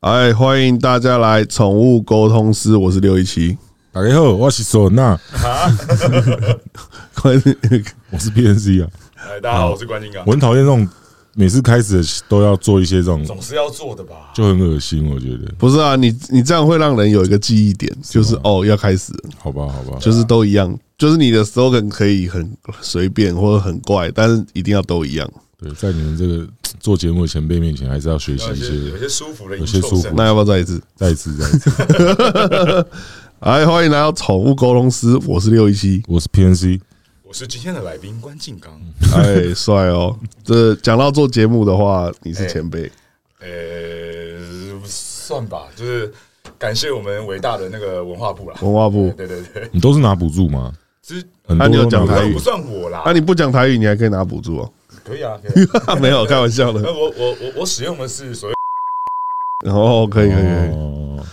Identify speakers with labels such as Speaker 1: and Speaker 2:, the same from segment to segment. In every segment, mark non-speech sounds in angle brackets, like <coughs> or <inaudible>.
Speaker 1: 哎，欢迎大家来宠物沟通师，我是六一 <laughs> 七，
Speaker 2: 大家好，我是唢呐，
Speaker 1: 关于
Speaker 2: 我是 PNC 啊。
Speaker 3: 哎，大家好，我是关金刚
Speaker 2: 我。很讨厌那种每次开始都要做一些这种，
Speaker 3: 总是要做的吧？
Speaker 2: 就很恶心。我觉得，
Speaker 1: 不是啊，你你这样会让人有一个记忆点，就是哦要开始了，
Speaker 2: 好吧，好吧，
Speaker 1: 就是都一样，就是你的 slogan 可以很随便或者很怪，但是一定要都一样。
Speaker 2: 对，在你们这个做节目的前辈面前，还是要学习
Speaker 3: 有
Speaker 2: 一
Speaker 3: 些有
Speaker 2: 些。
Speaker 3: 些舒服的
Speaker 2: 有
Speaker 3: 营
Speaker 2: 些
Speaker 3: 救
Speaker 2: 舒服
Speaker 3: 声，
Speaker 1: 那要不要再一次？
Speaker 2: 再一次，再一次， <laughs>
Speaker 1: 哎，欢迎来到宠物沟通师，我是六一七，
Speaker 2: 我是 PNC，
Speaker 3: 我是今天的来宾关敬刚。
Speaker 1: 哎，帅哦！这讲到做节目的话，你是前辈，
Speaker 3: 哎呃，算吧，就是感谢我们伟大的那个文化部啦。
Speaker 1: 文化部。
Speaker 3: 对对对，
Speaker 2: 你都是拿补助吗？
Speaker 3: 其实
Speaker 2: 很
Speaker 1: 啊
Speaker 2: 多
Speaker 1: 你有
Speaker 2: 都拿
Speaker 1: 讲
Speaker 2: 补
Speaker 1: 台语
Speaker 3: 不算我啦
Speaker 1: 啊，，你不讲台语，你还可以拿补助哦。 <laughs>
Speaker 3: 可以啊，可以啊。
Speaker 1: 没有，开玩笑
Speaker 3: 那
Speaker 1: 的。
Speaker 3: 我我我我使用的是所谓
Speaker 1: 然后可以可以可以。
Speaker 2: 哦，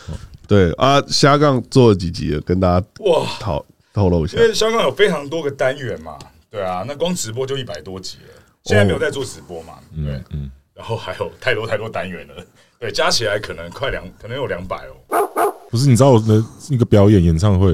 Speaker 1: 对啊，瞎杠做了几集了，跟大家
Speaker 3: 哇，
Speaker 1: 透透露一下
Speaker 3: 因。为香港有非常多个单元嘛，对啊，那光直播就一百多集了，现在没有在做直播嘛，对，
Speaker 2: 嗯，
Speaker 3: 然后还有太多太多单元了，对，加起来可能快两，可能有两百哦。
Speaker 2: 不是，你知道我的一个表演演唱会，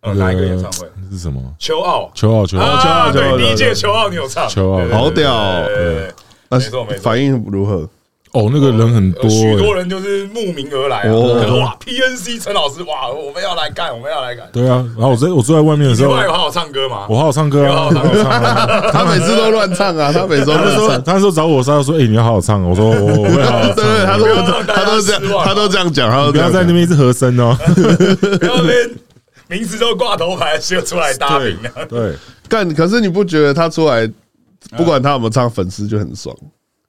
Speaker 2: 啊
Speaker 3: 呃，哪一个演唱会？
Speaker 2: 那是什么？
Speaker 3: 秋奥，
Speaker 2: 秋奥，秋奥，秋
Speaker 3: 啊，
Speaker 1: 秋奥
Speaker 2: 奥，
Speaker 3: 对，
Speaker 1: 秋奥
Speaker 3: 第一届秋奥你有唱，
Speaker 2: 秋奥
Speaker 3: 对对对
Speaker 1: 好屌哦
Speaker 3: 对对对对
Speaker 1: 那
Speaker 3: 没错没错
Speaker 1: 啊反应如何？
Speaker 2: 哦，那个人很多
Speaker 3: 呃许多
Speaker 2: 欸，
Speaker 3: 人就是慕名而来啊！
Speaker 1: 哦
Speaker 3: 可能哇，PNC 陈老师，哇，我们要来干，我们要来干。
Speaker 2: 对啊。然后我在我坐在外面的
Speaker 3: 你
Speaker 2: 时
Speaker 3: 另
Speaker 2: 候，
Speaker 3: 外有好好唱歌吗？
Speaker 2: 我好好唱歌啊，
Speaker 3: 有好好
Speaker 2: 我好好唱啊。
Speaker 1: 他每次都乱唱啊，他每次都
Speaker 2: <laughs> 他
Speaker 1: 乱
Speaker 2: 说
Speaker 1: 唱。
Speaker 2: 他说找我，他说哎、你要好好唱，我说我我会好
Speaker 4: <laughs>
Speaker 1: <laughs>
Speaker 2: 好
Speaker 1: 对对，
Speaker 2: 唱，啊
Speaker 1: 他说
Speaker 3: 不要让大
Speaker 1: 他
Speaker 3: 家
Speaker 1: 都这
Speaker 3: 失
Speaker 1: 样，
Speaker 3: 望
Speaker 1: 他都这样讲，他都
Speaker 2: 不
Speaker 1: 这
Speaker 2: 要
Speaker 1: 样
Speaker 2: 在
Speaker 1: 讲
Speaker 2: 那。边一直和声哦。
Speaker 3: 不要连名字都挂头牌，就出来搭
Speaker 2: 对
Speaker 3: 名啊！
Speaker 2: 对，
Speaker 1: 干，可是你不觉得他出
Speaker 3: 嗯
Speaker 1: 来，不管他有没有唱，粉丝就很爽？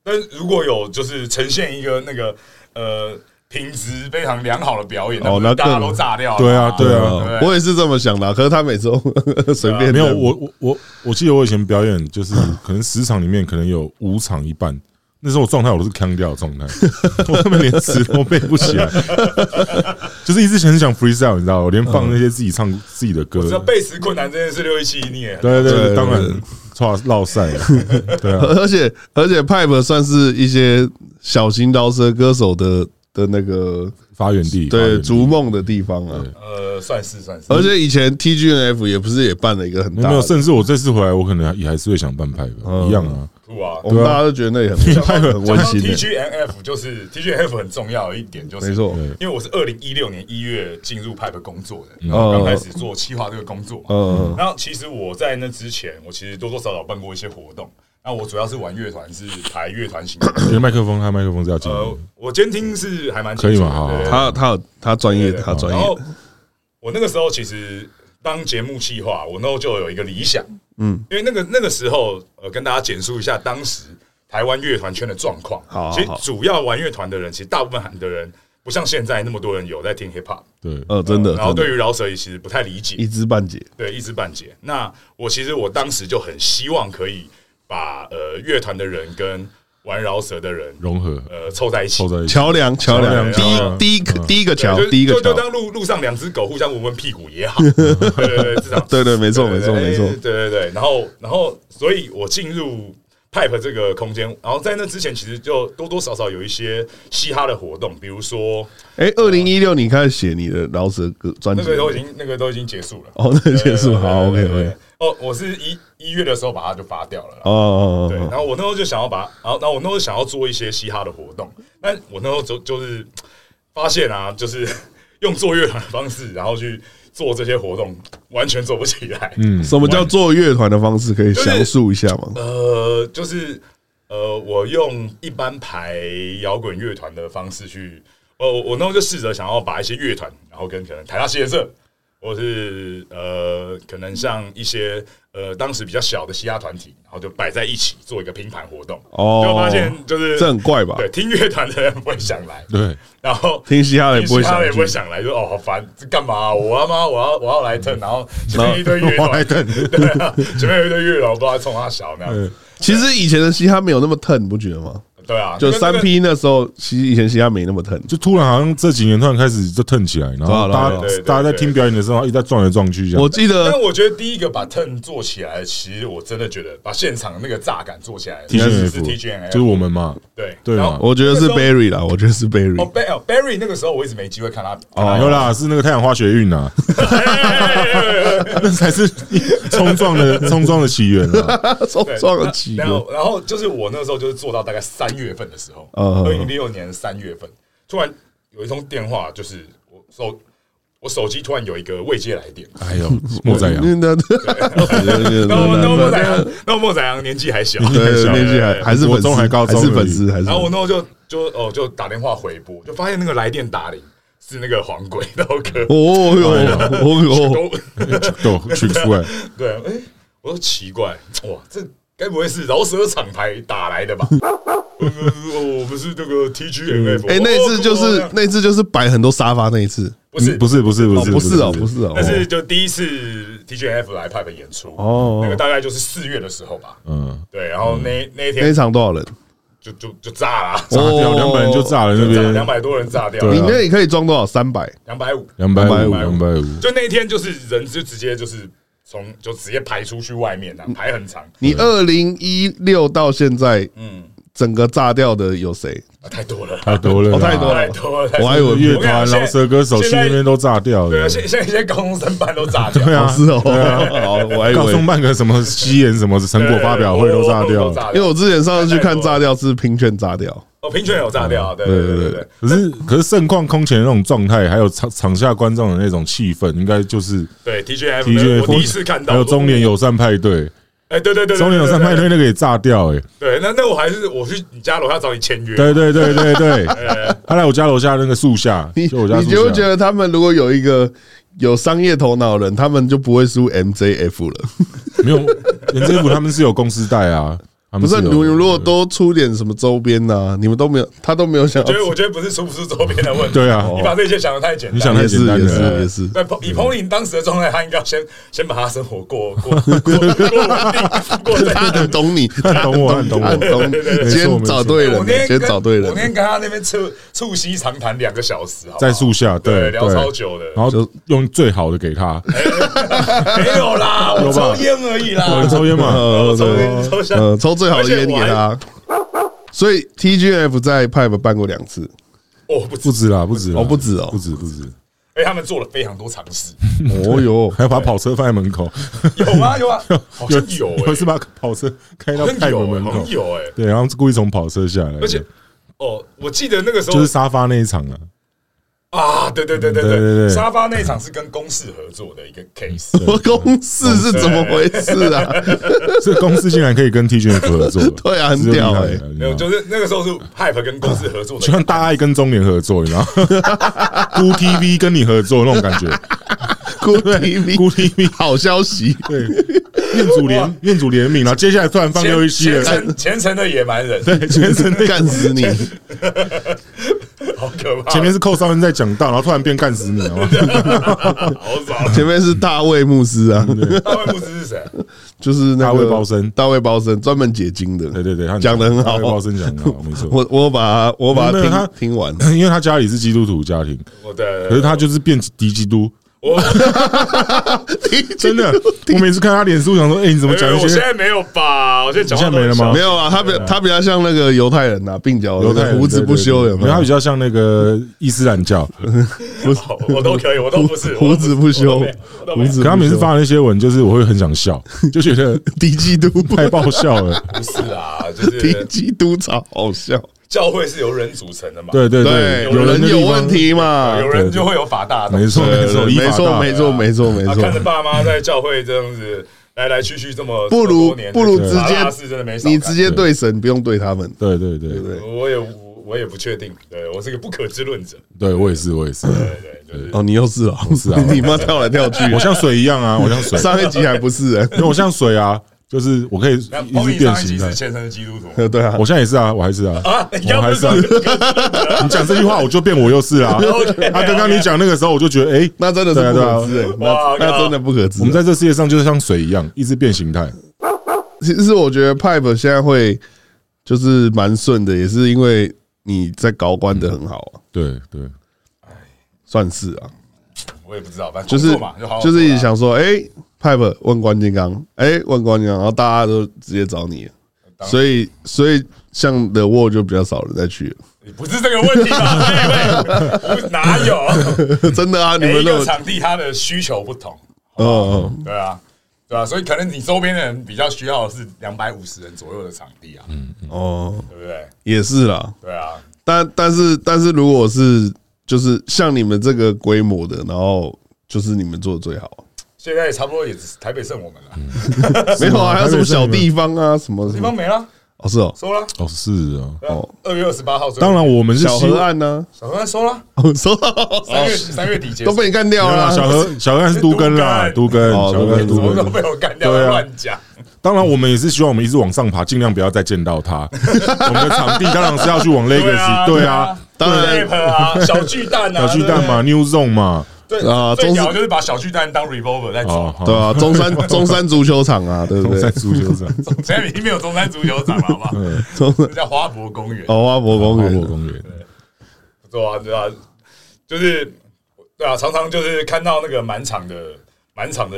Speaker 3: 但如果有就是呈现一个那个呃品质非常良好的表演，
Speaker 1: 哦那
Speaker 3: 那不是大家
Speaker 1: 更
Speaker 3: 都炸掉了。
Speaker 2: 对啊对啊
Speaker 3: 对
Speaker 1: 哦我也是这么想的啊。可是他每次都 <laughs> 随便
Speaker 2: 没有
Speaker 1: 这样
Speaker 2: 我我我我记得我以前表演就是可能十场里面可能有五场一半，那时候我状态我都是腔调的状态， <laughs> 我根本连词都背不起来， <laughs> 就是一直很想 freestyle，你知道吗，我连放那些自己唱自己的歌，
Speaker 3: 这贝斯困难这件事，六一七你也
Speaker 2: 对
Speaker 1: 对
Speaker 2: 对对，
Speaker 1: 对
Speaker 2: 当
Speaker 1: 对
Speaker 2: 然错绕赛，对啊，
Speaker 1: 而且而且 Pipe 算是一些小型饶舌歌手的的那个
Speaker 2: 发源地
Speaker 1: 对
Speaker 2: 逐
Speaker 1: 逐梦的地方啊。
Speaker 3: 呃算是算是，
Speaker 1: 而且以前 TGNF 也不是也办了一个很
Speaker 2: 没
Speaker 1: 大的，
Speaker 2: 有没有，甚至我这次回来，我可能也还是会想办派的，一样啊。
Speaker 3: 酷啊！
Speaker 1: 我们大家都觉得那里
Speaker 2: <laughs>
Speaker 1: 很
Speaker 2: 派
Speaker 1: 哦很温馨的，
Speaker 3: TGNF 就是 TGNF 很重要的一点就是，
Speaker 1: 没错。
Speaker 2: 对
Speaker 3: 因为我是二零一六年一月进入 Pipe 工作的，然后刚开
Speaker 1: 嗯
Speaker 3: 始做企划这个工作嘛。
Speaker 1: 嗯，
Speaker 3: 然后其实我在那之前，我其实多多少少办过一些活动。那我主要是玩乐团，是排乐团型的。
Speaker 2: 因为麦克风和麦克风是要进
Speaker 3: 呃
Speaker 2: 的，，
Speaker 3: 我监听是还蛮
Speaker 2: 可以
Speaker 3: 清
Speaker 2: 嘛
Speaker 3: 楚的
Speaker 2: 好好
Speaker 3: 对对对
Speaker 1: 他他有他专业，
Speaker 3: 对哦对
Speaker 1: 他专
Speaker 3: 然
Speaker 1: 业
Speaker 3: 后。我那个时候其实当节目企划，我那时候就有一个理想，嗯，因为那个那个时候，呃，跟大家简述一下当时台湾乐团圈的状况。
Speaker 1: 好好
Speaker 3: 其实
Speaker 1: 好
Speaker 3: 主要玩乐团的人，其实大部分的人不像现在那么多人有在听 hip hop，
Speaker 2: 对，
Speaker 1: 呃，真的，
Speaker 3: 哦然后
Speaker 1: 真的
Speaker 3: 对于饶舌也其实不太理解，
Speaker 1: 一知半解。
Speaker 3: 对，一知半解。那我其实我当时就很希望可以把呃乐团的人跟玩饶舌的人
Speaker 2: 融合
Speaker 3: 呃凑在一起
Speaker 2: 凑，在一起，
Speaker 1: 桥梁，桥梁，
Speaker 2: 梁
Speaker 1: 第
Speaker 2: 桥梁
Speaker 1: 一第一个第一个桥
Speaker 3: 嗯对，就，
Speaker 1: 第一个
Speaker 3: 就
Speaker 1: 桥
Speaker 3: 就，当路路上两只狗互相闻闻屁股也好，对对对，至少
Speaker 1: 对对，没错，没错，
Speaker 3: 对哎
Speaker 1: 没错。
Speaker 3: 对对对。然后然后，所以我进入 Pipe 这个空间，然后在那之前，其实就多多少少有一些嘻哈的活动，比如说
Speaker 1: 哎，二零一六你开始写你的饶舌歌专
Speaker 3: 那
Speaker 1: 辑，
Speaker 3: 个都已经那个都已经结束了，
Speaker 1: 哦，那结
Speaker 3: 对
Speaker 1: 束，
Speaker 3: 对
Speaker 1: 好
Speaker 3: 对
Speaker 1: ，OK
Speaker 3: 对对
Speaker 1: OK，
Speaker 3: 哦，我是一一月的时候把它就发掉了啦。
Speaker 1: 哦哦
Speaker 4: 嗯
Speaker 3: 对，
Speaker 1: 哦
Speaker 3: 然
Speaker 1: 哦，
Speaker 3: 后我那时候就想要把，然后然后我那时候想要做一些嘻哈的活动，但我那时候就就是发现啊，就是用做乐团的方式，然后去做这些活动，完全做不起来。嗯，
Speaker 1: 什么叫做乐团的方式？可以
Speaker 3: 就是
Speaker 1: 详述一下吗？
Speaker 3: 呃，就是呃，我用一般排摇滚乐团的方式去，呃，我我那时候就试着想要把一些乐团，然后跟可能台大西研社。或是呃，可能像一些呃当时比较小的嘻哈团体，然后就摆在一起做一个拼盘活动。
Speaker 4: 哦
Speaker 3: 就发现就是
Speaker 4: 这很怪吧
Speaker 3: 对，听乐团的人不会想来，
Speaker 2: 对，
Speaker 3: 然后
Speaker 4: 听嘻哈的也不会想
Speaker 3: 听嘻哈的也
Speaker 4: 去
Speaker 3: 不会想来，就哦好烦，这干嘛啊、我他妈我要我要来蹭，然后前面一堆乐
Speaker 1: <laughs> 哦
Speaker 2: 我来
Speaker 3: 团，
Speaker 2: 等。
Speaker 3: <laughs> 对啊，前面有一堆乐团，我不知道在冲他小那
Speaker 2: 呃
Speaker 3: 样。
Speaker 4: 其实以前的嘻哈没有那么疼，你不觉得吗？
Speaker 3: 对啊，
Speaker 4: 就
Speaker 3: 因为
Speaker 4: 三
Speaker 3: 这个
Speaker 4: P 那时候，其实以前嘻哈没那么疼。
Speaker 2: 就突然好像这几年突然开始就腾起来，然后
Speaker 4: 对
Speaker 2: 大家
Speaker 4: 啊
Speaker 3: 对啊对对
Speaker 2: 大家在
Speaker 3: 对
Speaker 2: 听表演的时候，然后一直在撞来撞去这样。
Speaker 4: 我记得
Speaker 3: 但我觉得第一个把 turn 做起来，其实我真的觉得把现场那个炸感做起来，
Speaker 2: T
Speaker 3: 其
Speaker 2: G
Speaker 3: 实
Speaker 2: N
Speaker 3: 是 T G N
Speaker 2: F，就是
Speaker 3: F，
Speaker 2: 我们嘛，
Speaker 3: 对
Speaker 2: 对
Speaker 3: 然
Speaker 2: 嘛
Speaker 3: 后
Speaker 4: 我觉得是
Speaker 3: 那个时候
Speaker 4: Barry 啦，我觉得是 Barry
Speaker 3: 哦。
Speaker 1: <laughs>
Speaker 3: ，Barry 哦 Barry 那个时候我一直没机会看他。
Speaker 2: 哦，有啦，是那个太阳花学运呐，那才是冲撞的冲撞的起源啊！
Speaker 4: 撞
Speaker 3: 对
Speaker 4: 撞了
Speaker 3: 那
Speaker 4: 几
Speaker 3: 然
Speaker 4: 个
Speaker 3: 后，然后就是我那时候就是做到大概三月份的时候，
Speaker 4: 嗯
Speaker 3: 二零零六年三月份，突然有一通电话，就是我手我手机突然有一个未接来
Speaker 2: <laughs>
Speaker 3: 电，
Speaker 2: 哎呦，莫宰阳，
Speaker 4: 那
Speaker 3: 然后然后莫仔
Speaker 4: 那
Speaker 3: 阳，然后莫仔阳年
Speaker 2: <laughs>
Speaker 3: 纪还小，
Speaker 4: 对年纪还还是
Speaker 2: 国
Speaker 4: 粉
Speaker 2: 中
Speaker 4: 丝，
Speaker 2: 还高中
Speaker 4: 还是
Speaker 2: 而已
Speaker 4: 粉丝，还是
Speaker 3: 然后我
Speaker 4: 粉丝
Speaker 3: 那时候就就哦就打电话回拨，就发现那个来电打铃是那个黄鬼刀哥，
Speaker 4: 哦哟哦哟，
Speaker 3: 都 <laughs>
Speaker 2: 都取出来，
Speaker 3: 对，哎、我说奇怪，哇，这该不会是饶舌厂牌打来的吧？我我不是那个 T G M F，
Speaker 4: 哎，那一次就是那一次就是摆很多沙发那一次，
Speaker 3: 不是
Speaker 2: 不
Speaker 3: 是，
Speaker 2: 是不是不
Speaker 4: 哦
Speaker 2: 是
Speaker 4: 不是哦不是哦，
Speaker 3: 那是就第一次 T G M F 来 Pipe 演出
Speaker 4: 哦
Speaker 3: 那个大概就是四月的时候吧，
Speaker 2: 嗯，
Speaker 3: 对，然后那那一
Speaker 4: 那一
Speaker 3: 天
Speaker 4: 场多少人？
Speaker 3: 就就就炸了，
Speaker 2: 炸掉
Speaker 4: 哦
Speaker 2: 两百人就炸了那
Speaker 3: 炸
Speaker 2: 边
Speaker 3: 两百多人炸掉，
Speaker 2: 对
Speaker 4: 你
Speaker 2: 啊
Speaker 4: 那里可以装多少？三百
Speaker 3: 两百五，
Speaker 2: 两百五两
Speaker 3: 250
Speaker 2: 百五，
Speaker 3: 就那一天就是人就直接就是从就直接排出去外面啊，
Speaker 2: 嗯
Speaker 3: 排很长，
Speaker 4: 你二零一六到现在，嗯，整个炸掉的有谁？
Speaker 3: 啊太多了，
Speaker 2: 太多了啦，
Speaker 4: 哦太多了
Speaker 3: 太多了，太多了
Speaker 4: 我还以为
Speaker 2: 乐团饶舌歌手去那边都炸掉
Speaker 3: 对
Speaker 2: 了
Speaker 3: 啊，，现现在现在高中生班都炸
Speaker 2: <laughs>
Speaker 3: 掉，
Speaker 2: 对啊
Speaker 4: 哦，是哦，好，我还以
Speaker 2: 告
Speaker 4: 为
Speaker 2: 诉，办个什么西演什么成果发表会都炸掉
Speaker 3: 都，炸
Speaker 4: 因为
Speaker 3: 掉。
Speaker 4: 我之前上次去看炸掉是拼券炸掉，
Speaker 3: 哦，平权有炸掉，对
Speaker 2: 对
Speaker 3: 对
Speaker 2: 对
Speaker 3: 对
Speaker 2: 嗯对
Speaker 3: 对。，
Speaker 2: 可是可是盛况空前的那种状态，还有场场下观众的那种气氛，应该就是
Speaker 3: 对 T G F，
Speaker 2: T J
Speaker 3: 我第一次看到。
Speaker 2: 还有中年，友善派对，
Speaker 3: 哎，对对对，对
Speaker 2: 中年友善派对。那个也炸掉哎、欸，
Speaker 3: 对，对那那我还是我去你家楼下找你签约。
Speaker 2: 对对对对对，他来我家楼下那个树下，
Speaker 4: 你
Speaker 2: 就我家
Speaker 4: 你就
Speaker 2: 树
Speaker 4: 会觉
Speaker 2: 下，
Speaker 4: 得他们如果有一个有商业头脑的人，他们就不会输 MJF 了。
Speaker 2: 没有人政府他们是有公司带啊，他
Speaker 4: 不
Speaker 2: 们
Speaker 4: 是你
Speaker 2: 有
Speaker 4: 们如果都出点什么周边呐，你们都没有，他都没有想
Speaker 3: 我觉得
Speaker 4: 要。
Speaker 3: 我觉得不是出不出周边的问题，
Speaker 2: 对啊
Speaker 3: 你把这些想的太简单。
Speaker 2: 你想
Speaker 4: <laughs> 也
Speaker 2: 太
Speaker 4: 是
Speaker 2: 简单
Speaker 4: 也
Speaker 2: 了
Speaker 4: 是也是，
Speaker 3: 呃对，彭以彭林当时的状态，他应该要先先把他生活过过过过稳定，过正
Speaker 4: 他
Speaker 3: 常。
Speaker 4: 很懂你，他
Speaker 2: 懂我
Speaker 4: 你
Speaker 2: 他
Speaker 4: 他
Speaker 2: 很
Speaker 4: 很
Speaker 2: 懂
Speaker 4: 懂
Speaker 2: 我
Speaker 4: 你
Speaker 2: 对对对。
Speaker 4: 今
Speaker 2: 没错
Speaker 4: 天找对人
Speaker 3: 我
Speaker 4: 了，
Speaker 3: 那
Speaker 2: <laughs>
Speaker 4: 今
Speaker 3: 天
Speaker 4: 天
Speaker 3: 跟
Speaker 4: 找对人
Speaker 3: 我
Speaker 4: 了
Speaker 3: 那。天跟他那边促促膝长谈两个小时，好不好
Speaker 2: 在树下，对
Speaker 3: 对聊
Speaker 2: 对
Speaker 3: 超久的
Speaker 2: 然后用最好的给
Speaker 3: <laughs>
Speaker 2: 他，
Speaker 3: 哎没有啦，我
Speaker 2: 有吧
Speaker 3: 抽烟而已啦。
Speaker 2: 有人抽烟
Speaker 3: <laughs>
Speaker 2: 嘛，
Speaker 4: 呃，
Speaker 3: 抽
Speaker 4: 对
Speaker 3: 抽香
Speaker 4: 呃，抽最好的烟给
Speaker 3: 而且我
Speaker 4: 他。所以 TGF 在 Pipe 办过两次，
Speaker 3: 哦，不
Speaker 2: 不
Speaker 3: 止，
Speaker 2: 止啦，不止啦，
Speaker 4: 哦不止哦
Speaker 2: 不止不止，
Speaker 3: 哎，他们做了非常多尝试，
Speaker 4: 哦哟，
Speaker 2: 还把跑车放在门口，
Speaker 3: 有啊有啊，好像有
Speaker 2: <laughs> 有
Speaker 3: 哎
Speaker 2: 一，次把跑车开到
Speaker 3: 好像
Speaker 2: 派门
Speaker 3: 有哎，
Speaker 2: 门
Speaker 3: 好
Speaker 2: 口
Speaker 3: 像，有哎，
Speaker 2: 对，然后故意从跑车下来，
Speaker 3: 而且哦，我记得那个时候
Speaker 2: 就是沙发那一场啊，
Speaker 3: 啊，对对对对
Speaker 2: 对对对
Speaker 3: 对，沙发那一场是跟公式合作的一个 case，
Speaker 4: 我公司是怎么回事啊？
Speaker 2: 这公司竟然可以跟 TGF 合作，
Speaker 3: <laughs>
Speaker 4: 对啊很屌欸
Speaker 3: 没有，就是是那个时候是 Hype 跟公司合作的
Speaker 2: 就像大爱跟中联合作，你知道吗？Good TV 跟你合作那种感
Speaker 3: <laughs>
Speaker 2: 觉，
Speaker 4: 孤 TV，
Speaker 2: 孤 TV
Speaker 4: 好消息，
Speaker 2: <laughs> 对，院主联院主联名，然后接下来突然放
Speaker 3: 前
Speaker 2: 六一七
Speaker 3: 前
Speaker 2: 了，哎
Speaker 3: 程前程的野蛮人，
Speaker 2: 对，全程那
Speaker 4: 干死你！
Speaker 3: 好可怕，
Speaker 2: 前面是寇少恩在讲到，然后突然变干死你，好吗
Speaker 3: 好早，
Speaker 4: 前面是大卫牧师啊，
Speaker 3: 大卫不知是谁，
Speaker 4: <laughs> 就是那个
Speaker 2: 大卫包身
Speaker 4: 大卫包身专门解经的，
Speaker 2: 对对对，他
Speaker 4: 讲的很好
Speaker 2: 大卫。包森讲的
Speaker 4: <laughs>
Speaker 2: 好，没错。
Speaker 4: 我我把我把
Speaker 2: 没有
Speaker 4: 它
Speaker 2: 他
Speaker 4: 听听完，
Speaker 2: 因为他家里是基督徒家庭，
Speaker 3: 我的，
Speaker 2: 可是他就是变
Speaker 4: <laughs>
Speaker 2: 敌基督，
Speaker 3: 我
Speaker 2: 真
Speaker 4: <laughs>
Speaker 2: 的。我每次看他脸书，想说，哎，你怎么讲一
Speaker 3: 我
Speaker 2: 些
Speaker 3: 现在没有吧，我现在讲话
Speaker 2: 你现在没了吗
Speaker 3: 都很小
Speaker 4: 没有啊，他比他比较像那个犹太人啊呐，鬓角
Speaker 2: 犹太人
Speaker 4: 胡子不修，有
Speaker 2: 对对对
Speaker 4: 没
Speaker 2: 他比
Speaker 4: 有？
Speaker 2: 较像那个伊斯兰
Speaker 4: <laughs>
Speaker 2: 教，
Speaker 3: 好我都可以，我都不是
Speaker 4: 胡子不修，胡
Speaker 3: 胡子
Speaker 4: 子
Speaker 2: 可他每次发的那些文，就是我会很想笑，就觉得
Speaker 4: 敌基督，
Speaker 2: 太爆笑
Speaker 4: <laughs>
Speaker 2: 了。
Speaker 3: 不是啊，就
Speaker 4: 敌 <laughs>
Speaker 3: 是
Speaker 4: 基督超好笑。
Speaker 3: 教会是由人组成的嘛，
Speaker 2: 对对
Speaker 4: 对，
Speaker 2: 有
Speaker 4: 有
Speaker 2: 人
Speaker 4: 人
Speaker 2: 的
Speaker 4: 有
Speaker 2: 地方
Speaker 4: 问，题嘛？
Speaker 3: 有人就会有法大的，
Speaker 2: 没错
Speaker 4: 对
Speaker 2: 没
Speaker 4: 对
Speaker 2: 错，
Speaker 4: 对
Speaker 2: 依
Speaker 4: 没
Speaker 2: 法
Speaker 4: 错，
Speaker 2: 大
Speaker 4: 没错，没错，没
Speaker 3: 啊，
Speaker 4: 错
Speaker 3: 看着。爸妈在教会这样子来来去去这么
Speaker 4: 不如
Speaker 3: 这么多年
Speaker 4: 不如直
Speaker 3: 法
Speaker 4: 接
Speaker 3: 大事真的没少
Speaker 4: 你
Speaker 3: 干
Speaker 4: 直接对神，不用对他们。
Speaker 2: 对对对
Speaker 4: 对
Speaker 3: 我也无。我我也不确定，对我是个不可知论者。
Speaker 2: 对我也是，我也是，
Speaker 3: 对对对，
Speaker 4: 哦，你又是啊，
Speaker 2: 是啊
Speaker 4: <laughs> 你妈跳来跳去。
Speaker 2: 我像水一样啊，我
Speaker 4: <laughs>
Speaker 2: 像水，
Speaker 4: 上一集还不是、欸？
Speaker 2: 因为我像水啊，就是我可以一
Speaker 3: 那
Speaker 2: 直
Speaker 3: Pony
Speaker 2: 变
Speaker 3: 上一集
Speaker 2: 形
Speaker 3: 是
Speaker 2: 的。
Speaker 3: 前身的基督
Speaker 4: <laughs>
Speaker 3: 徒
Speaker 4: 对啊，
Speaker 2: <laughs> 我现在也是啊，我还是啊，
Speaker 3: 啊，你
Speaker 2: 我
Speaker 3: 要
Speaker 2: 还
Speaker 3: 不
Speaker 2: 是
Speaker 3: 是
Speaker 2: 啊。 <laughs> 你讲这句话，我就变我又是啊。 <laughs>
Speaker 3: OK，
Speaker 2: 啊，刚刚你讲那个时候，我就觉得，哎，
Speaker 4: 那真的是不可知、
Speaker 2: 对啊
Speaker 4: 欸，
Speaker 2: 对啊
Speaker 3: 哇
Speaker 4: 那那
Speaker 3: 靠
Speaker 4: 真的不啊可知
Speaker 2: 我。们在这世界上就是像水一样，一直变形态。
Speaker 4: 其实我觉得 Pipe 现在会就是蛮顺的，也是因为你在搞关的很好啊，
Speaker 3: 嗯
Speaker 2: 对对，
Speaker 4: 算是啊，
Speaker 3: 我也不知道，反正
Speaker 4: 就
Speaker 3: 工
Speaker 4: 是
Speaker 3: 作嘛，就好好
Speaker 4: 就是
Speaker 3: 做啊
Speaker 4: 想说，哎、p i p e 问关金刚，哎、问关金刚，然后大家都直接找你了，
Speaker 3: 当然
Speaker 4: 所以所以像 The Wall 就比较少人再去了， <laughs>
Speaker 3: 你不是这个问题吧？哎喂喂，不哪有？
Speaker 4: 真的啊，你
Speaker 3: 每
Speaker 4: 们
Speaker 3: 一
Speaker 4: 那
Speaker 3: 个
Speaker 4: 么，
Speaker 3: 场地它的需求不同，
Speaker 4: 嗯嗯，
Speaker 3: 对啊，对啊，所以可能你周边的人比较需要的是两百五十人左右的场地啊，
Speaker 4: 哦，
Speaker 3: 对不对？
Speaker 4: 也是啦，
Speaker 3: 对啊，
Speaker 4: 但但是但是如果是就是像你们这个规模的，然后就是你们做的最好啊，
Speaker 3: 现在也差不多也只是台北剩我们了，
Speaker 4: 没有啊，
Speaker 2: 台北
Speaker 4: 还有什么
Speaker 2: 是你
Speaker 4: 小
Speaker 2: 们
Speaker 4: 地方啊，什么什
Speaker 3: 地方
Speaker 4: 么，
Speaker 3: 没了，
Speaker 4: 哦是哦，
Speaker 3: 收了。
Speaker 2: 哦，是啊。
Speaker 3: 对啊
Speaker 4: 哦
Speaker 3: 二月二十八号，
Speaker 2: 当然，我们是
Speaker 4: 小
Speaker 2: 希
Speaker 4: 河
Speaker 2: 望
Speaker 4: 岸啊呢，
Speaker 3: 小河岸收了，
Speaker 4: 哦收到
Speaker 3: 三月三月底结束
Speaker 4: 都，被你干掉
Speaker 2: 没有
Speaker 4: 了
Speaker 2: 啦
Speaker 4: 啊，
Speaker 2: 小河小河岸是都根啦，
Speaker 3: 都
Speaker 2: 都根
Speaker 4: 哦
Speaker 2: 小河岸是都
Speaker 4: 都
Speaker 3: 怎么都
Speaker 2: 根。
Speaker 3: 被我干掉，
Speaker 2: 对啊
Speaker 3: 乱讲。
Speaker 2: 当然，我们也是希望我们一直往上爬，尽量不要再见到他。我们的场地当然是要去往 Legacy，对啊，，
Speaker 4: 当然
Speaker 3: Rap 啊，小巨蛋
Speaker 2: 小
Speaker 3: 啊，
Speaker 2: 巨蛋嘛，New Zone 嘛，
Speaker 3: 对不对，对
Speaker 4: 啊
Speaker 3: 啊，最
Speaker 4: 中
Speaker 3: 屌
Speaker 4: 式
Speaker 3: 就是把小巨蛋当 revolver 在
Speaker 2: 哦
Speaker 3: 走，，
Speaker 2: 好
Speaker 4: 对啊，中山
Speaker 2: <laughs>
Speaker 4: 中山足球场啊，对不
Speaker 2: 中
Speaker 4: 对
Speaker 2: 山？足球场，
Speaker 3: <laughs> 现在已经没有中山足球场了，好不好？
Speaker 4: 中山
Speaker 3: 这 <laughs> 叫花博公园，
Speaker 4: 哦花博公
Speaker 2: 花博
Speaker 4: 园，
Speaker 2: 公园，
Speaker 3: 不错啊，对啊，就是对啊，常常就是看到那个满场的、满场的、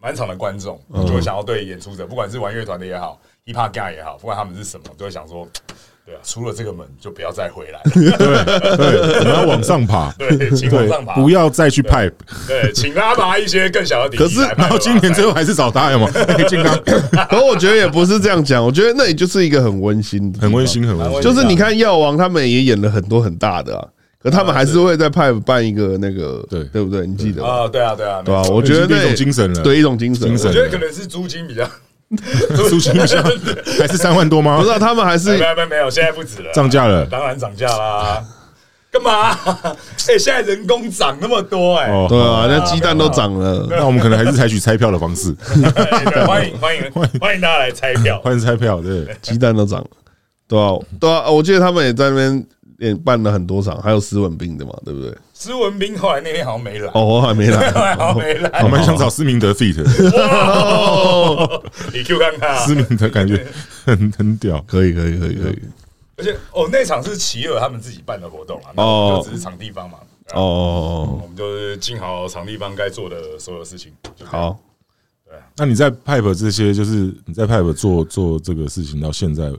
Speaker 3: 满场的观众，就会想要对演出者，不管是玩乐团的也好，hiphop guy 也好，不管他们是什么，都会想说，对啊，出了这个门就不要再回来了， <laughs>
Speaker 2: 对对，我们要往上爬，
Speaker 3: 对，请往上爬，
Speaker 2: 不要再去 pipe。
Speaker 3: 对，请拉拔一些更小的底
Speaker 4: 可
Speaker 3: 气
Speaker 4: 是
Speaker 3: 来啊拍
Speaker 2: 然
Speaker 3: 吧。
Speaker 2: 后今年最后还是找他，有
Speaker 4: <laughs>
Speaker 2: 吗？哎健康，
Speaker 4: 可我觉得也不是这样讲，我觉得那里就是一个很温馨的地方，
Speaker 2: 很温馨，很温馨。
Speaker 4: 就是你看药王他们也演了很多很大的啊，可他们还是会在派办一个那个，
Speaker 2: 对
Speaker 4: 对不对？你记得吗？
Speaker 3: 啊，对啊，对啊，
Speaker 4: 对吧？
Speaker 3: 没错
Speaker 4: 我觉得
Speaker 2: 已经
Speaker 4: 那
Speaker 2: 变一种精神了
Speaker 4: 对一种精神，
Speaker 2: 精神
Speaker 3: 我觉得可能是租金比较，租
Speaker 2: 出一
Speaker 4: <laughs>
Speaker 2: 下还是三万多吗
Speaker 4: 不？是啊他们还是
Speaker 3: 没有没有没有，现在不止了，
Speaker 2: 涨价了
Speaker 3: 当然涨价啦。干嘛？ <laughs> 哎、现在人工涨那么多哎、
Speaker 2: 哦，
Speaker 4: 对啊，那鸡蛋都涨了，
Speaker 2: 那我们可能还是采取拆票的方
Speaker 4: <laughs>
Speaker 2: 式，
Speaker 3: 哎对欢迎欢迎欢迎大家来拆票。
Speaker 2: 换拆票，对，
Speaker 4: 鸡蛋都涨了，对啊，对啊，我记得他们也在那边也办了很多场，还有斯文斌的嘛，对不对？
Speaker 3: 施文斌后来那天好像没来，
Speaker 4: 哦，我还没
Speaker 2: <laughs>
Speaker 4: 来，
Speaker 3: 后来好像没来
Speaker 2: 我。蛮想找思明德 feat，
Speaker 4: <laughs>
Speaker 3: 哇你 Q 看看啊
Speaker 2: 思！明德感觉很很屌，
Speaker 4: 可以，可以，可以，可以，
Speaker 3: 而且哦，那场是齐尔他们自己办的活动啊，那我
Speaker 4: 哦
Speaker 3: 们就只是场地方嘛。
Speaker 4: 哦哦
Speaker 3: 我们就是尽好场地方该做的所有事情。就
Speaker 4: 哦，
Speaker 3: 这样，
Speaker 4: 好，
Speaker 2: 那你在 Pipe 这些，就是你在 Pipe 做做这个事情到现在，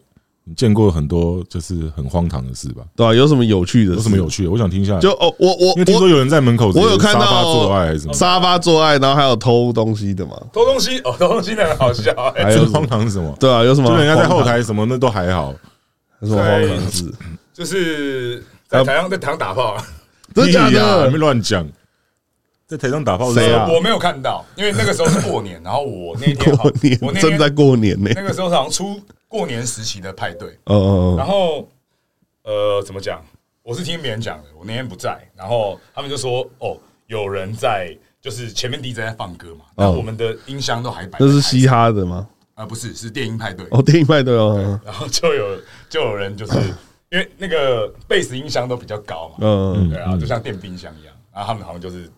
Speaker 2: 你见过很多就是很荒唐的事吧？
Speaker 4: 对啊，有什么有趣的？
Speaker 2: 有什么有？趣的？我想听一下。
Speaker 4: 就哦，我我
Speaker 2: 因为听说
Speaker 4: 我
Speaker 2: 有人在门口，
Speaker 4: 我有看
Speaker 2: 沙发做爱还
Speaker 4: 到
Speaker 2: 是什么？
Speaker 4: 沙发做爱，然后还有偷东西的嘛，
Speaker 3: 偷东西哦，偷东西那很好笑哎、
Speaker 4: 还有
Speaker 2: 最
Speaker 4: 什么
Speaker 2: 荒唐是什么？
Speaker 4: 对啊，有什么
Speaker 2: 就
Speaker 4: 荒唐？
Speaker 2: 人家在后台什么那都还好，
Speaker 4: 有什么荒唐的事？
Speaker 3: 就是在台上在台上打炮啊。
Speaker 4: 真的假
Speaker 2: 屁啦
Speaker 4: 的
Speaker 2: 啊没？乱讲，在台上打炮
Speaker 4: 谁啊
Speaker 3: 我没有看到，因为那个时候是过年，然后我那天
Speaker 4: <laughs>
Speaker 3: 好
Speaker 4: 过年
Speaker 3: 我那
Speaker 4: 正
Speaker 3: 天
Speaker 4: 在过年呢、
Speaker 3: 那个时候好像出过年时期的派对，
Speaker 4: 哦哦
Speaker 3: 然
Speaker 4: 哦，
Speaker 3: 后呃，怎么讲？我是听别人讲的，我那天不在，然后他们就说哦，有人在，就是前面 DJ 在放歌嘛，那我们的音箱都还摆在台上，
Speaker 4: 哦那是嘻哈的吗？
Speaker 3: 啊，不是是电音派对，
Speaker 4: 哦，电影派对哦，
Speaker 3: 然后就有就有人就是因为那个贝斯音箱都比较高嘛，
Speaker 4: 嗯，
Speaker 3: 对啊，就像电冰箱一样，然后他们好像就是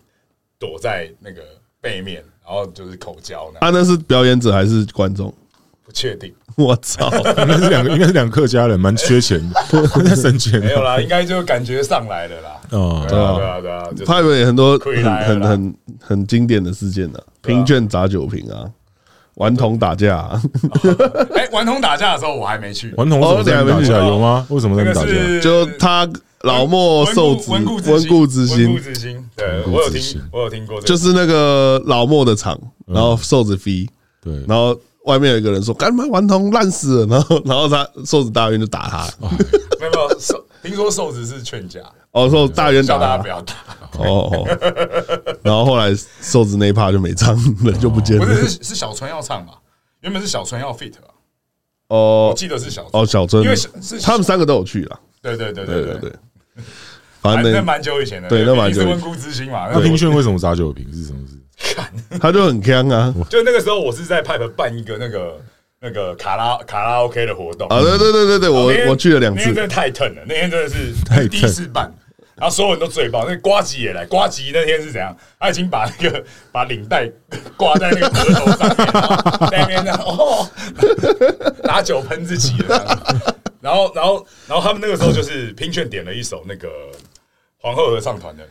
Speaker 3: 躲在那个背面，然后就是口交呢，
Speaker 4: 啊，那是表演者还是观众？ <laughs>
Speaker 3: 不确定，
Speaker 4: 我操！
Speaker 2: 应该是两个，应该是两个客家人，蛮缺钱的，在省钱
Speaker 3: 没有
Speaker 2: 的。
Speaker 3: 啦，应该就感觉上来了啦。
Speaker 2: 哦，
Speaker 3: 对啊，对啊，对啊，就是
Speaker 4: 派对很多
Speaker 3: <laughs> 亏
Speaker 4: 很
Speaker 3: 来了
Speaker 4: 很
Speaker 3: 啦
Speaker 4: 很很经典的事件呢、拼券砸酒瓶啊，顽童打架、啊，
Speaker 3: 哎，顽童打架的时候我还没去，
Speaker 2: 顽童为什么在那边打架
Speaker 3: 哦
Speaker 2: 有吗？为什么在
Speaker 3: 那
Speaker 2: 那
Speaker 3: 个
Speaker 2: 边打架？
Speaker 3: 是
Speaker 4: 就他老莫受子
Speaker 3: 温故
Speaker 4: 温故知
Speaker 3: 温故
Speaker 4: 新，
Speaker 3: 知新，对
Speaker 2: 故
Speaker 3: 我有
Speaker 2: 知新
Speaker 3: 听，我有听过这个，
Speaker 4: 就是那个老莫的场，然后瘦子飞，
Speaker 2: 对，
Speaker 4: 然后外面有一个人说干嘛顽童烂死了，然后然后他瘦子大冤就打他，
Speaker 3: 没有没有瘦，听说瘦子是劝架，
Speaker 4: 哦瘦子大冤
Speaker 3: 叫
Speaker 4: 打
Speaker 3: 大家
Speaker 4: 他
Speaker 3: 不，要打，
Speaker 4: 哦哦，然后后来瘦子那一趴就没唱，人就不见
Speaker 3: 不
Speaker 4: 了，
Speaker 3: 是是是小川要唱嘛，原本是小川要 fit，啊
Speaker 4: 哦
Speaker 3: 我记得是小川
Speaker 4: 哦小珍
Speaker 3: 因为是是
Speaker 4: 他们三个都有去了，
Speaker 3: 对对对
Speaker 4: 对对
Speaker 3: 对对，
Speaker 4: 对，反
Speaker 3: 那
Speaker 4: 正
Speaker 3: 蛮久以前的，
Speaker 4: 对那蛮
Speaker 3: 毕竟
Speaker 4: 久以
Speaker 3: 是温故知新嘛。
Speaker 2: 那
Speaker 3: 那
Speaker 2: 丁炫为什么砸酒瓶是什么事？
Speaker 4: 他就很坑啊
Speaker 2: 嗯
Speaker 3: 就那个时候，我是在 Pipe 办一个那个那个卡拉卡拉 OK 的活动
Speaker 4: 啊！对对对对对，
Speaker 3: 那天
Speaker 4: 我我去了两
Speaker 3: 那天
Speaker 4: 次，
Speaker 3: 真的太疼了，那天真
Speaker 4: <laughs>
Speaker 3: 的是
Speaker 2: 太疼
Speaker 3: 第一次办，然后所有人都最爆，那瓜吉也来，瓜吉那天是怎样？他已经把那个把领带挂在那个额头上面，
Speaker 4: <laughs>
Speaker 3: 然后在那边呢，哦，拿酒喷自己了这样子。然后，然后，然后他们那个时候就是拼券点了一首那个皇后合唱团的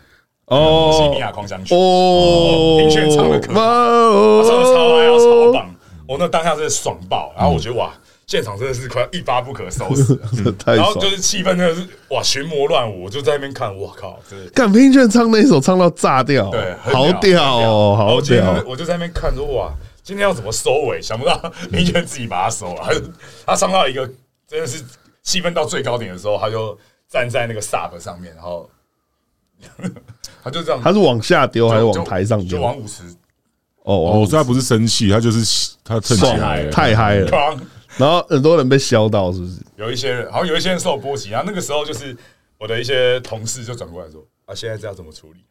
Speaker 3: 《西米
Speaker 4: 哦
Speaker 3: 亚狂想曲》，
Speaker 4: 哦，
Speaker 3: 林轩唱的可好
Speaker 4: 哇
Speaker 3: 他
Speaker 4: 哦
Speaker 3: 唱的超嗨啊，超棒！我那当下真的爽爆，然后我觉得哇，现场真的是快要一发不可收拾了。
Speaker 4: 这 <laughs> 太
Speaker 3: 然
Speaker 4: 爽
Speaker 3: 后！就是气氛真的是哇群魔乱舞，我就在那边看，我靠，真的
Speaker 4: 干拼券唱那一首唱到炸掉，
Speaker 3: 对，很
Speaker 4: 好屌哦，
Speaker 3: 很
Speaker 4: 好
Speaker 3: 屌然
Speaker 4: 屌
Speaker 3: 后我今天！我就在那边看说哇，今天要怎么收尾？想不到明轩自己把它收了，他就他上到一个真的是气氛到最高点的时候，他就站在那个 sub 上面，然后 <laughs> 他就这样，
Speaker 4: 他是往下丢
Speaker 3: 就
Speaker 4: 还是
Speaker 3: 就
Speaker 4: 往台上
Speaker 3: 就
Speaker 4: 丢？
Speaker 3: 往舞池
Speaker 4: 哦，往
Speaker 2: 哦，所以他不是生气，他就是他蹭起
Speaker 4: 爽
Speaker 2: 来了，
Speaker 4: 太嗨了，
Speaker 3: 哐。
Speaker 4: 然后很多人被削到，是不是？
Speaker 3: 有一些人，好像有一些人受波及，然后那个时候就是我的一些同事就转过来说：“啊，现在这要怎么处理？”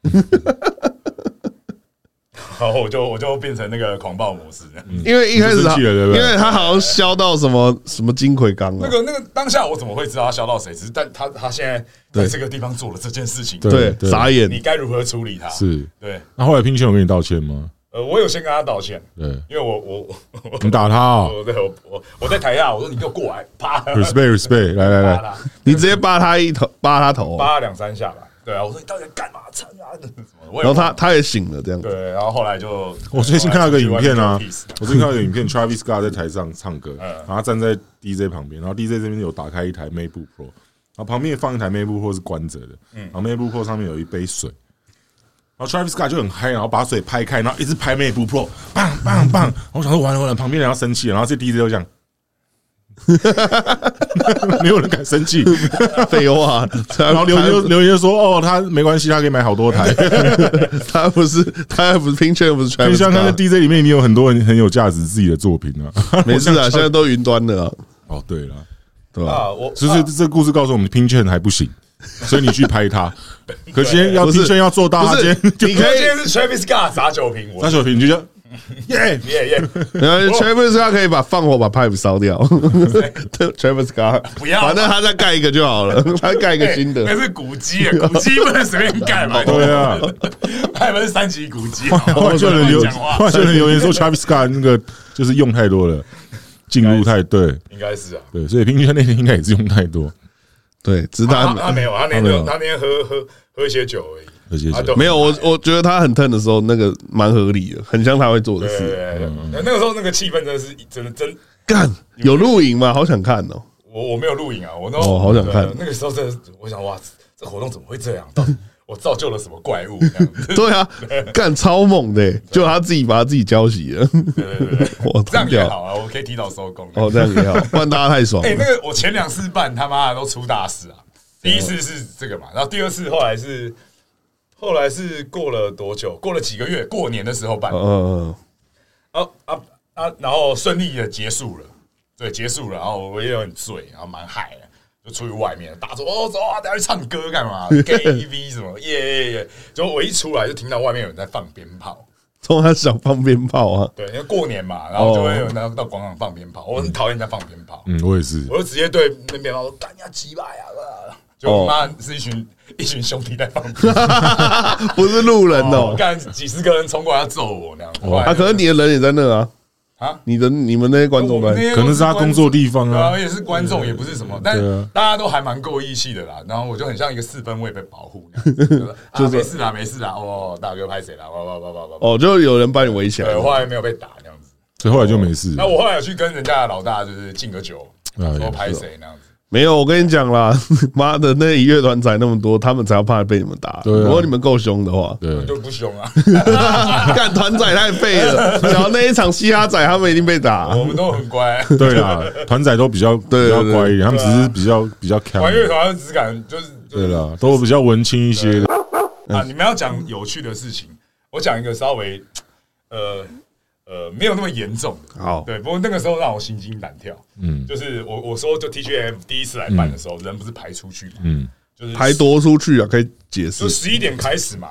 Speaker 3: <laughs> 然后我就我就变成那个狂暴模式。
Speaker 2: 嗯
Speaker 4: 因为一开
Speaker 2: 你
Speaker 4: 始他，
Speaker 2: 生气了对不对
Speaker 4: 因为他好像削到什么什么金啊葵缸
Speaker 3: 那
Speaker 4: 了，
Speaker 3: 个那个当下我怎么会知道他笑到谁？只是但他他现在在
Speaker 4: 对
Speaker 3: 这个地方做了这件事情，
Speaker 4: 对，
Speaker 2: 对
Speaker 4: 傻
Speaker 3: 你
Speaker 4: 眼，
Speaker 3: 该如何处理他？
Speaker 2: 是。
Speaker 3: 对，
Speaker 2: 那后来拼炫有跟你道歉吗？
Speaker 3: 呃，我有先跟他道歉，
Speaker 2: 对，
Speaker 3: 因为我我我
Speaker 2: 你打他哦
Speaker 3: 我对我我我在台下我说你给我过来，啪
Speaker 2: ，respect respect，来来来，
Speaker 3: 啪啦
Speaker 2: <laughs>
Speaker 4: 你直接扒他一头，扒他头，哦
Speaker 3: 啪啦两三下吧。对啊，我说你到底在干嘛？操啊！什么的？我也
Speaker 4: 然后他他也醒了，这样
Speaker 3: 对，然后后来就
Speaker 2: <laughs> 我最近看到一个影片啊
Speaker 3: 后来出去外面做 peace 嗯
Speaker 2: 我最近看到一个影片，Travis Scott 在台上唱
Speaker 3: <laughs>
Speaker 2: 歌，然后他站在 DJ 旁边，然后 DJ 这边有打开一台 MacBook Pro，然后旁边放一台 MacBook Pro 是关着的，
Speaker 3: 嗯
Speaker 2: 然后 MacBook Pro 上面有一杯水，然后 Travis Scott 就很嗨，然后把水拍开，然后一直拍 MacBook Pro，棒棒棒，然后我想说完了完了，旁边人要生气了，然后这 DJ 就这样。 <laughs> 没有人敢生
Speaker 3: <laughs>
Speaker 2: 气，
Speaker 4: <laughs> 废话，然
Speaker 2: 然后留言就留言就说：“哦，他没关系，他可以买好多
Speaker 3: <laughs>
Speaker 2: 台。”
Speaker 4: 他不是他还不是拼券，又不是啊全
Speaker 2: 就像他在 DJ 里面，你有很多很很有价值自己的作品啊。 <laughs>
Speaker 4: 没事啊，现在都云端了啊，
Speaker 2: 哦，对了，
Speaker 4: 对吧？
Speaker 3: 啊，我
Speaker 2: 所以
Speaker 3: 啊
Speaker 2: 这这故事告诉我们，拼券还不行，所以你去拍他。可今天要
Speaker 4: 不是
Speaker 2: 拼券要做大，
Speaker 4: 不
Speaker 2: 他今
Speaker 4: 是
Speaker 2: 天就
Speaker 4: 你
Speaker 2: <laughs>
Speaker 3: 因
Speaker 4: 可
Speaker 3: 为
Speaker 4: 以
Speaker 3: 今天是 Travis Scott 砸酒瓶，我
Speaker 2: 拿小平就这样耶，
Speaker 3: 耶耶，
Speaker 4: 然后 Travis Scott 可以把放火把 pipe 烧
Speaker 3: <laughs>
Speaker 4: 掉对，Travis Scott
Speaker 3: 不要啊
Speaker 4: 反正他再盖一个就好
Speaker 3: <laughs>
Speaker 4: 了，他盖一个新的
Speaker 3: 那。是古迹耶， <laughs> 古迹不能随便盖嘛。
Speaker 2: <laughs> 对啊，
Speaker 3: 还不是三级古迹，啊
Speaker 2: <laughs> 后来就有人留，
Speaker 3: 讲话
Speaker 2: 后来就有人留言说 Travis Scott 那个就是用太多了，进入太对
Speaker 3: 应该是啊。
Speaker 2: 对，所以拼券那天应该也是用太多，
Speaker 4: 对，直
Speaker 3: 他
Speaker 4: 男
Speaker 3: 他没有，他那
Speaker 2: 他没有
Speaker 3: 天他那天喝喝喝一些酒而已，
Speaker 2: 而且
Speaker 3: 他都
Speaker 4: 没有我，我觉得他很疼的时候，那个蛮合理的，很像他会做的
Speaker 3: 对对
Speaker 4: 事。
Speaker 2: 嗯
Speaker 3: 对对对那个时候那个气氛真的是真的真，
Speaker 4: 干有录影吗？好想看
Speaker 3: <laughs>
Speaker 4: 哦！
Speaker 3: 我我没有录影啊，我那
Speaker 4: 哦好想看
Speaker 3: 对那个时候真的是，我想哇，这活动怎么会这样？到底我造就了什么怪物？这样子
Speaker 4: 对啊，干超猛的欸，就他自己把他自己浇熄了。
Speaker 3: 对对对，
Speaker 4: <laughs> 我
Speaker 3: 这样
Speaker 4: 疯
Speaker 3: 也
Speaker 4: 掉
Speaker 3: 好啊，我可以提早收工。
Speaker 4: 哦哦，这样也好，不然大家太爽
Speaker 3: <laughs> 哎、那
Speaker 4: 了。
Speaker 3: 个我前两次办他妈的都出大事啊！第一次是这个嘛，然后第二次后来是后来是过了多久？过了几个月，过年的时候办，
Speaker 4: 嗯，
Speaker 3: 啊啊啊，然后顺利的结束了，对，结束了，然后我也有点醉，然后蛮嗨的。就出去外面，大家说哦走啊，大家去唱歌干嘛？KTV 什么耶耶耶！结果我一出来就听到外面有人在放鞭炮，
Speaker 4: 冲他想放鞭炮啊！ <laughs>
Speaker 3: 对，因为过年嘛，然后就会有人到到广场放鞭炮，我很讨厌人家放鞭炮，
Speaker 2: 嗯，我也是，
Speaker 3: 我就直接对那边说：“干呀，鸡巴呀！”啊就我妈是一群一群兄弟在放屁，
Speaker 4: 不是路人哦，
Speaker 3: 干几十个人冲过来要揍我那样子。后来
Speaker 4: 啊，可是你的人也在那啊，
Speaker 3: 啊，
Speaker 4: 你的你们那些观
Speaker 3: 我
Speaker 4: 众
Speaker 3: 们那
Speaker 4: 在
Speaker 3: 些
Speaker 2: 可能是他
Speaker 3: 都观
Speaker 2: 工作地方
Speaker 3: 对啊，
Speaker 2: 啊，
Speaker 3: 也是观众，也不是什么，但
Speaker 2: 对啊
Speaker 3: 大家都还蛮够义气的啦。然后我就很像一个四分卫被保护那样子，就
Speaker 4: 就是
Speaker 3: 是啊没事啦，没事啦，哦，大哥拍谁啦，哇哇哇哇哇哇，
Speaker 4: 哦，就有人把你围起来
Speaker 3: 对，。后来没有被打那样子。
Speaker 2: 所以后来就没事
Speaker 3: 那。我后来有去跟人家的老大就是敬个酒，
Speaker 2: 哎呀
Speaker 3: 说拍谁那样子。
Speaker 4: 没有，我跟你讲啦， <laughs> 妈的，那一乐团才那么多，他们才要怕被你们打。
Speaker 2: 对啊
Speaker 4: 如果你们够凶的话，
Speaker 2: 对，
Speaker 3: 就不凶啊，
Speaker 4: <laughs> 干团仔太废
Speaker 3: <laughs>
Speaker 4: 了。然后那一场嘻哈仔，他们一定被打
Speaker 3: 我。们都很乖。
Speaker 2: 对啦，团仔都比较比
Speaker 4: 对
Speaker 2: 较
Speaker 4: 对
Speaker 2: 乖一点，他们只是比较比较强。
Speaker 3: 玩乐团就只敢就是就是
Speaker 2: 对啦，都比较文青一些的。
Speaker 4: 嗯
Speaker 3: 啊，你们要讲有趣的事情，我讲一个稍微呃呃没有那么严重的。
Speaker 4: 好，
Speaker 3: 对，不过那个时候让我心惊胆跳。嗯，就是我我说就 TGF 第一次来办的时候，人不是排出去嘛，
Speaker 2: 嗯，
Speaker 3: 就是
Speaker 4: 排多出去啊，可以解释
Speaker 3: 就。十一点开始嘛，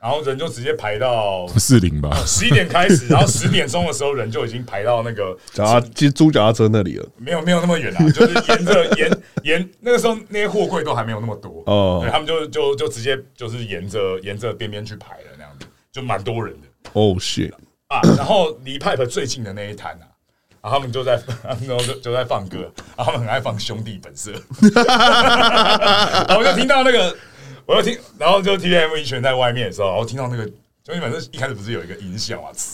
Speaker 3: 然后人就直接排到
Speaker 2: 四零吧，
Speaker 3: 十一点开
Speaker 4: <laughs>
Speaker 3: 始，然后十点钟的时候人就已经排到那个
Speaker 4: 脚踏其实租脚踏车那里了，
Speaker 3: 没有没有那么远啦，就是
Speaker 4: <laughs>
Speaker 3: 沿着沿沿那个时候那些货柜都还没有那么多
Speaker 4: 哦
Speaker 3: 对他们就就就直接就是沿着沿着边边去排了那样子，就蛮多人的
Speaker 4: 哦 shit，
Speaker 3: 啊。然后离 Pipe 最近的那一摊啊。然后他们就在， <laughs> 他们就就在放歌，然后他们很爱放《兄弟本色》， <laughs> 然后我就听到那个，我就听，然后就 T M 一群人在外面的时候，然后听到那个《兄弟本色》一开始不是有一个音效啊，呲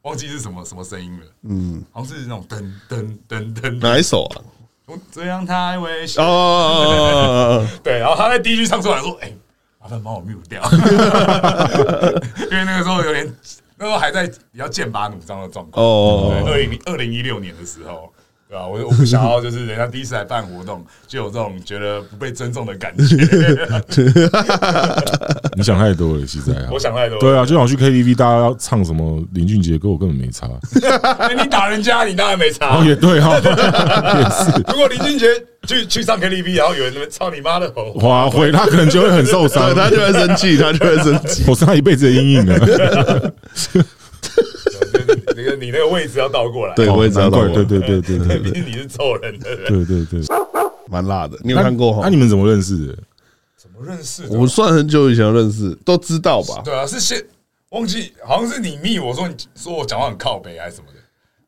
Speaker 3: 忘记是什么什么声音了，嗯，好像是那种噔噔噔噔噔
Speaker 4: 哪一首啊？
Speaker 3: 我这样太危险。
Speaker 4: 哦哦哦哦，哦哦
Speaker 3: 对，然后他在第一句唱出来说：“哎、麻烦帮我 mute 掉。” <laughs> 因为那个时候有点，那时候还在比较剑拔弩张的状况。
Speaker 4: 哦
Speaker 3: 对，
Speaker 4: 哦，
Speaker 3: 二零二零一六年的时候，对吧、我我不想要就是人家第一次来办活动，就有这种觉得不被尊重的
Speaker 2: <laughs>
Speaker 3: 感觉。
Speaker 2: 你想太多了，其实还好
Speaker 3: 我。想太多。
Speaker 2: 对啊，就想去 KTV，大家要唱什么林俊杰的歌，我根本没
Speaker 4: <laughs>
Speaker 2: 差。
Speaker 3: 哎，你打人家，你当然没差。
Speaker 2: 哦，也对哈，也是。
Speaker 3: 如果林俊杰去去上 KTV，然后有人那边操你妈的
Speaker 2: <laughs>
Speaker 3: 吼，
Speaker 2: 哇，回他可能就会很受伤
Speaker 4: 对，，他就会生气，他就会生气。
Speaker 2: <laughs> 我是他一辈子的阴影啊了。
Speaker 3: 那个你那个位置要倒过来。
Speaker 4: 对， <laughs> 我也知道
Speaker 2: 哦难
Speaker 4: 到
Speaker 2: 怪
Speaker 4: 我，
Speaker 2: 对对对对
Speaker 3: <laughs>
Speaker 2: 对
Speaker 3: 毕
Speaker 2: 对
Speaker 3: 竟你是揍人的
Speaker 2: 对
Speaker 3: 人。
Speaker 2: 对对。
Speaker 4: <laughs> 蛮辣的。你有看过
Speaker 2: 那
Speaker 4: 哈
Speaker 2: 那？你们怎么认识
Speaker 4: <laughs>
Speaker 2: 的？
Speaker 3: 怎么认识的？
Speaker 4: 我算很久以前认识，都知道吧？
Speaker 3: 对啊，是先忘记，好像是你密我说你说我讲话很靠北还是什么的，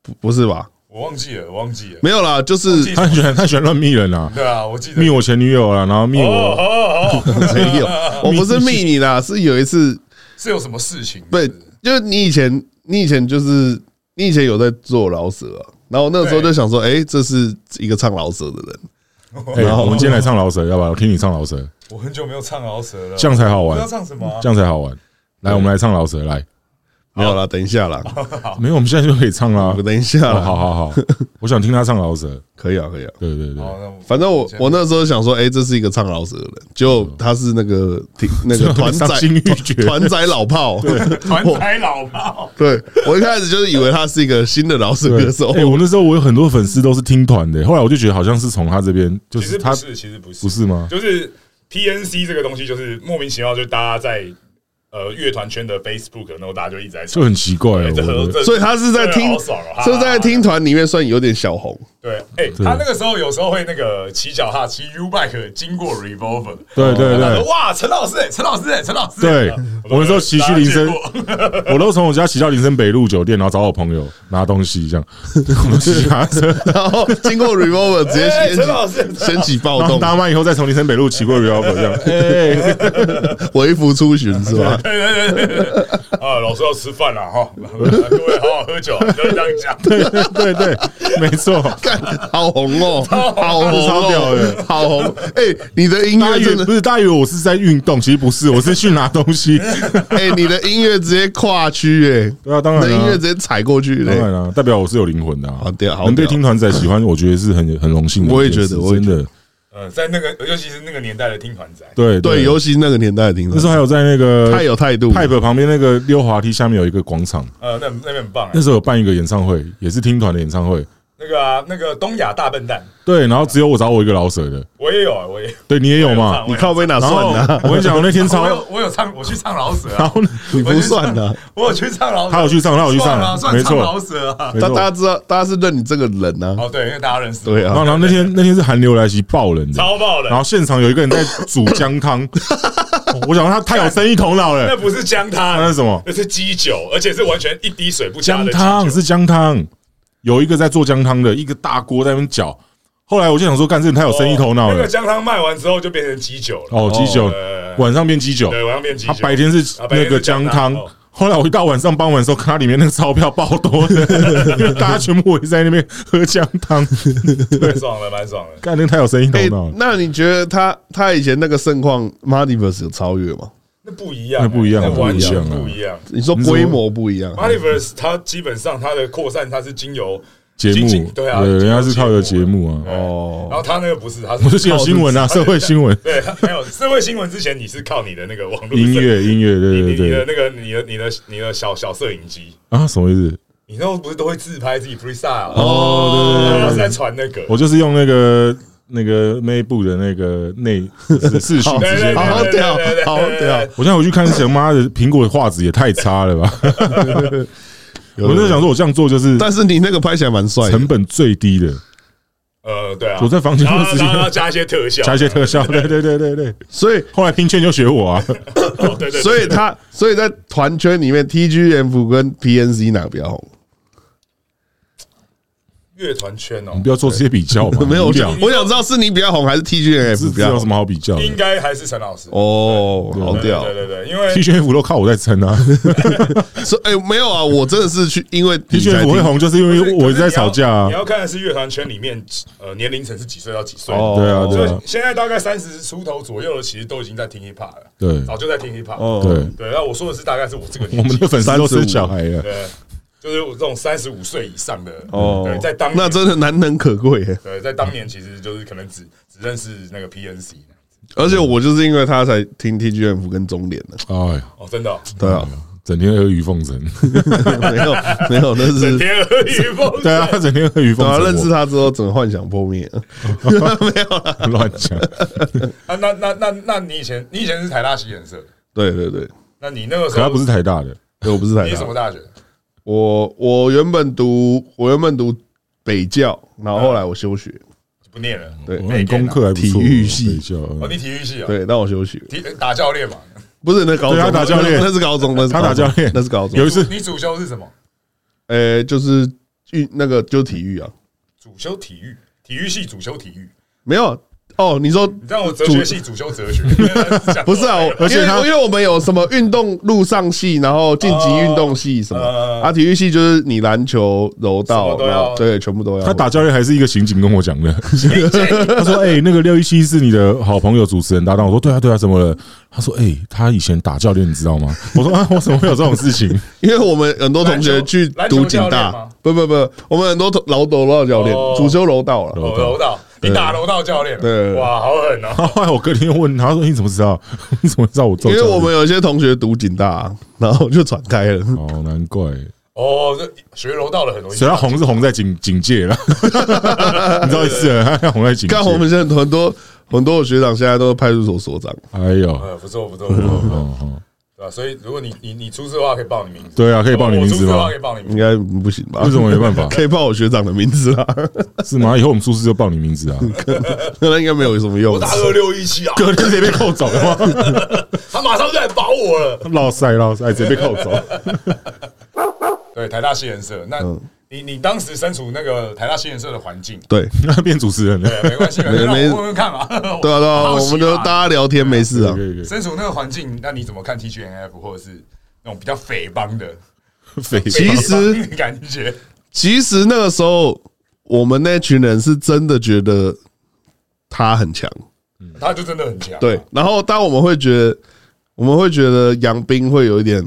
Speaker 4: 不不是吧？
Speaker 3: 我忘记了，我忘记了。
Speaker 4: 没有啦，就是
Speaker 3: 记
Speaker 2: 他喜欢他喜欢乱密人啊，
Speaker 3: 对啊，我记得
Speaker 2: 密我前女友啊，然后密
Speaker 3: 哦
Speaker 2: 我
Speaker 3: 哦哦， <laughs>
Speaker 4: 没有，我不是密你啦，是有一次，
Speaker 3: 是有什么事情？
Speaker 4: 对，就是你以前，你以前就是你以前有在做老舍、啊，然后那个时候就想说，哎、这是一个唱老舍的人，
Speaker 2: 哎、我们今天来唱老舍，要不要？我听你唱老舍，
Speaker 4: 哦
Speaker 3: <laughs> 我很久没有唱饶舌了，
Speaker 2: 这样才好
Speaker 3: 我
Speaker 2: 玩
Speaker 3: 要，唱什么啊？
Speaker 2: 这样才好玩。来，我们来唱老舍，来，
Speaker 4: 没有啦，等一下啦，
Speaker 2: 没有，我们现在就可以唱啦
Speaker 4: 我。等一下
Speaker 2: 哦
Speaker 4: 啦，
Speaker 2: 好好
Speaker 4: <laughs>
Speaker 2: 好，我想听他唱老舍。
Speaker 4: 可以啊，可以啊，
Speaker 2: 对对对，
Speaker 3: 好，哦那我
Speaker 4: 反正我我那时候想说，哎、这是一个唱老舍的人，就他是那个挺那个团仔
Speaker 2: 赏心欲绝
Speaker 4: 团仔老炮，
Speaker 3: 团台老炮，
Speaker 4: <laughs> 对我一开始就是以为他是一个新的老舍歌手
Speaker 2: 哎、，我那时候我有很多粉丝都是听团的、后来我就觉得好像是从他这边，就
Speaker 3: 其
Speaker 2: 是
Speaker 3: 实
Speaker 2: 他
Speaker 3: 不是，其实不是，
Speaker 2: 不是吗？
Speaker 3: 就是 PNC 这个东西，就是莫名其妙，就大家在呃乐团圈的 Facebook，然后大家就一直在
Speaker 2: 就
Speaker 3: 唱，
Speaker 2: 很奇怪、哦。
Speaker 3: 哎这
Speaker 2: 我
Speaker 3: 这
Speaker 4: 所以他是在
Speaker 3: 这
Speaker 4: 听
Speaker 3: 好爽哦，
Speaker 4: 是在听团里面算有点小红，
Speaker 3: 对，哎、他那个时候有时候会那个骑脚踏骑 U bike 经过 Revolver，
Speaker 2: 对对
Speaker 3: 然后他
Speaker 2: 对
Speaker 3: 说哇，陈老师、哎，陈老师、哎，陈老师，
Speaker 2: 对我那时候骑去林森
Speaker 3: 大家见过 <laughs>
Speaker 2: 我都从我家骑到林森北路酒店，然后找我朋友拿东西，
Speaker 4: <laughs>
Speaker 2: 这样我们骑他车，
Speaker 4: 然后经过 Revolver 直接
Speaker 3: 哎
Speaker 4: 掀
Speaker 3: 陈老师
Speaker 4: 起 <laughs> 掀起暴
Speaker 2: 然后
Speaker 4: 动，
Speaker 2: 搭完以后再从林森北路骑过 r e o v e 这样。哎
Speaker 4: 微服出巡是吧？
Speaker 3: 对对对对，啊，老师要吃饭了哈， <laughs> 各位好好喝酒，就是这样讲。
Speaker 2: <laughs> 对对对，没错。
Speaker 4: 干，好红哦，好红哦，
Speaker 2: 超屌的
Speaker 4: 好红！哎，你的音
Speaker 2: 大家
Speaker 4: 乐
Speaker 2: 以
Speaker 4: 真
Speaker 2: 为不
Speaker 4: 的，
Speaker 2: 是，大家以为我是在运动，其实不是，我是去拿东
Speaker 4: <laughs>
Speaker 2: 西。
Speaker 4: 哎，你的音乐直接跨区，哎，
Speaker 2: 对啊，当
Speaker 4: 你
Speaker 2: 然
Speaker 4: 的音
Speaker 2: 啊
Speaker 4: 乐直，接踩过去哎
Speaker 2: 当然
Speaker 4: 嘞。
Speaker 2: 啊，代表我是有灵魂的啊。
Speaker 4: 好屌好
Speaker 2: 能被
Speaker 4: 屌
Speaker 2: 听团仔喜欢，我觉得是很很荣幸的一件事。
Speaker 4: 我也觉得
Speaker 2: 真
Speaker 4: 我也
Speaker 2: 的，
Speaker 3: 呃，在那个尤其是那个年代的听团仔，
Speaker 2: 对
Speaker 4: 对，尤其是那个年代的听
Speaker 2: 那时
Speaker 4: 众，
Speaker 2: 候还有在那个
Speaker 4: 太有态度了。
Speaker 2: Pipe 旁边那个溜滑梯下面有一个广场，
Speaker 3: 呃，那那边很棒、哎
Speaker 2: 那时候有办一个演唱会，也是听团的演唱会。
Speaker 3: 那个啊，那个东亚大笨蛋，
Speaker 2: 对，然后只有我找我一个老舍的，
Speaker 3: 我也有、啊，我也有
Speaker 2: 对你也有嘛
Speaker 3: 我？
Speaker 4: 你靠背哪
Speaker 2: 然
Speaker 4: 哎算
Speaker 2: 后
Speaker 4: 的？
Speaker 2: 我跟你讲，我哦那天
Speaker 3: <laughs> 我
Speaker 2: 超，
Speaker 3: 有我有唱，我去唱老舍、
Speaker 2: 然
Speaker 3: 啊，
Speaker 2: 后呢，
Speaker 4: 你不算的。
Speaker 3: 我有去唱老舍，
Speaker 2: 他有去唱他有去唱
Speaker 3: 算啊，算
Speaker 2: 没
Speaker 3: 唱
Speaker 2: 错
Speaker 3: 老舍啊。
Speaker 2: 没
Speaker 4: 但
Speaker 2: 错
Speaker 4: 大家知道，大家是认你这个人啊。
Speaker 3: 哦，对，因为大家认识我，
Speaker 4: 对
Speaker 2: 然
Speaker 4: 啊
Speaker 2: 后，，然后那天那天是寒流来袭爆冷的，
Speaker 3: 超爆的
Speaker 2: 然。后现场有一个人在煮姜汤，我想他太有生意头脑
Speaker 3: 那
Speaker 2: 了。
Speaker 3: 不是姜汤，
Speaker 2: 那是什么
Speaker 3: 那是鸡酒，而且是完全一滴水不加
Speaker 2: 姜
Speaker 3: 的
Speaker 2: 汤
Speaker 3: 鸡酒
Speaker 2: 是姜汤，有一个在做姜汤的，一个大锅在那边搅。后来我就想说，干这人太有生意头脑
Speaker 3: 哦那个
Speaker 2: 了。
Speaker 3: 姜汤卖完之后就变成鸡酒了。
Speaker 2: 哦，鸡酒
Speaker 3: 呃
Speaker 2: 晚上变鸡酒，
Speaker 3: 对，晚上变鸡
Speaker 2: 他
Speaker 3: 酒。
Speaker 2: 白天是
Speaker 3: 啊
Speaker 2: 那
Speaker 3: 白天
Speaker 2: 个
Speaker 3: 是
Speaker 2: 姜
Speaker 3: 姜
Speaker 2: 汤
Speaker 3: 汤。
Speaker 2: 后来我一到晚上傍晚的时候，看它里面那个钞票爆
Speaker 3: <laughs>
Speaker 2: 多的，因为大家全部围在那边喝姜汤，
Speaker 3: 蛮爽的，蛮爽的。
Speaker 2: 干那个太有生意头
Speaker 4: 哎
Speaker 2: 脑，了，
Speaker 4: 那你觉得他他以前那个盛况 m a d i v e r s 有超越吗？
Speaker 3: 那不一样，
Speaker 2: 那
Speaker 3: 欸
Speaker 2: 不一样
Speaker 3: 那完全
Speaker 2: 不一样啊
Speaker 3: 不一样。
Speaker 4: 你说规模不一样
Speaker 3: m u n i v e r s 它基本上它的扩散它是经由
Speaker 2: 节
Speaker 3: 经
Speaker 2: 目
Speaker 3: 济对啊，
Speaker 2: 人家是靠有
Speaker 3: 有
Speaker 2: 节目啊，
Speaker 3: 哦。然后他那个不是，他
Speaker 2: 我就是是有新闻啊，社会新
Speaker 3: <laughs>
Speaker 2: 闻、
Speaker 3: 对，没有社会新闻之前你是靠你的那个网络
Speaker 2: 音乐、音乐，
Speaker 3: 你
Speaker 2: 对
Speaker 3: 你
Speaker 2: 对
Speaker 3: 你
Speaker 2: 对
Speaker 3: 的那个你的你的你的小小摄影机，
Speaker 2: 啊，什么意思？
Speaker 3: 你那时候不是都会自拍自己 freestyle
Speaker 2: 哦对对对
Speaker 3: 然后在传那个，
Speaker 2: 我就是用那个那个内部的那个内视视
Speaker 3: <laughs>
Speaker 2: 讯
Speaker 3: 对
Speaker 2: 直
Speaker 3: 对
Speaker 2: 接
Speaker 3: 对
Speaker 2: 看
Speaker 4: 好。
Speaker 3: 对对
Speaker 4: 屌
Speaker 3: 对对对
Speaker 4: 好
Speaker 3: 对对对
Speaker 4: 屌
Speaker 2: 我现在回去看，神妈的苹果的画质也太差了吧！
Speaker 4: 有
Speaker 2: 我就想，说，我这样做就是
Speaker 4: 但是你那个拍起来蛮帅的，
Speaker 2: 成本最低的，
Speaker 3: 呃，对啊，
Speaker 2: 我在房间
Speaker 3: 然
Speaker 2: 就
Speaker 3: 后
Speaker 2: 直接
Speaker 3: 然后要加一
Speaker 2: <laughs>
Speaker 3: 些特效，
Speaker 2: 加一些特效。对对对对对，
Speaker 4: 所以
Speaker 2: 后来拼券就学 <laughs> 我啊，
Speaker 3: 哦，对对，对
Speaker 4: 所以他所以在团圈里面，TGF 跟 PNC 哪个比较红？
Speaker 3: 乐团圈哦
Speaker 2: 你不，要做这些比较 <laughs> 嘛，
Speaker 4: 没
Speaker 2: 无
Speaker 4: 有，
Speaker 2: 聊
Speaker 4: 我想我想知道是你比较红还是
Speaker 2: 这
Speaker 4: TGF 比
Speaker 2: 这
Speaker 4: 较
Speaker 2: 有
Speaker 4: 红
Speaker 2: 什么好比较的
Speaker 3: 应该还是陈老师，
Speaker 4: 哦，好
Speaker 3: 对
Speaker 4: 屌！
Speaker 3: 对对对，因为
Speaker 2: ？T 恤服都靠我在撑 <laughs> 啊
Speaker 4: 所以哎，没有啊，我真的是去因为
Speaker 2: ，T
Speaker 4: 你才
Speaker 2: 恤服会
Speaker 4: 听
Speaker 2: 红，就是 <laughs> 因 <laughs> 为我一直在吵架啊
Speaker 3: 你。要看的是乐团圈里面，呃，年龄层是几岁到几岁？
Speaker 4: 哦
Speaker 2: 对啊，对
Speaker 3: 所
Speaker 2: 啊
Speaker 3: 以，现在大概三十出头左右的，其实都已经在听 hiphop 了，
Speaker 2: 对
Speaker 3: 早就在听 hiphop。
Speaker 4: 哦
Speaker 2: 对，
Speaker 3: 对，那我说的是大概是我这个
Speaker 2: <laughs> 我
Speaker 3: 年
Speaker 2: 们
Speaker 3: 纪，
Speaker 2: 的粉丝都生小孩啊了，
Speaker 3: 对，就是我这种三十五岁以上的，
Speaker 4: 哦
Speaker 3: 对，在当年
Speaker 4: 那真的难能可贵耶。
Speaker 3: 对，在当年其实就是可能只只认识那个 PNC
Speaker 4: 而且我就是因为他才听 TGF 跟中联的，
Speaker 2: 哎呀，
Speaker 3: 哦，真的哦，
Speaker 4: 对啊，
Speaker 2: 整天阿谀奉承。嗯
Speaker 4: <laughs> 没有没有，那是
Speaker 3: 整天耳语风
Speaker 2: <laughs> 对啊，他整天阿谀奉
Speaker 4: 对啊，
Speaker 2: 承。
Speaker 4: 认识他之后，整个幻想破灭。没有啦，
Speaker 2: 他乱讲，
Speaker 3: 啊，那那那那你以前你以前是台大西人社的，
Speaker 4: 对对对，
Speaker 3: 那你那个时
Speaker 2: 可他
Speaker 3: 候
Speaker 2: 不是台大的，
Speaker 4: 对我不是台
Speaker 3: 你是什
Speaker 4: 大
Speaker 3: 么，大学？
Speaker 4: 我我原本读我原本读北教，然后后来我休学，
Speaker 3: 就不念了，
Speaker 4: 对
Speaker 2: 我们功课还不错，嗯
Speaker 4: 体育
Speaker 2: 睡
Speaker 4: 系
Speaker 2: 觉
Speaker 3: 哦，你体育系啊，
Speaker 4: 对，但我休学，
Speaker 3: 体打教练嘛，
Speaker 4: 不是那高中，
Speaker 2: 对他打教练
Speaker 4: 那那是高中，那是
Speaker 2: 他
Speaker 4: 高
Speaker 2: 打
Speaker 4: 中
Speaker 2: 教练
Speaker 4: 那是高中
Speaker 2: 有，一次
Speaker 3: 你主修是什么？
Speaker 4: 呃，就是运那个就是体育啊，
Speaker 3: 主修体育，体育系主修体育。
Speaker 4: 没有哦，你说
Speaker 3: 你知道我哲学系主
Speaker 4: <laughs>
Speaker 3: 修哲学，讲
Speaker 4: 不是啊，我
Speaker 3: 错了
Speaker 2: 而且
Speaker 4: 因为
Speaker 2: 他
Speaker 4: 因为我们有什么运动路上系，然后晋级运动系什么，
Speaker 3: 哦
Speaker 4: 啊，体育系就是你篮球、柔
Speaker 3: 什
Speaker 4: 道
Speaker 3: 么，都要
Speaker 4: 然后对，全部都要。
Speaker 2: 他打教练还是一个刑警跟我
Speaker 4: <laughs>
Speaker 2: 讲的，他说：“哎、那个六一七是你的好朋友主持人搭档。”我说：“对啊，对啊，怎么了？”他说：“哎、他以前打教练，你知道吗？”我说：“啊，我怎么会有这种事情
Speaker 4: 因为我们很多同学去
Speaker 3: 篮球
Speaker 4: 读警
Speaker 3: 篮球教练
Speaker 4: 大
Speaker 3: 吗，
Speaker 4: 不不不，我们很多同柔柔道教练
Speaker 3: 哦，
Speaker 4: 主修柔道了。
Speaker 3: 哦柔道，你打柔道教练，
Speaker 4: 对
Speaker 3: 哇，好狠？”哦！
Speaker 2: 然后后来我隔天又问他说：“你怎么知道？你怎么知道我做
Speaker 4: 因
Speaker 2: 教
Speaker 4: 为
Speaker 2: 练？”
Speaker 4: 我们有些同学读警大啊，然后就传开
Speaker 3: <laughs>
Speaker 4: 了。
Speaker 2: 哦，难怪，
Speaker 3: 哦，这学柔道的很容易
Speaker 2: 所以他红是红在警警戒
Speaker 4: <laughs>
Speaker 2: 了，你知道意思了？ <laughs> 他红在警戒
Speaker 4: 看。我们现在很多很多的学长现在都是派出所所长，
Speaker 2: 哎呦，哦
Speaker 3: 呃，不错不错不
Speaker 4: 嗯
Speaker 3: 错，
Speaker 2: 哦，
Speaker 3: 对吧？啊所以如果你你你出事的话，可以报你名字。
Speaker 2: 对啊，可以报你名字
Speaker 3: 我出事的
Speaker 2: 吗
Speaker 3: 话可？以报你名
Speaker 4: 应
Speaker 3: 字。
Speaker 4: 该不行吧？
Speaker 2: 为什么没
Speaker 4: <laughs>
Speaker 2: 办法？
Speaker 4: 可以报我学长的名字啊啦？
Speaker 2: 是吗？以后我们出事就报你名字啊！
Speaker 4: <laughs> 那应该没有什么用
Speaker 3: 我。打
Speaker 4: <laughs>
Speaker 3: 二六一七啊，
Speaker 2: 隔天直接被扣走了吗？
Speaker 3: 他马上就来保我了。
Speaker 2: 落塞落塞，直接被扣走。
Speaker 3: 对，台大西人社，那
Speaker 4: 嗯
Speaker 3: 你你当时身处那个台大西人社的环境，
Speaker 4: <laughs> 对
Speaker 2: 那变主持人
Speaker 4: <laughs>
Speaker 2: 了，
Speaker 3: 对，没关系，没
Speaker 4: 没
Speaker 3: 让
Speaker 4: 没
Speaker 3: 我问问看嘛。
Speaker 4: <laughs> 对啊对啊，
Speaker 3: 好奇
Speaker 4: 我
Speaker 3: 嘛
Speaker 4: 们就大家聊天没
Speaker 2: <laughs>
Speaker 4: 事啊
Speaker 2: 可。以可
Speaker 3: 身处那个环境，那你怎么看 T G N F 或者是那种比较匪帮的？
Speaker 2: 以，匪
Speaker 4: <laughs> 其
Speaker 3: 匪帮
Speaker 4: 实
Speaker 3: 的感觉，
Speaker 4: 其实那个时候，我们那群人是真的觉得他很强，
Speaker 3: 他就真的很强。
Speaker 2: 哦
Speaker 4: 对。然后，当我们会觉得，我们会觉得杨斌会有一点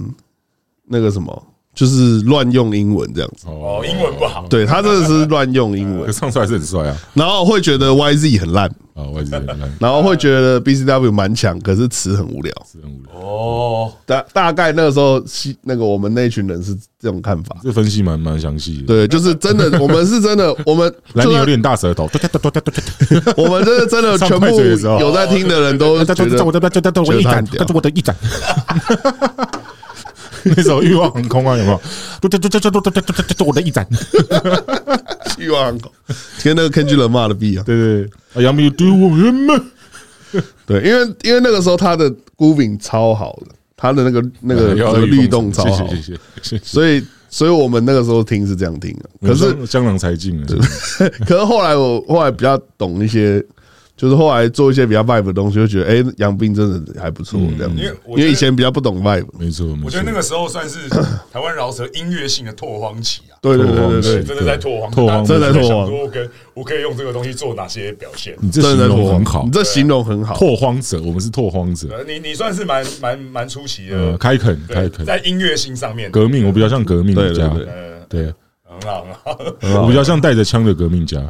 Speaker 4: 那个什么，就是乱用英文这样子。
Speaker 3: 哦，英文不好，
Speaker 4: 对他真的是乱用英
Speaker 2: <laughs> 可
Speaker 4: 文，
Speaker 2: 唱出来是很帅啊！
Speaker 4: 然后会觉得 YZ 很烂，
Speaker 2: 啊，我也是很烂，
Speaker 4: 然后会觉得 BCW 蛮强，可是词很无聊。
Speaker 2: 是很无聊。
Speaker 3: 哦，
Speaker 4: 大大概那个时候，西那个我们那群人是这种看法。
Speaker 2: 这分析蛮蛮详细的。
Speaker 4: 对，就是真的，我们是真
Speaker 2: <laughs>
Speaker 4: 的，我们
Speaker 2: 兰
Speaker 4: 就
Speaker 2: 尼
Speaker 4: 算
Speaker 2: 有点大舌头，哒哒哒哒哒哒
Speaker 4: 我们真的
Speaker 2: <laughs>
Speaker 4: 真的全部有在听的人都
Speaker 2: 哒
Speaker 4: 觉
Speaker 2: 哒哒，我
Speaker 4: 得，
Speaker 2: 的哒哒哒，我一展，哒我的一展。那首《欲望航空》啊，有没有？哒哒哒哒哒哒哒哒，我的一展。
Speaker 4: 欲望很高，跟那个 Kenji 人骂的币啊。
Speaker 2: 对对，杨幂对我们们
Speaker 4: 对，因为因为那个时候他的 grooving 超好的，他的那个
Speaker 2: <laughs>
Speaker 4: 那个
Speaker 2: 啊
Speaker 4: 那个律动超好，
Speaker 2: 谢谢谢谢。
Speaker 4: 所以所以我们那个时候听是这样听的。
Speaker 2: 啊
Speaker 4: 可是
Speaker 2: 江郎才尽了，
Speaker 4: 可是后来我后来比较懂一些，就是后来做一些比较 vibe 的东西，就觉得哎，杨斌真的还不错
Speaker 2: 嗯
Speaker 4: 这样子。
Speaker 3: 因为
Speaker 4: 因
Speaker 3: 我
Speaker 4: 为
Speaker 3: 觉得
Speaker 4: 以前比较不懂 vibe，
Speaker 2: 没错没
Speaker 3: 我觉
Speaker 2: 错
Speaker 3: 得。那个时候算是台湾饶舌音乐性的拓荒期啊。
Speaker 4: 对对对对对，
Speaker 3: 真的在拓荒，
Speaker 2: 拓荒
Speaker 3: 大家
Speaker 4: 真的在拓荒嗯
Speaker 3: 想说我可我可以用这个东西做哪些表现？
Speaker 2: 你这
Speaker 4: 真
Speaker 2: 形
Speaker 4: 的在
Speaker 2: 容
Speaker 4: 拓
Speaker 2: 很
Speaker 4: 荒，
Speaker 2: 好
Speaker 4: 你，这形容很好。
Speaker 2: 拓荒者，我们是拓荒者。
Speaker 3: 呃，你你算是蛮蛮蛮出奇
Speaker 2: 呃，
Speaker 4: 嗯
Speaker 3: 的，
Speaker 2: 开垦开
Speaker 3: 对，
Speaker 2: 垦，
Speaker 3: 在音乐性上面，
Speaker 2: 革命，我比较像革命
Speaker 4: 对对
Speaker 2: 家，
Speaker 4: 对
Speaker 3: 呃，
Speaker 2: 对
Speaker 3: 很好很好。
Speaker 2: 我比较像带着枪的革命家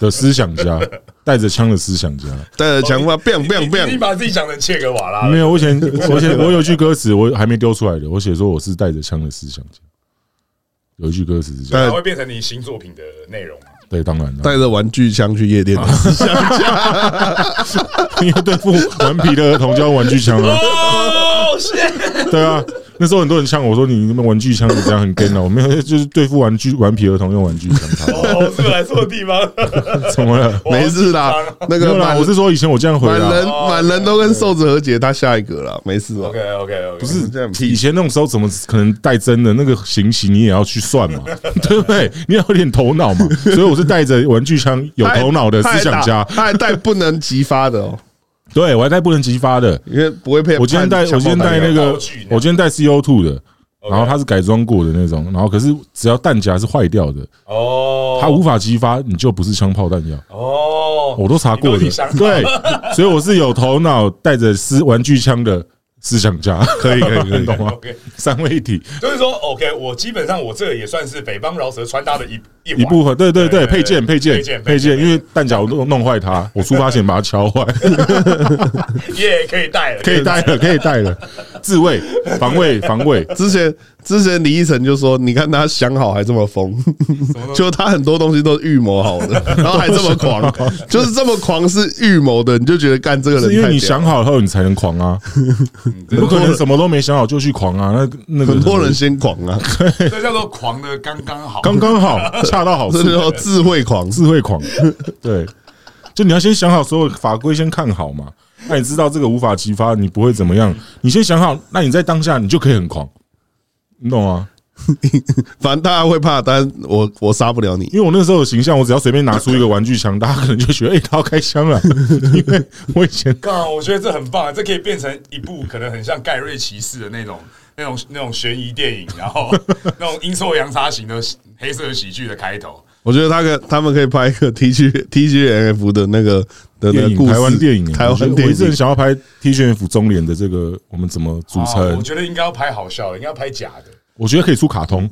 Speaker 2: 的思想家，带着枪的思想家。
Speaker 4: 带着强化 biang
Speaker 3: 你
Speaker 4: biang
Speaker 3: 你 <laughs> 你
Speaker 4: biang，
Speaker 3: 把自己讲成切格瓦拉了，
Speaker 2: 没有，我以前我以前我有句歌词我还没丢出来的，我写说我是带着枪的思想家。有一句歌词是这样，
Speaker 4: 带
Speaker 3: 它会变成你新作品的内容嘛。
Speaker 2: 对，当然了，
Speaker 4: 带着玩具枪去夜店，
Speaker 2: <laughs> 因为对付顽皮的儿童就要玩具枪
Speaker 4: 嗯
Speaker 2: 啊，
Speaker 3: 哦，谢。
Speaker 2: 对啊。那时候很多人呛我说：“你那么玩具枪你这样很 gay 啊！”我没有，就是对付玩具顽皮儿童用玩具枪他
Speaker 3: 哦，是我来错
Speaker 4: <laughs>
Speaker 3: 地方。
Speaker 2: 怎么了？
Speaker 4: <laughs> 没事啦
Speaker 3: 我好紧张。
Speaker 4: 那
Speaker 2: 没有
Speaker 4: 个
Speaker 2: 啦，
Speaker 4: 满
Speaker 2: 我是说以前我这样回啊
Speaker 4: 满人
Speaker 2: 答，
Speaker 4: 满人都跟瘦子和解，他下一个啦，没事哦。
Speaker 3: OK OK OK，
Speaker 2: 不
Speaker 3: 不
Speaker 2: 是
Speaker 4: 这样屁
Speaker 2: 以前那种时候怎么可能带真的那个行刑你也要去算嘛，对不对？你要有点头脑嘛。所以我是带着玩具枪有
Speaker 4: 他还
Speaker 2: 头脑的思想家，
Speaker 4: 他还带不能激发的 <laughs> 哦，
Speaker 2: 对我还带不能激发的。
Speaker 4: 因为不会配。
Speaker 2: 我今天带
Speaker 4: 判
Speaker 2: 我今天
Speaker 4: 枪爆
Speaker 2: 带
Speaker 4: 弹
Speaker 2: 那
Speaker 3: 有
Speaker 2: 个
Speaker 3: 道具呢，
Speaker 2: 我今天带 CO two 的，
Speaker 3: OK
Speaker 2: 然后它是改装过的那种，然后可是只要弹夹是坏掉的，
Speaker 3: 哦，
Speaker 2: 它无法激发，你就不是枪炮弹药。
Speaker 3: 哦，
Speaker 2: 我都查过
Speaker 3: 你
Speaker 2: 的
Speaker 3: 都有想，法
Speaker 2: 对，所以我是有头脑带着思玩具枪的思想家，可以可 <laughs> 以可以，懂吗
Speaker 3: OK？
Speaker 2: 三位一体
Speaker 3: 就是说 OK，我基本上我这也算是北方饶舌穿搭的一一
Speaker 2: 一
Speaker 3: 一
Speaker 2: 部分，对对
Speaker 3: 对
Speaker 2: 对，
Speaker 3: 对
Speaker 2: 配件配
Speaker 3: 配
Speaker 2: 件
Speaker 3: 件
Speaker 2: 配
Speaker 3: 配件
Speaker 2: 件，因为弹夹我弄弄坏它，我出发前把它敲坏，
Speaker 3: 耶，可以带了，
Speaker 2: 可以带了 <laughs> 可以带了，自卫防卫防卫，
Speaker 4: 之前之前李依晨就说：“你看他想好还这么疯， <laughs> 就他很多东西都是预谋好 <laughs> 的，然后还这么 <laughs> 狂，就是这么狂是预谋的，你就觉得干这个人
Speaker 2: 是因为
Speaker 4: 太
Speaker 2: 你
Speaker 4: 屌
Speaker 2: 想好后你才能狂
Speaker 4: <laughs>
Speaker 2: 啊，你不可能什么都没想好就去狂啊，那那个
Speaker 4: 很多人先狂 <laughs> 啊，
Speaker 3: 这叫做狂的刚刚好。
Speaker 2: 刚刚
Speaker 4: <laughs>
Speaker 2: 好恰到好处
Speaker 4: 这，叫智慧狂。
Speaker 2: 智慧狂，对，就你要先想好所有法规，先看好嘛。那你知道这个无法激发，你不会怎么样，你先想好，那你在当下你就可以很狂，你懂吗？
Speaker 4: 反正大家会怕，但我我杀不了你。
Speaker 2: 因为我那时候的形象，我只要随便拿出一个玩具枪，大家可能就觉得哎、 <laughs> 他要开枪了，因为我以前
Speaker 3: 刚，我觉得这很棒，啊这可以变成一部可能很像盖瑞骑士的那种、那种、那种悬疑电影，
Speaker 2: <laughs>
Speaker 3: 然后那种阴错阳差型的黑色喜剧的开头。
Speaker 4: 我觉得他可他们可以拍一个 T 区 T 区 N F 的那个的那
Speaker 2: 电
Speaker 4: 个
Speaker 2: 影
Speaker 4: 故事，
Speaker 2: 台湾电影，啊
Speaker 4: 台湾
Speaker 2: 我
Speaker 4: 电
Speaker 2: 一直很
Speaker 4: 影。
Speaker 2: 想要拍 T 恤 F 中联的这个，我们怎么组
Speaker 3: 啊
Speaker 2: 成
Speaker 3: 我？觉得应该要拍好笑的，应该要拍假的，
Speaker 2: 我觉得可以出卡
Speaker 3: <laughs>
Speaker 2: 通，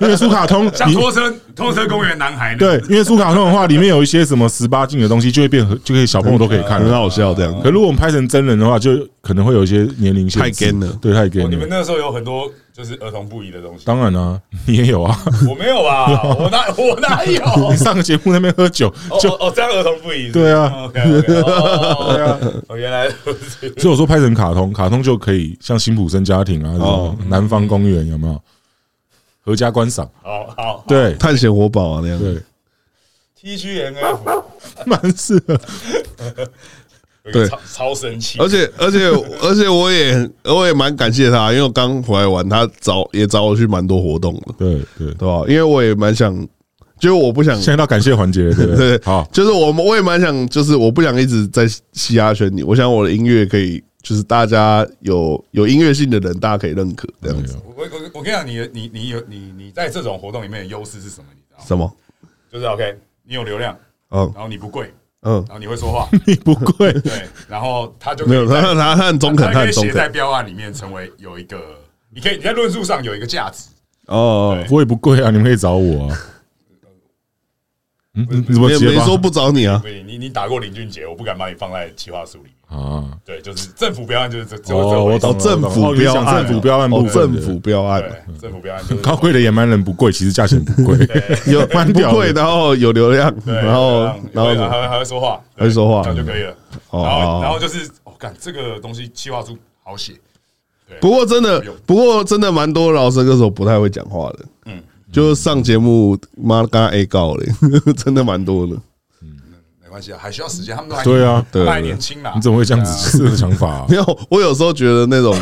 Speaker 2: 因为出卡通
Speaker 3: 像
Speaker 2: 你
Speaker 3: 拖车拖车公园男孩那种
Speaker 2: 对，因为出卡通的话，里面有一些什么十八禁的东西，就会变就可以小朋友都可以看
Speaker 4: 很
Speaker 2: 了。
Speaker 4: 好笑，这样
Speaker 2: 可如果我们拍成真人的话，就可能会有一些年龄限制，
Speaker 4: 太 gay 了
Speaker 2: 对，太 gay
Speaker 3: 哦你们
Speaker 2: 了。
Speaker 3: 那时候有很多就是儿童不宜的东西，
Speaker 2: 当然啊， <laughs> 你也有啊，
Speaker 3: 我没
Speaker 2: <laughs>
Speaker 3: 有吧？我哪我哪有？
Speaker 2: 你上个节目那边喝酒
Speaker 3: 就
Speaker 2: 就。
Speaker 3: 哦，这样儿童不哦宜。
Speaker 2: 对啊
Speaker 3: ，OK
Speaker 4: <laughs>
Speaker 3: OK，对啊，哦原来如此。
Speaker 2: 所以我说拍成卡通，卡通就可以像辛普森家庭啊，这种
Speaker 4: 哦
Speaker 2: 南方公园有没有？合家观赏，
Speaker 4: 哦
Speaker 3: 好好
Speaker 2: 对
Speaker 4: 探险活宝啊那样。
Speaker 2: 对， <laughs>
Speaker 3: ，T G N F，
Speaker 4: <laughs>
Speaker 2: 蛮适合。
Speaker 4: 对
Speaker 3: 超超神奇，
Speaker 4: 而且而且而且我也我也蛮感谢他，因为我刚回来玩，他找也找我去蛮多活动的，
Speaker 2: 对对，
Speaker 4: 对吧？因为我也蛮想，就是我不想
Speaker 2: 现在到感谢环节了，对不对？
Speaker 4: 对，
Speaker 2: 好，
Speaker 4: 就是我们我也蛮想，就是我不想一直在嘻哈圈里，我想我的音乐可以，就是大家有有音乐性的人，大家可以认可这
Speaker 2: 哎
Speaker 4: 样子。
Speaker 3: 我我我我跟你讲，你的你你有你你在这种活动里面的优势是什么？你知道吗？
Speaker 4: 什么？
Speaker 3: 就是 OK，你有流量，
Speaker 4: 嗯
Speaker 3: 然后你不贵，
Speaker 4: 嗯，
Speaker 3: 然后你
Speaker 4: <laughs>
Speaker 3: 会说话，
Speaker 2: 你不贵，
Speaker 3: 对，然后他就可以
Speaker 4: 没有，他
Speaker 3: 在
Speaker 4: 他他很中肯，他
Speaker 3: 他可
Speaker 4: 很
Speaker 3: 以
Speaker 4: 中
Speaker 3: 写在
Speaker 4: 肯。
Speaker 3: 标案里面成为有一个，你可以你在论述上有一个价值。
Speaker 4: 哦，哦
Speaker 2: 我也不贵啊，你们可以找我啊。嗯，你怎么
Speaker 4: 也
Speaker 2: 结
Speaker 4: 没
Speaker 2: 巴
Speaker 4: 说不找你啊
Speaker 3: 不，行，你你打过林俊杰，我不敢把你放在企划书里面。
Speaker 2: 啊？
Speaker 3: 对，就是政府标案就是这，只有
Speaker 2: 哦，
Speaker 3: 这
Speaker 2: 我
Speaker 3: 回事
Speaker 2: 懂
Speaker 4: 懂
Speaker 2: 了
Speaker 4: 政府
Speaker 2: 哦你
Speaker 4: 标
Speaker 2: 想
Speaker 4: 案
Speaker 2: 政府标案部
Speaker 4: 哦，
Speaker 2: 分
Speaker 4: 政
Speaker 2: 的
Speaker 4: 府标案
Speaker 3: 对，政府标案就是
Speaker 2: 高贵的野蛮人不贵，其实价钱不贵， <laughs>
Speaker 4: 有
Speaker 2: 蛮
Speaker 4: 不
Speaker 2: 屌
Speaker 4: 会，
Speaker 2: 的。
Speaker 4: 然后有流量，
Speaker 3: 对
Speaker 4: 然后然后
Speaker 3: 对
Speaker 4: 什么
Speaker 3: 还会还会说话，
Speaker 4: 还会说话
Speaker 3: 这样就可以了。
Speaker 4: 哦
Speaker 3: 然
Speaker 4: 好
Speaker 3: 后然后就是，我干这个东西企划书好写，
Speaker 4: 不过真的，不过真的蛮多饶舌歌手不太会讲话的。嗯，就上节目，妈刚刚 A 告嘞， <laughs> 真的蛮多的。
Speaker 3: 没关系啊，还需要时间，他们都还
Speaker 2: 对啊
Speaker 3: 他们还
Speaker 4: 对对
Speaker 3: 年轻啦
Speaker 2: 你。怎么会这样子这个想法
Speaker 4: <laughs>
Speaker 2: 啊？
Speaker 4: 没有，我有时候觉得那种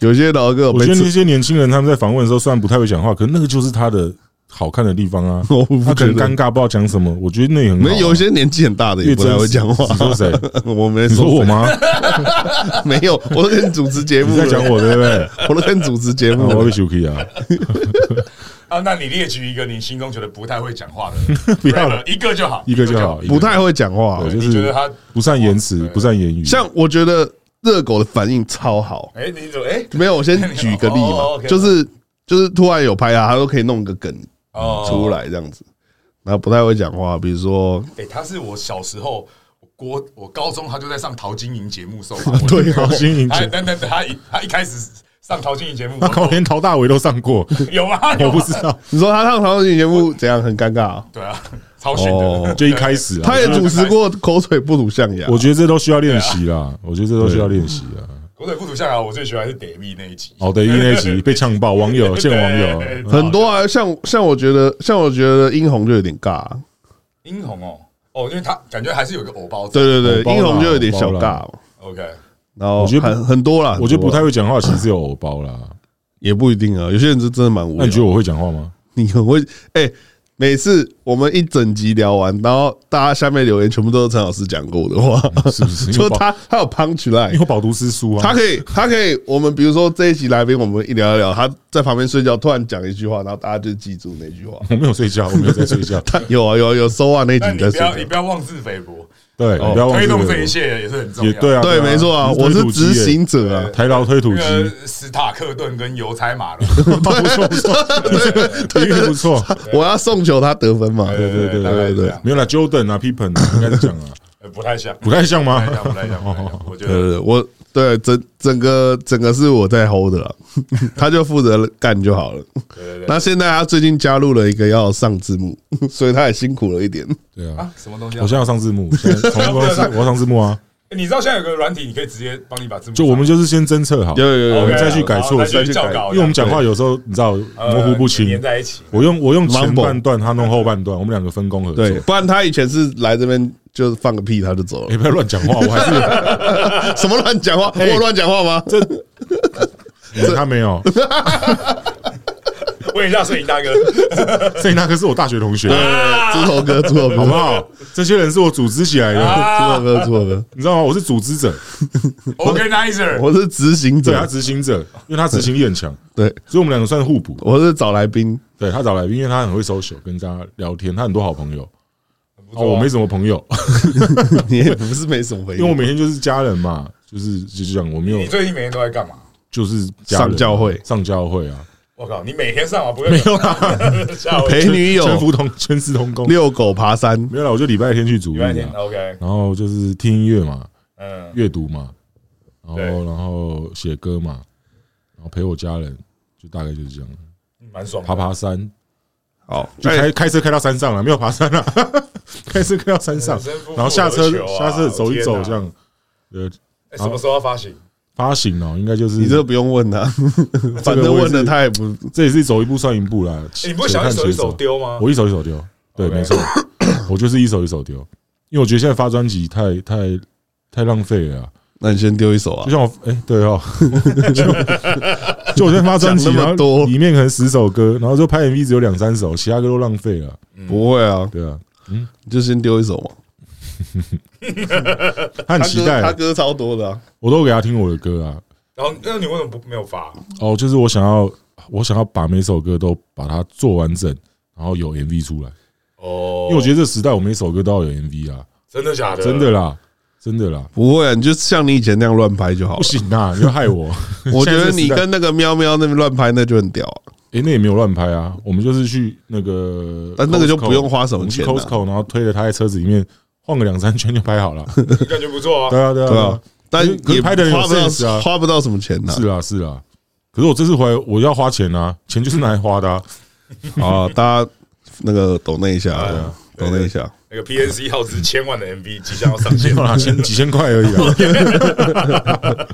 Speaker 4: 有些饶舌歌手
Speaker 2: 我
Speaker 4: 被
Speaker 2: 觉得那
Speaker 4: 称
Speaker 2: 些年轻人他们在访问的时候，虽然不太会讲话，可那个就是他的好看的地方啊
Speaker 4: <laughs> 我不。
Speaker 2: 他可能
Speaker 4: 觉得
Speaker 2: 尴尬，不知道讲什么。我觉得那也很好啊。
Speaker 4: 没有一些年纪很大的也
Speaker 2: 越
Speaker 4: 不太
Speaker 2: 真
Speaker 4: 会
Speaker 2: 实
Speaker 4: 讲话。
Speaker 2: 你说谁？
Speaker 4: <laughs> 我没
Speaker 2: 你说我
Speaker 4: 谁？ <laughs>
Speaker 2: 吗？
Speaker 4: 没有，我都跟你主持节目
Speaker 2: 你
Speaker 4: 了
Speaker 2: 在讲，我对不
Speaker 4: <laughs>
Speaker 2: 对？
Speaker 4: 我都跟你主持节目
Speaker 2: 啊我
Speaker 4: 了
Speaker 2: 被。休 K 啊！
Speaker 3: 啊，那你列举一个你心中觉得不太会讲话的，
Speaker 2: <laughs> 不要了
Speaker 3: rapper，一个就好，
Speaker 2: 一个就好，
Speaker 4: 不太会讲话
Speaker 2: 对，。就
Speaker 3: 你觉得
Speaker 2: 是
Speaker 3: 他
Speaker 2: 不善言辞，不善言语。
Speaker 4: 像我觉得热狗的反应超好，
Speaker 3: 哎，你怎么哎
Speaker 4: 没有，我先举个例
Speaker 2: <laughs>
Speaker 3: 哦
Speaker 4: 嘛，
Speaker 3: ，OK
Speaker 4: 就是就是突然有拍他，他都可以弄个梗
Speaker 3: 哦
Speaker 4: 出来这样子。然后不太会讲话，比如说
Speaker 3: 哎，他是我小时候。我国
Speaker 2: <laughs>
Speaker 3: 我高中他就在上陶晶莹节目受访，我
Speaker 2: 对啊陶晶莹节目
Speaker 3: 哎等等等，他一他一开始上陶晶
Speaker 2: <laughs>
Speaker 3: 莹节目，
Speaker 2: 他靠连陶大伟都上
Speaker 4: <laughs>
Speaker 2: 过，
Speaker 3: 有吗？有
Speaker 4: 啊
Speaker 2: 我不
Speaker 3: 吗
Speaker 2: 知道，
Speaker 4: 你说他上唐人节目怎样？很尴尬
Speaker 2: <laughs>
Speaker 4: 啊。
Speaker 3: 对啊，超逊的
Speaker 4: 哦，
Speaker 2: 就一开始啊
Speaker 4: 他，也主持过《口水不吐象
Speaker 3: 啊
Speaker 4: 牙》，
Speaker 2: 我觉得这都需要练习啦，我觉得这都需要练习啊。
Speaker 3: 口水不吐象牙，我最喜欢是 d a 那一集，
Speaker 2: 好的，一哦那
Speaker 3: <laughs>
Speaker 2: 集被呛爆，网友见网
Speaker 3: 对
Speaker 2: 友，
Speaker 4: 很多啊。像像我觉得，像我觉得殷红就有点尬啊。
Speaker 3: 殷红哦，哦，因为他感觉还是有个偶包在。
Speaker 4: 对对
Speaker 2: 偶哦包
Speaker 4: 对，
Speaker 2: 啦
Speaker 4: 殷红就有点小
Speaker 2: 偶包
Speaker 4: 尬
Speaker 2: 啦
Speaker 4: 哦。
Speaker 3: ，OK，
Speaker 4: 然后
Speaker 2: 我觉得不
Speaker 4: 很很多啦，
Speaker 2: 我觉得不太
Speaker 4: 很多啦
Speaker 2: 会讲话，其实有偶包啦。
Speaker 4: 也不一定啊。有些人是真的蛮无
Speaker 2: 那
Speaker 4: 聊
Speaker 2: 你觉。得我会讲话吗？
Speaker 4: <laughs> 你很会哎、每次我们一整集聊完，然后大家下面留言全部都是陈老师讲过的话，
Speaker 3: 啊
Speaker 2: 是不嗯是？因
Speaker 4: <laughs> 就
Speaker 2: 为饱
Speaker 4: 他他有 punch
Speaker 2: 因
Speaker 4: line，
Speaker 2: 为饱读诗书啊，
Speaker 4: 他可以他可以，我们比如说这一集来宾，我们一聊一聊，他在旁边睡觉，突然讲一句话，然后大家就记住那句话。
Speaker 2: 我没有睡觉，我没有在睡
Speaker 3: <laughs>
Speaker 2: 觉。
Speaker 4: 他有啊有啊有收啊那一集
Speaker 3: 但
Speaker 4: 你
Speaker 3: 你
Speaker 4: 在
Speaker 3: 不
Speaker 4: 睡
Speaker 3: 要你
Speaker 4: 觉，
Speaker 3: 不要妄自菲薄，
Speaker 2: 对，你不要忘
Speaker 3: 哦推
Speaker 2: 记
Speaker 3: 动
Speaker 2: 了
Speaker 3: 这一切也是很重
Speaker 2: 也
Speaker 3: 要。
Speaker 2: 对啊，
Speaker 4: 对，
Speaker 2: 啊
Speaker 4: 没错啊，
Speaker 2: 你
Speaker 4: 我是
Speaker 2: 推土机
Speaker 4: 执
Speaker 2: 耶
Speaker 4: 行者啊。
Speaker 2: 台劳推土
Speaker 3: 那
Speaker 2: 机， <laughs> 哦
Speaker 3: 个史塔克顿跟邮差马龙，
Speaker 2: 不错不错，一个不错，
Speaker 4: 我要送球，他得分嘛？
Speaker 3: 对对对
Speaker 4: 对
Speaker 3: 大概
Speaker 4: 对
Speaker 3: 是这
Speaker 4: 对
Speaker 3: 样
Speaker 2: 没有啦，Jordan 啊，Pippen 啊，应该是这
Speaker 3: <laughs>
Speaker 2: 样啊，
Speaker 3: 呃不太像，
Speaker 2: 不太像啊吗哦
Speaker 3: 不太像，不太像，不
Speaker 2: <laughs>
Speaker 3: 太像。我觉
Speaker 4: 对
Speaker 3: 得
Speaker 4: 对，呃我对整整个整个是我在 hold 的啦， <laughs> 他就负责干就好了。
Speaker 3: 对对对
Speaker 4: 那现在他最近加入了一个要上字幕，所以他也辛苦了一点。
Speaker 2: 对啊
Speaker 3: 啊，，什么东西啊？
Speaker 2: 我现在要上字幕，现在同公司我要上字幕啊，
Speaker 3: 欸你知道现在有个软体，你可以直接帮你把字幕
Speaker 2: 就我们就是先侦测好，
Speaker 4: 有有有
Speaker 2: 我
Speaker 3: OK
Speaker 2: 们
Speaker 3: 啊
Speaker 2: 再去改错，
Speaker 3: 然后再去
Speaker 2: 再
Speaker 3: 校稿
Speaker 2: 因为我们讲话有时候你知道
Speaker 3: 呃
Speaker 2: 模糊不清
Speaker 3: 粘，在一起。
Speaker 2: 我用我用前
Speaker 4: Mumble
Speaker 2: 半段，他弄后半段，我们两个分工合作
Speaker 4: 对，。不然他以前是来这边就是放个屁他就走
Speaker 2: 你
Speaker 4: 了，
Speaker 2: 不要乱讲话，我还
Speaker 4: <laughs>
Speaker 2: 是哎
Speaker 4: 什么乱讲话？我有乱讲话吗？这
Speaker 2: 嗯他没有，
Speaker 3: 问一下摄
Speaker 2: <laughs>
Speaker 3: 影大哥，啊
Speaker 2: 所以那个是我大学同学，
Speaker 4: 猪头哥，猪头哥，
Speaker 2: 好啊不好？这些人是我组织起来的，
Speaker 4: 猪头哥，猪头哥，
Speaker 2: 你知道吗？我是组织者，
Speaker 3: organizer，
Speaker 4: 我是执行
Speaker 2: 对他啊
Speaker 4: 者，
Speaker 2: 执行者，因为他执行力很强，
Speaker 4: 对，
Speaker 2: 所以我们两个算互补。
Speaker 4: 我是找来宾，
Speaker 2: 对他找来宾，因为他很会 social，跟大家聊天，他很多好朋友。
Speaker 3: 不
Speaker 2: 哦，
Speaker 3: 错
Speaker 2: 我
Speaker 3: 啊
Speaker 2: 没什么朋友， <laughs>
Speaker 4: 你也不是没什么回
Speaker 2: 因为我
Speaker 4: 应，
Speaker 2: 每天就是家人嘛，就是就是这样，我没有
Speaker 3: 你最近每天都在干嘛？
Speaker 2: 就是家人
Speaker 3: 啊
Speaker 4: 上教会
Speaker 2: 上教会啊，
Speaker 3: 我靠，你每天上网不会没有 <laughs> 下午
Speaker 4: 陪女友
Speaker 2: 全福
Speaker 3: <laughs>
Speaker 2: 同全职同工。
Speaker 4: 遛狗、爬山，
Speaker 2: 哎没有啦，我就礼拜天去主日
Speaker 3: 礼拜天
Speaker 2: 啊，
Speaker 3: OK，
Speaker 2: 然后就是听音乐嘛，
Speaker 3: 嗯，
Speaker 2: 阅读嘛，然后
Speaker 3: 对
Speaker 2: 然后写歌嘛，然后陪我家人，就大概就是这样，
Speaker 3: 蛮爽的。
Speaker 2: 爬爬山，
Speaker 4: 好，哎
Speaker 2: 就
Speaker 3: 哎
Speaker 2: 开开车开到山上了，没有爬山了， <laughs> 开车开到山上
Speaker 3: 人生不，负
Speaker 2: 然后下车
Speaker 3: 我的球啊
Speaker 2: 下车走一
Speaker 3: 我
Speaker 2: 走
Speaker 3: 的
Speaker 2: 这
Speaker 3: 天
Speaker 2: 样，呃，
Speaker 3: 欸什么时候要发行？
Speaker 2: 发行哦，应该就是
Speaker 4: 你这个不用问他，反正问了他也不
Speaker 2: 这也是走一步算一步啦。
Speaker 3: 欸你不会想一手一手丢吗？
Speaker 2: 我一手一手丢，对，
Speaker 3: OK
Speaker 2: 没错，我就是一手一手丢，因为我觉得现在发专辑太太太浪费了啊、
Speaker 4: 那你先丢一手啊
Speaker 2: 就！像我，哎、对哦， <laughs> 就就我现在发专辑，
Speaker 4: 讲那么
Speaker 2: 然后
Speaker 4: 多
Speaker 2: 里面可能十首歌，然后就拍 MV 只有两三首，其他歌都浪费了啊，
Speaker 4: 不会啊，
Speaker 2: 对啊，
Speaker 4: 你就先丢一手嘛。
Speaker 2: 他很
Speaker 4: 他
Speaker 2: 期
Speaker 4: 歌
Speaker 2: 待
Speaker 4: 他
Speaker 2: 啊，
Speaker 4: 歌超多的啊，
Speaker 2: 我都给他听我的歌啊，
Speaker 3: 然后那你为什么不没有发？
Speaker 2: 哦，就是我想要，我想要把每首歌都把它做完整，然后有 MV 出来，
Speaker 3: 哦
Speaker 2: 因为我觉得这时代我每首歌都要有 MV 啊，
Speaker 3: 真的假的？
Speaker 2: 真的啦，真的啦。
Speaker 4: 不会啊，你就像你以前那样乱拍就好
Speaker 2: 不
Speaker 4: 了。。
Speaker 2: 行啊，你要害我
Speaker 4: <laughs> 我觉得你
Speaker 2: 哎
Speaker 4: 跟那个喵喵那边乱拍，那就很屌啊。、
Speaker 2: 诶那也没有乱拍啊，我们就是去那个 Costco，
Speaker 4: 但那个就不用花什么钱啊
Speaker 2: 我们去 Costco，然后推着他在车子里面晃个两三圈就拍好了。
Speaker 3: 感觉不错啊。
Speaker 2: 对啊，对啊，
Speaker 4: <laughs> 对
Speaker 2: 对
Speaker 4: 啊
Speaker 2: 啊，
Speaker 4: 但
Speaker 2: 可
Speaker 4: 也
Speaker 2: 是拍的人有
Speaker 4: 花不到
Speaker 2: sense 啊
Speaker 4: 花不到什么钱呐。
Speaker 2: 是啊，是啊。可是我这次回来我要花钱啊，钱就是拿来花的啊。
Speaker 4: 啊，大家那个抖那一下，抖那一下。
Speaker 3: 那个 PNC 耗资千万的 MV <laughs> 即将要上
Speaker 2: 没
Speaker 3: 线
Speaker 2: 有啦，千几千块而已啊，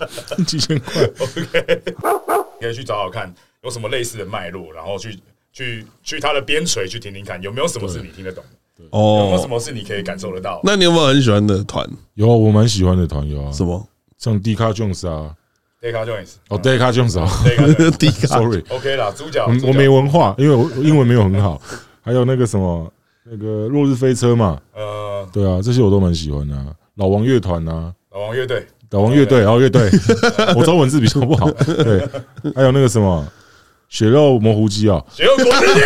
Speaker 2: <laughs> 几千块。
Speaker 3: 可以去找找看有什么类似的脉络，然后去去去他的边陲去听听看，有没有什么是你听得懂的，有没有什
Speaker 4: 哦，
Speaker 3: 么是你可以感受得到？
Speaker 4: 那你有没有很喜欢的团？
Speaker 2: 有啊我蛮喜欢的团友啊，
Speaker 4: 什么？
Speaker 2: 像 d 卡 Jones 啊，
Speaker 3: Deka Jones，
Speaker 2: 哦 d 卡 Jones 啊 <laughs>
Speaker 3: Deka Jones
Speaker 4: <laughs> 迪卡
Speaker 2: ，sorry，
Speaker 3: OK 啦，主
Speaker 4: 啊
Speaker 3: 角
Speaker 2: 嗯
Speaker 3: 主角
Speaker 2: 我没文化，因为我英文没有很好。还有那个什么，那个落日飞车嘛，
Speaker 3: 呃
Speaker 2: 对啊，这些我都蛮喜欢的啊、老王乐团啊，
Speaker 3: 老王乐队
Speaker 2: 老王乐队，然后乐 <laughs> 队，我中文字比较不好。对，还有那个什么血肉模糊鸡啊，
Speaker 3: 血肉果汁机，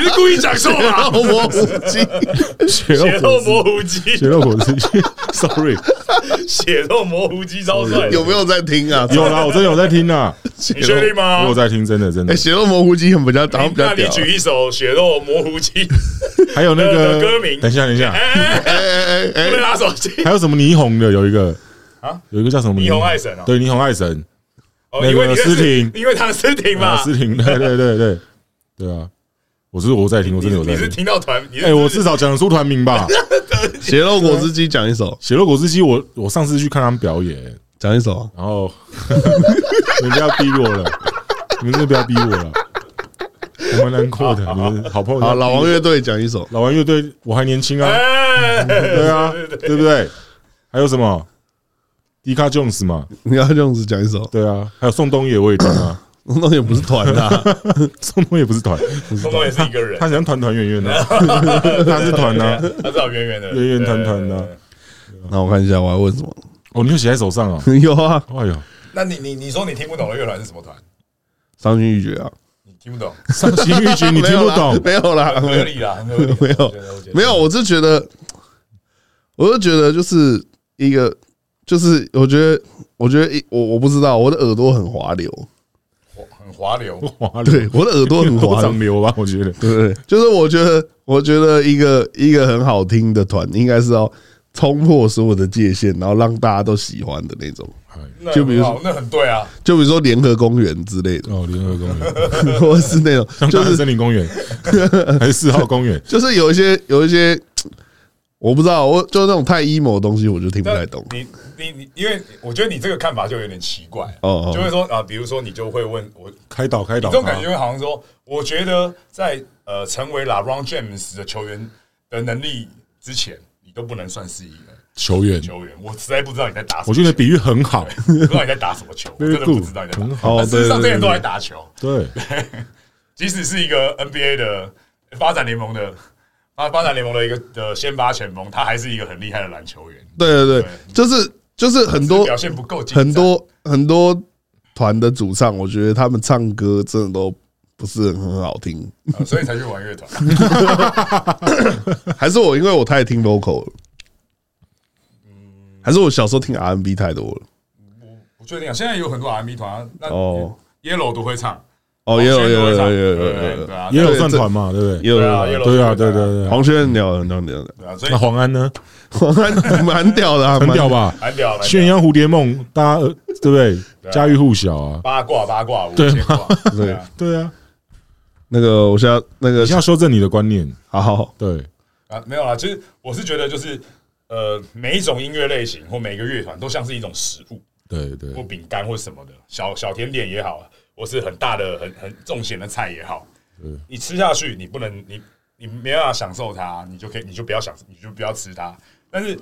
Speaker 3: 你是故意讲错
Speaker 2: <laughs>
Speaker 3: 吗？
Speaker 4: 我无忌，
Speaker 3: <laughs>
Speaker 2: 血
Speaker 3: 血
Speaker 2: 肉
Speaker 3: 肉
Speaker 2: 果
Speaker 3: 模糊机，
Speaker 2: 血肉果汁鸡 <laughs> ，sorry，
Speaker 3: 血肉模糊机超帅的，
Speaker 4: 有没有在听啊？
Speaker 2: 有啦，我真的有在听啦，
Speaker 3: <laughs> 你确定吗哎
Speaker 2: 我有？在听，真的真的
Speaker 4: 哎，。血肉模糊机很比较，好像比
Speaker 3: 那
Speaker 4: 较
Speaker 3: 你
Speaker 4: 屌啊。
Speaker 3: 举一首《血肉模糊机》
Speaker 2: 还有那个
Speaker 3: 的歌名
Speaker 2: 等一下，等一下，
Speaker 3: <laughs> 哎，
Speaker 4: 哎哎
Speaker 3: 不能
Speaker 4: 哎，
Speaker 3: 拿手机
Speaker 4: <laughs>
Speaker 2: 还有什么霓虹的，有一个
Speaker 3: 啊，
Speaker 2: 有一个叫什么
Speaker 3: 霓虹爱神啊
Speaker 2: 对，霓虹爱神，
Speaker 3: 哦，
Speaker 2: 那
Speaker 3: 因为
Speaker 2: 个
Speaker 3: 你认
Speaker 2: 思
Speaker 3: 识
Speaker 2: 婷，
Speaker 3: 因为他是婷嘛，
Speaker 2: 啊思婷，对对对对对啊，我是我在听，我
Speaker 3: 你
Speaker 2: 真的有
Speaker 3: 你
Speaker 2: 在
Speaker 3: 是
Speaker 2: 听。
Speaker 3: 听到团，你是
Speaker 2: 哎，我至少讲得出团名吧，《
Speaker 4: 血肉果汁机讲一首，
Speaker 2: 血肉果汁机》，我我上次去看他们表演，
Speaker 4: 讲一首啊，
Speaker 2: 然后 <laughs> 你们不要逼我了，你们真的不要逼我了，我蛮难过的。你们好朋友
Speaker 4: 好，老王乐队讲一首，
Speaker 2: 老王乐队，我还年轻啊，
Speaker 3: 哎，
Speaker 2: 对啊，
Speaker 3: <laughs> 对对
Speaker 2: 对不对？还有什么？迪卡 Jones 嘛，
Speaker 4: <laughs> 你要这样子讲一首，
Speaker 2: 对啊，还有宋冬野我也听啊，
Speaker 4: <laughs> 那也不是团啊 <laughs> 啦，
Speaker 2: 宋冬野不是团，不是
Speaker 3: 东东也是一个人
Speaker 2: 他，想团团圆
Speaker 4: <laughs>
Speaker 2: 圆的，他是团啊，
Speaker 3: 他至少圆圆的，
Speaker 2: 圆圆团团
Speaker 3: 对对对
Speaker 2: 的。
Speaker 4: 那我看一下我还问什么， <laughs>
Speaker 2: 哦，你就写在手上啊，
Speaker 4: 有啊，
Speaker 2: 哎呦，
Speaker 3: 那你你你说你听不懂的乐团是什么团？
Speaker 4: 伤心欲绝啊，
Speaker 3: 你听不懂，
Speaker 2: 伤心欲绝，你
Speaker 4: 没
Speaker 2: 听
Speaker 4: 有
Speaker 2: 不
Speaker 4: 啦
Speaker 2: 懂，
Speaker 4: <laughs> 没有啦，<laughs>
Speaker 3: 合
Speaker 4: 没有
Speaker 3: 理啦，很合理啦
Speaker 4: 没有
Speaker 3: 我觉得我觉得
Speaker 4: 没有，我是觉得，我就觉得就是一个，就是我觉得，我觉得一我我不知道，我的耳朵很滑溜，
Speaker 3: 很滑流，
Speaker 2: 滑溜
Speaker 4: <laughs> <laughs> 对，我的耳
Speaker 2: <laughs>
Speaker 4: 朵很
Speaker 2: 都
Speaker 4: 滑溜
Speaker 2: 长，瘤吧？我觉得
Speaker 4: 对对，对 <laughs> 就是我觉得，我觉得一个一个很好听的团，应该是要冲破所有的界限，然后让大家都喜欢的那种。
Speaker 2: 哎
Speaker 3: 那
Speaker 4: 就比如说
Speaker 3: 很好那很对啊，
Speaker 4: 就比如说联合公园之类的，
Speaker 2: 哦，联合公园，
Speaker 4: <laughs> 或者是那种，
Speaker 2: 就
Speaker 4: 就是是
Speaker 2: 森林公
Speaker 4: <laughs>
Speaker 2: 园，还是四号公园？
Speaker 4: 就是有一些有一些，我不知道，我就那种太 emo 的东西，我就听不太懂。
Speaker 3: 你你你，因为我觉得你这个看法就有点奇怪，
Speaker 4: 哦哦
Speaker 3: 就会说啊，比如说你就会问我，你
Speaker 2: 开导开导
Speaker 3: 这
Speaker 2: 他，
Speaker 3: 种感觉会好像说，我觉得在呃成为 LeBron James 的球员的能力之前，你都不能算是一个
Speaker 2: 球员，
Speaker 3: 球员。我实在不知道你在打什么球，
Speaker 2: 我觉得比喻很好，
Speaker 3: 不知道你在打什么球，我
Speaker 2: Very
Speaker 3: 真的不
Speaker 2: good，
Speaker 3: 知道你
Speaker 2: <laughs>
Speaker 3: 在打。
Speaker 2: 很
Speaker 3: 什
Speaker 2: 好
Speaker 4: 哦
Speaker 3: 么球。事实上，这些人都在打球，
Speaker 2: 对，
Speaker 3: 即使是一个 NBA 的发展联盟的发发展联盟的一个的先发前锋，他还是一个很厉害的篮球员，
Speaker 4: 对对对，就是就是很
Speaker 3: 只是
Speaker 4: 多
Speaker 3: 表现不够精湛
Speaker 4: 很多很多团的主唱，我觉得他们唱歌真的都不是很好听，
Speaker 3: 呃所以才去玩乐团。
Speaker 4: 还是我因为我太听 vocal 了，还是我小时候听 R&B 太多了。
Speaker 3: 我确定啊，现在有很多 R&B 团啊，那
Speaker 4: 哦
Speaker 3: Yellow 都会唱，
Speaker 4: 哦，也有也有也有也有
Speaker 3: 对
Speaker 4: 也有
Speaker 3: 对啊，
Speaker 2: 也有
Speaker 4: 对
Speaker 2: 算
Speaker 4: 这
Speaker 2: 团嘛，对不对？
Speaker 4: 也有
Speaker 3: 对啊
Speaker 4: 也有，
Speaker 3: ，Yellow
Speaker 2: 对啊，
Speaker 3: 都
Speaker 2: 对
Speaker 3: 会唱
Speaker 2: 对对。
Speaker 4: 黄轩很屌，很屌很屌的，
Speaker 3: 对啊，所以
Speaker 2: 那黄安呢？
Speaker 4: 黄安蛮屌的啊，
Speaker 2: 很
Speaker 4: 蛮
Speaker 2: 屌？吧？
Speaker 3: 很屌了，
Speaker 2: 鸳鸯蝴蝶梦，大家呃对不对？
Speaker 3: 啊
Speaker 2: 家喻户晓啊。
Speaker 3: 八卦八卦，无
Speaker 2: 对
Speaker 3: 牵挂，对啊，
Speaker 2: 对啊，
Speaker 4: 那个我现在那个
Speaker 2: 你要修正你的观念。
Speaker 4: 好好
Speaker 2: 对，
Speaker 3: 啊，没有啦，其实我是觉得就是。呃，每一种音乐类型或每个乐团都像是一种食物，
Speaker 2: 对对
Speaker 3: 或饼干或什么的，小小甜点也好，或是很大的、很很重咸的菜也好，你吃下去，你不能，你你没办法享受它，你就可以，你就不要享，你就不要吃它。但是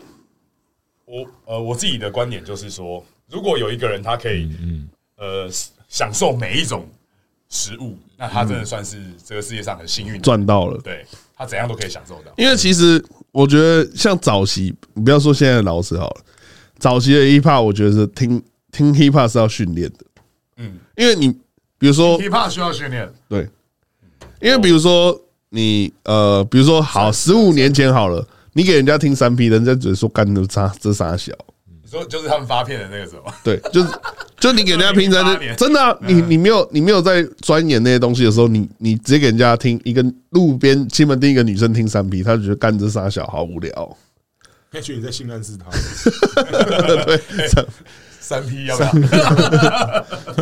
Speaker 3: 我呃，我自己的观点就是说，如果有一个人他可
Speaker 2: 嗯
Speaker 3: 以，呃，享受每一种食物，那他
Speaker 2: 嗯
Speaker 3: 真的算是这个世界上很幸运的，
Speaker 4: 赚到了。
Speaker 3: 对他怎样都可以享受
Speaker 2: <laughs>
Speaker 3: 到。
Speaker 4: 因为其实我觉得像早期，你不要说现在的老师好了，早期的 hiphop 我觉得是听听 hiphop 是要训练的，嗯，因为你比如说
Speaker 3: hiphop 需要训练，
Speaker 4: 对，因为比如说你呃，比如说好十五年前好了，你给人家听三 P，人家只是说干的啥这啥小，
Speaker 3: 你说就是他们发片的那个时候，
Speaker 4: 对，就是就你给人家平常
Speaker 3: 2008
Speaker 4: 就
Speaker 2: <laughs>
Speaker 3: 年
Speaker 4: 真的、啊，你你没有你没有在钻研那些东西的时候，你你直接给人家听一个路边西门町一个女生听三 P，她就觉得干这傻小好无聊，
Speaker 2: 也许你在性暗示他，
Speaker 3: <laughs> 三 P 要不要？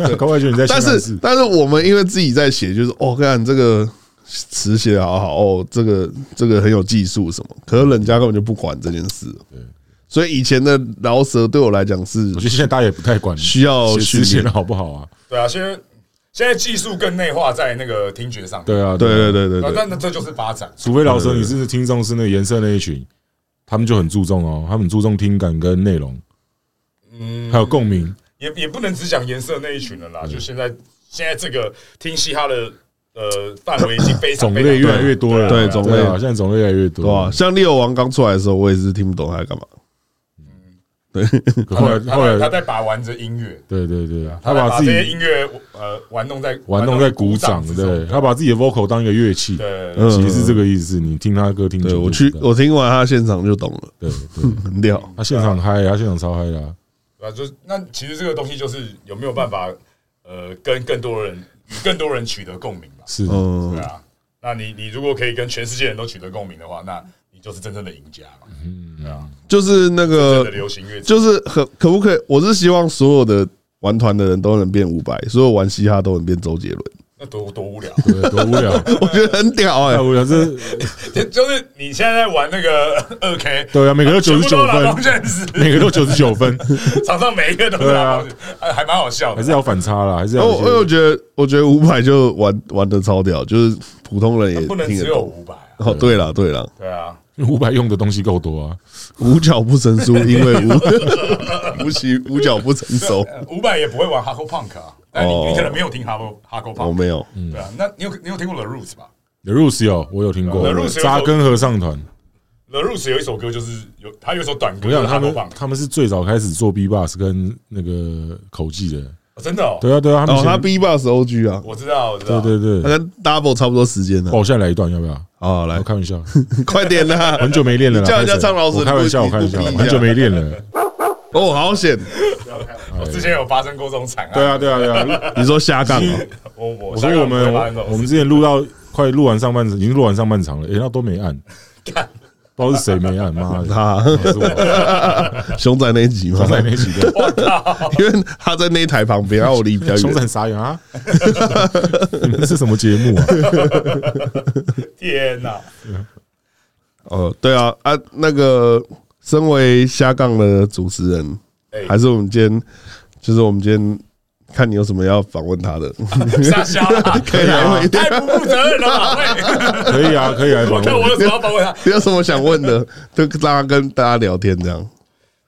Speaker 2: <laughs> 搞不好觉得你在性暗
Speaker 4: 但是
Speaker 2: 示。
Speaker 4: 但是我们因为自己在写，就是哦，看这个词写的好好哦，这个这个很有技术什么，可是人家根本就不管这件事。所以以前的饶舌对我来讲是
Speaker 2: 我觉得现在大家也不太管
Speaker 4: 需要
Speaker 2: 写
Speaker 4: 训
Speaker 2: 写
Speaker 4: 练
Speaker 2: 的好不好啊？
Speaker 3: 对啊，现在现在技术更内化在那个听觉上面，
Speaker 2: 对啊，
Speaker 4: 对
Speaker 2: 啊
Speaker 4: 对对对
Speaker 3: 啊
Speaker 4: 对，
Speaker 3: 但那这就是发展。
Speaker 2: 除非老师你是听众是那个颜色那一群，他们就很注重哦，他们很注重听感跟内容，嗯，还有共鸣。
Speaker 3: 也也不能只讲颜色那一群人
Speaker 2: 嗯
Speaker 3: 啦，就现在现在这个听嘻哈的呃范围已经非
Speaker 2: <coughs>
Speaker 3: 常
Speaker 2: 种类越来越多了，
Speaker 4: 对
Speaker 2: 啊
Speaker 4: 种
Speaker 2: 对啊，
Speaker 4: 类
Speaker 2: 现在种类越来越多
Speaker 4: 对吧？
Speaker 2: 了。
Speaker 4: 像六王刚出来的时候，我也是听不懂他在干嘛。
Speaker 2: 可后来
Speaker 3: 他
Speaker 2: 后
Speaker 3: 在啊他
Speaker 2: 来，
Speaker 3: 在把玩着音乐，
Speaker 2: 对对对，他
Speaker 3: 他在
Speaker 2: 把
Speaker 3: 把
Speaker 2: 自
Speaker 3: 这些音
Speaker 2: 己
Speaker 3: 乐呃玩弄在
Speaker 2: 玩弄在鼓掌，
Speaker 3: 之中
Speaker 2: 对，他把自己的 vocal 当一个乐器，
Speaker 3: 对
Speaker 4: 嗯
Speaker 2: 其实是这个意思。你听他歌听久
Speaker 4: 对
Speaker 2: 就
Speaker 4: 我
Speaker 2: 知
Speaker 4: 去
Speaker 2: 道，
Speaker 4: 我听完他现场就懂了，
Speaker 2: 对对，
Speaker 4: 很屌。
Speaker 2: 他现场嗨，他现场超嗨的啊，
Speaker 3: 啊，就是那其实这个东西就是有没有办法呃跟更多人与更多人取得共鸣吧，
Speaker 2: 是的，
Speaker 4: 嗯
Speaker 3: 对，啊，那你你如果可以跟全世界人都取得共鸣的话，那你就是真正的赢家嘛，对啊，
Speaker 4: 就是那
Speaker 3: 真
Speaker 4: 个
Speaker 2: 呃
Speaker 3: 的流行乐。
Speaker 4: 就是可可不可以？我是希望所有的玩团的人都能变伍佰，所有玩嘻哈都能变周
Speaker 3: <laughs>
Speaker 4: 杰伦，
Speaker 3: 那多多无聊。 <laughs>
Speaker 2: 对，多无聊，
Speaker 4: 我觉得很屌哎、
Speaker 2: 太无聊，这
Speaker 3: 就是你现在在玩那个 <laughs> 二 K，
Speaker 2: 对啊，每个都九十
Speaker 3: 全部
Speaker 2: 九
Speaker 3: 都拿方
Speaker 2: 分，
Speaker 3: 阵式，
Speaker 2: 每个都九十九分，
Speaker 3: 场上每一个都是拿方阵，还还蛮好笑
Speaker 2: 啊还
Speaker 3: 的
Speaker 2: 是。要反差啦，还是要有一
Speaker 4: 然后
Speaker 2: 些
Speaker 4: 我我觉得，我觉得伍佰就玩玩的超屌，就是普通人也
Speaker 3: 不能
Speaker 4: 听
Speaker 3: 只
Speaker 4: 得
Speaker 3: 有
Speaker 4: 懂。
Speaker 3: 五百啊，
Speaker 4: 哦，对了对了，
Speaker 3: 对啊，
Speaker 2: 因为五百用的东西够多啊，
Speaker 4: 五脚不成书，因
Speaker 3: <laughs>
Speaker 4: 为五无习 <laughs> 五脚不成熟。
Speaker 3: 五百呃也不会玩 Hardcore Punk 啊，但你
Speaker 4: 哦
Speaker 3: 你可能没有听 Hardcore Hardcore
Speaker 4: 我
Speaker 3: Punk，
Speaker 4: 哦没有，
Speaker 3: 对啊，那你有你有听过 The Roots 吧
Speaker 2: The Roots 有，我有听过
Speaker 3: The Roots 有
Speaker 2: 扎根合唱团。
Speaker 3: ？The Roots 有一首歌就是有，他有一首短歌
Speaker 2: 我想
Speaker 3: 叫
Speaker 2: 他们
Speaker 3: Hardcore Punk，
Speaker 2: 他们是最早开始做 B box 跟那个口技的。
Speaker 3: 哦真的哦，
Speaker 2: 对啊，对啊，他们
Speaker 4: 哦，他
Speaker 2: 前
Speaker 4: B box OG 啊，
Speaker 3: 我知道，我知道，
Speaker 2: 对对
Speaker 4: 他
Speaker 2: 对，
Speaker 4: 跟 Double 差不多时间的。
Speaker 2: 哦，我现在来一段要不要？
Speaker 4: 好，来
Speaker 2: 我，开玩笑，
Speaker 4: 快点啦！
Speaker 2: 很久没练了啦。
Speaker 4: 你叫人家
Speaker 2: 拍谁
Speaker 4: 唱老鼠
Speaker 2: 我开玩笑，
Speaker 4: 你
Speaker 2: 我开
Speaker 4: 不
Speaker 2: 玩笑，
Speaker 4: 你不逼一下
Speaker 2: 很久没练了。
Speaker 4: 哦，好险！
Speaker 3: 我哦之前有发生过这种惨案，
Speaker 2: 对啊，对啊，对啊。
Speaker 4: 你说下杠哦，
Speaker 3: 我我
Speaker 2: 我说我们我们之前录到快录完上半场，已经录完上半场了，诶，那都没按，不知道是谁没按，妈的，
Speaker 4: 他
Speaker 2: 是我
Speaker 4: 熊啊仔那一集嘛
Speaker 2: 熊，仔那几个，
Speaker 4: 因为他在那一台旁边，然后我离比较
Speaker 2: 熊仔
Speaker 4: 远。
Speaker 2: 很傻眼啊！你们是什么节目啊？
Speaker 3: 天
Speaker 2: <laughs>
Speaker 3: 哪，
Speaker 4: 哦，对啊，啊，那个身为下杠的主持人，
Speaker 3: 哎
Speaker 4: 还是我们今天，就是我们今天看你有什么要访问
Speaker 3: <laughs>
Speaker 4: 他的，
Speaker 3: 瞎瞎
Speaker 2: <laughs>
Speaker 3: 啦，
Speaker 4: 可以来问一
Speaker 3: 太不负责任了吧？喂，
Speaker 2: 可以啊，可以来访
Speaker 3: 我看我
Speaker 2: 问。
Speaker 3: 有什么要反问他
Speaker 4: 你 <laughs> 有什么想问的，就让他跟大家聊天这样，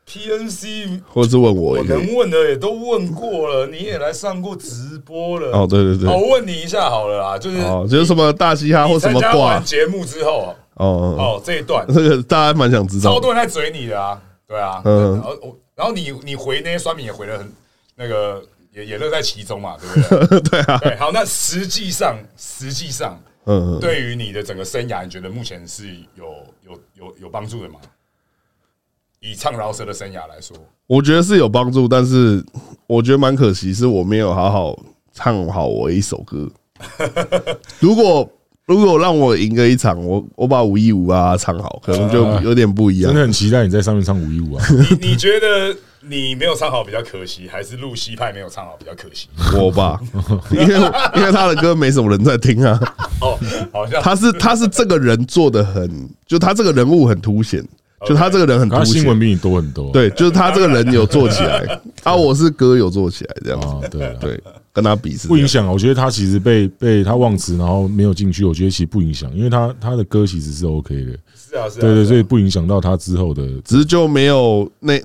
Speaker 3: ？PNC
Speaker 4: 或者是问我
Speaker 3: 我
Speaker 4: 也可以。
Speaker 3: 能问的也都问过了，你也来上过直播了。
Speaker 4: 哦，对对对
Speaker 3: 好，，我问你一下好了啦，就是
Speaker 4: 哦，就是什么大嘻哈或什
Speaker 3: 参
Speaker 4: 么
Speaker 3: 加
Speaker 4: 挂
Speaker 3: 完，节目之后，
Speaker 4: 哦，
Speaker 3: 哦，这一段
Speaker 4: 这个大家蛮想知道
Speaker 3: 超
Speaker 4: 的。 <laughs>
Speaker 3: 多人在嘴你的啊，对啊，
Speaker 4: 嗯
Speaker 3: 然后我，然后你你回那些酸民也回的很那个，也也乐在其中嘛，对
Speaker 2: <laughs>
Speaker 3: 不对？对啊，对，好，那实际上实际上
Speaker 4: 嗯，
Speaker 3: 对于你的整个生涯，你觉得目前是有有有有帮助的吗？以唱饶舌的生涯来说，
Speaker 4: 我觉得是有帮助，但是我觉得蛮可惜，是我没有好好唱好我一首
Speaker 2: <laughs>
Speaker 4: 歌。如果如果让我赢个一场，我我把五一五啊唱好，可能就有点不一样
Speaker 2: 真的。很期待你在上面唱五一五
Speaker 4: <laughs>
Speaker 2: 啊！
Speaker 3: 你你觉得你没有唱好比较可惜，还是露西派没有唱好比较可惜？
Speaker 4: 我
Speaker 2: <laughs>
Speaker 4: 吧，因为因为他的歌没什么人在听啊，
Speaker 3: 哦，好像
Speaker 4: 他是他是这个人做的很，就他这个人物很凸显，就他这个人很
Speaker 2: 然后
Speaker 4: 凸
Speaker 2: 新闻
Speaker 4: 显，
Speaker 2: 比你多很多。
Speaker 4: 对，就是他这个人有做起来，啊，我是歌有做起来这样
Speaker 2: 啊
Speaker 4: 子，，
Speaker 2: 对啊，
Speaker 4: 对，跟他比是这
Speaker 2: 不
Speaker 4: 样
Speaker 2: 影响啊。我觉得他其实被被他忘词，然后没有进去，我觉得其实不影响，因为他他的歌其实是 OK 的。
Speaker 3: 是啊，是啊，
Speaker 2: 对对，
Speaker 3: 是啊
Speaker 2: 所以不影响到他之后的。
Speaker 4: 只是就没有那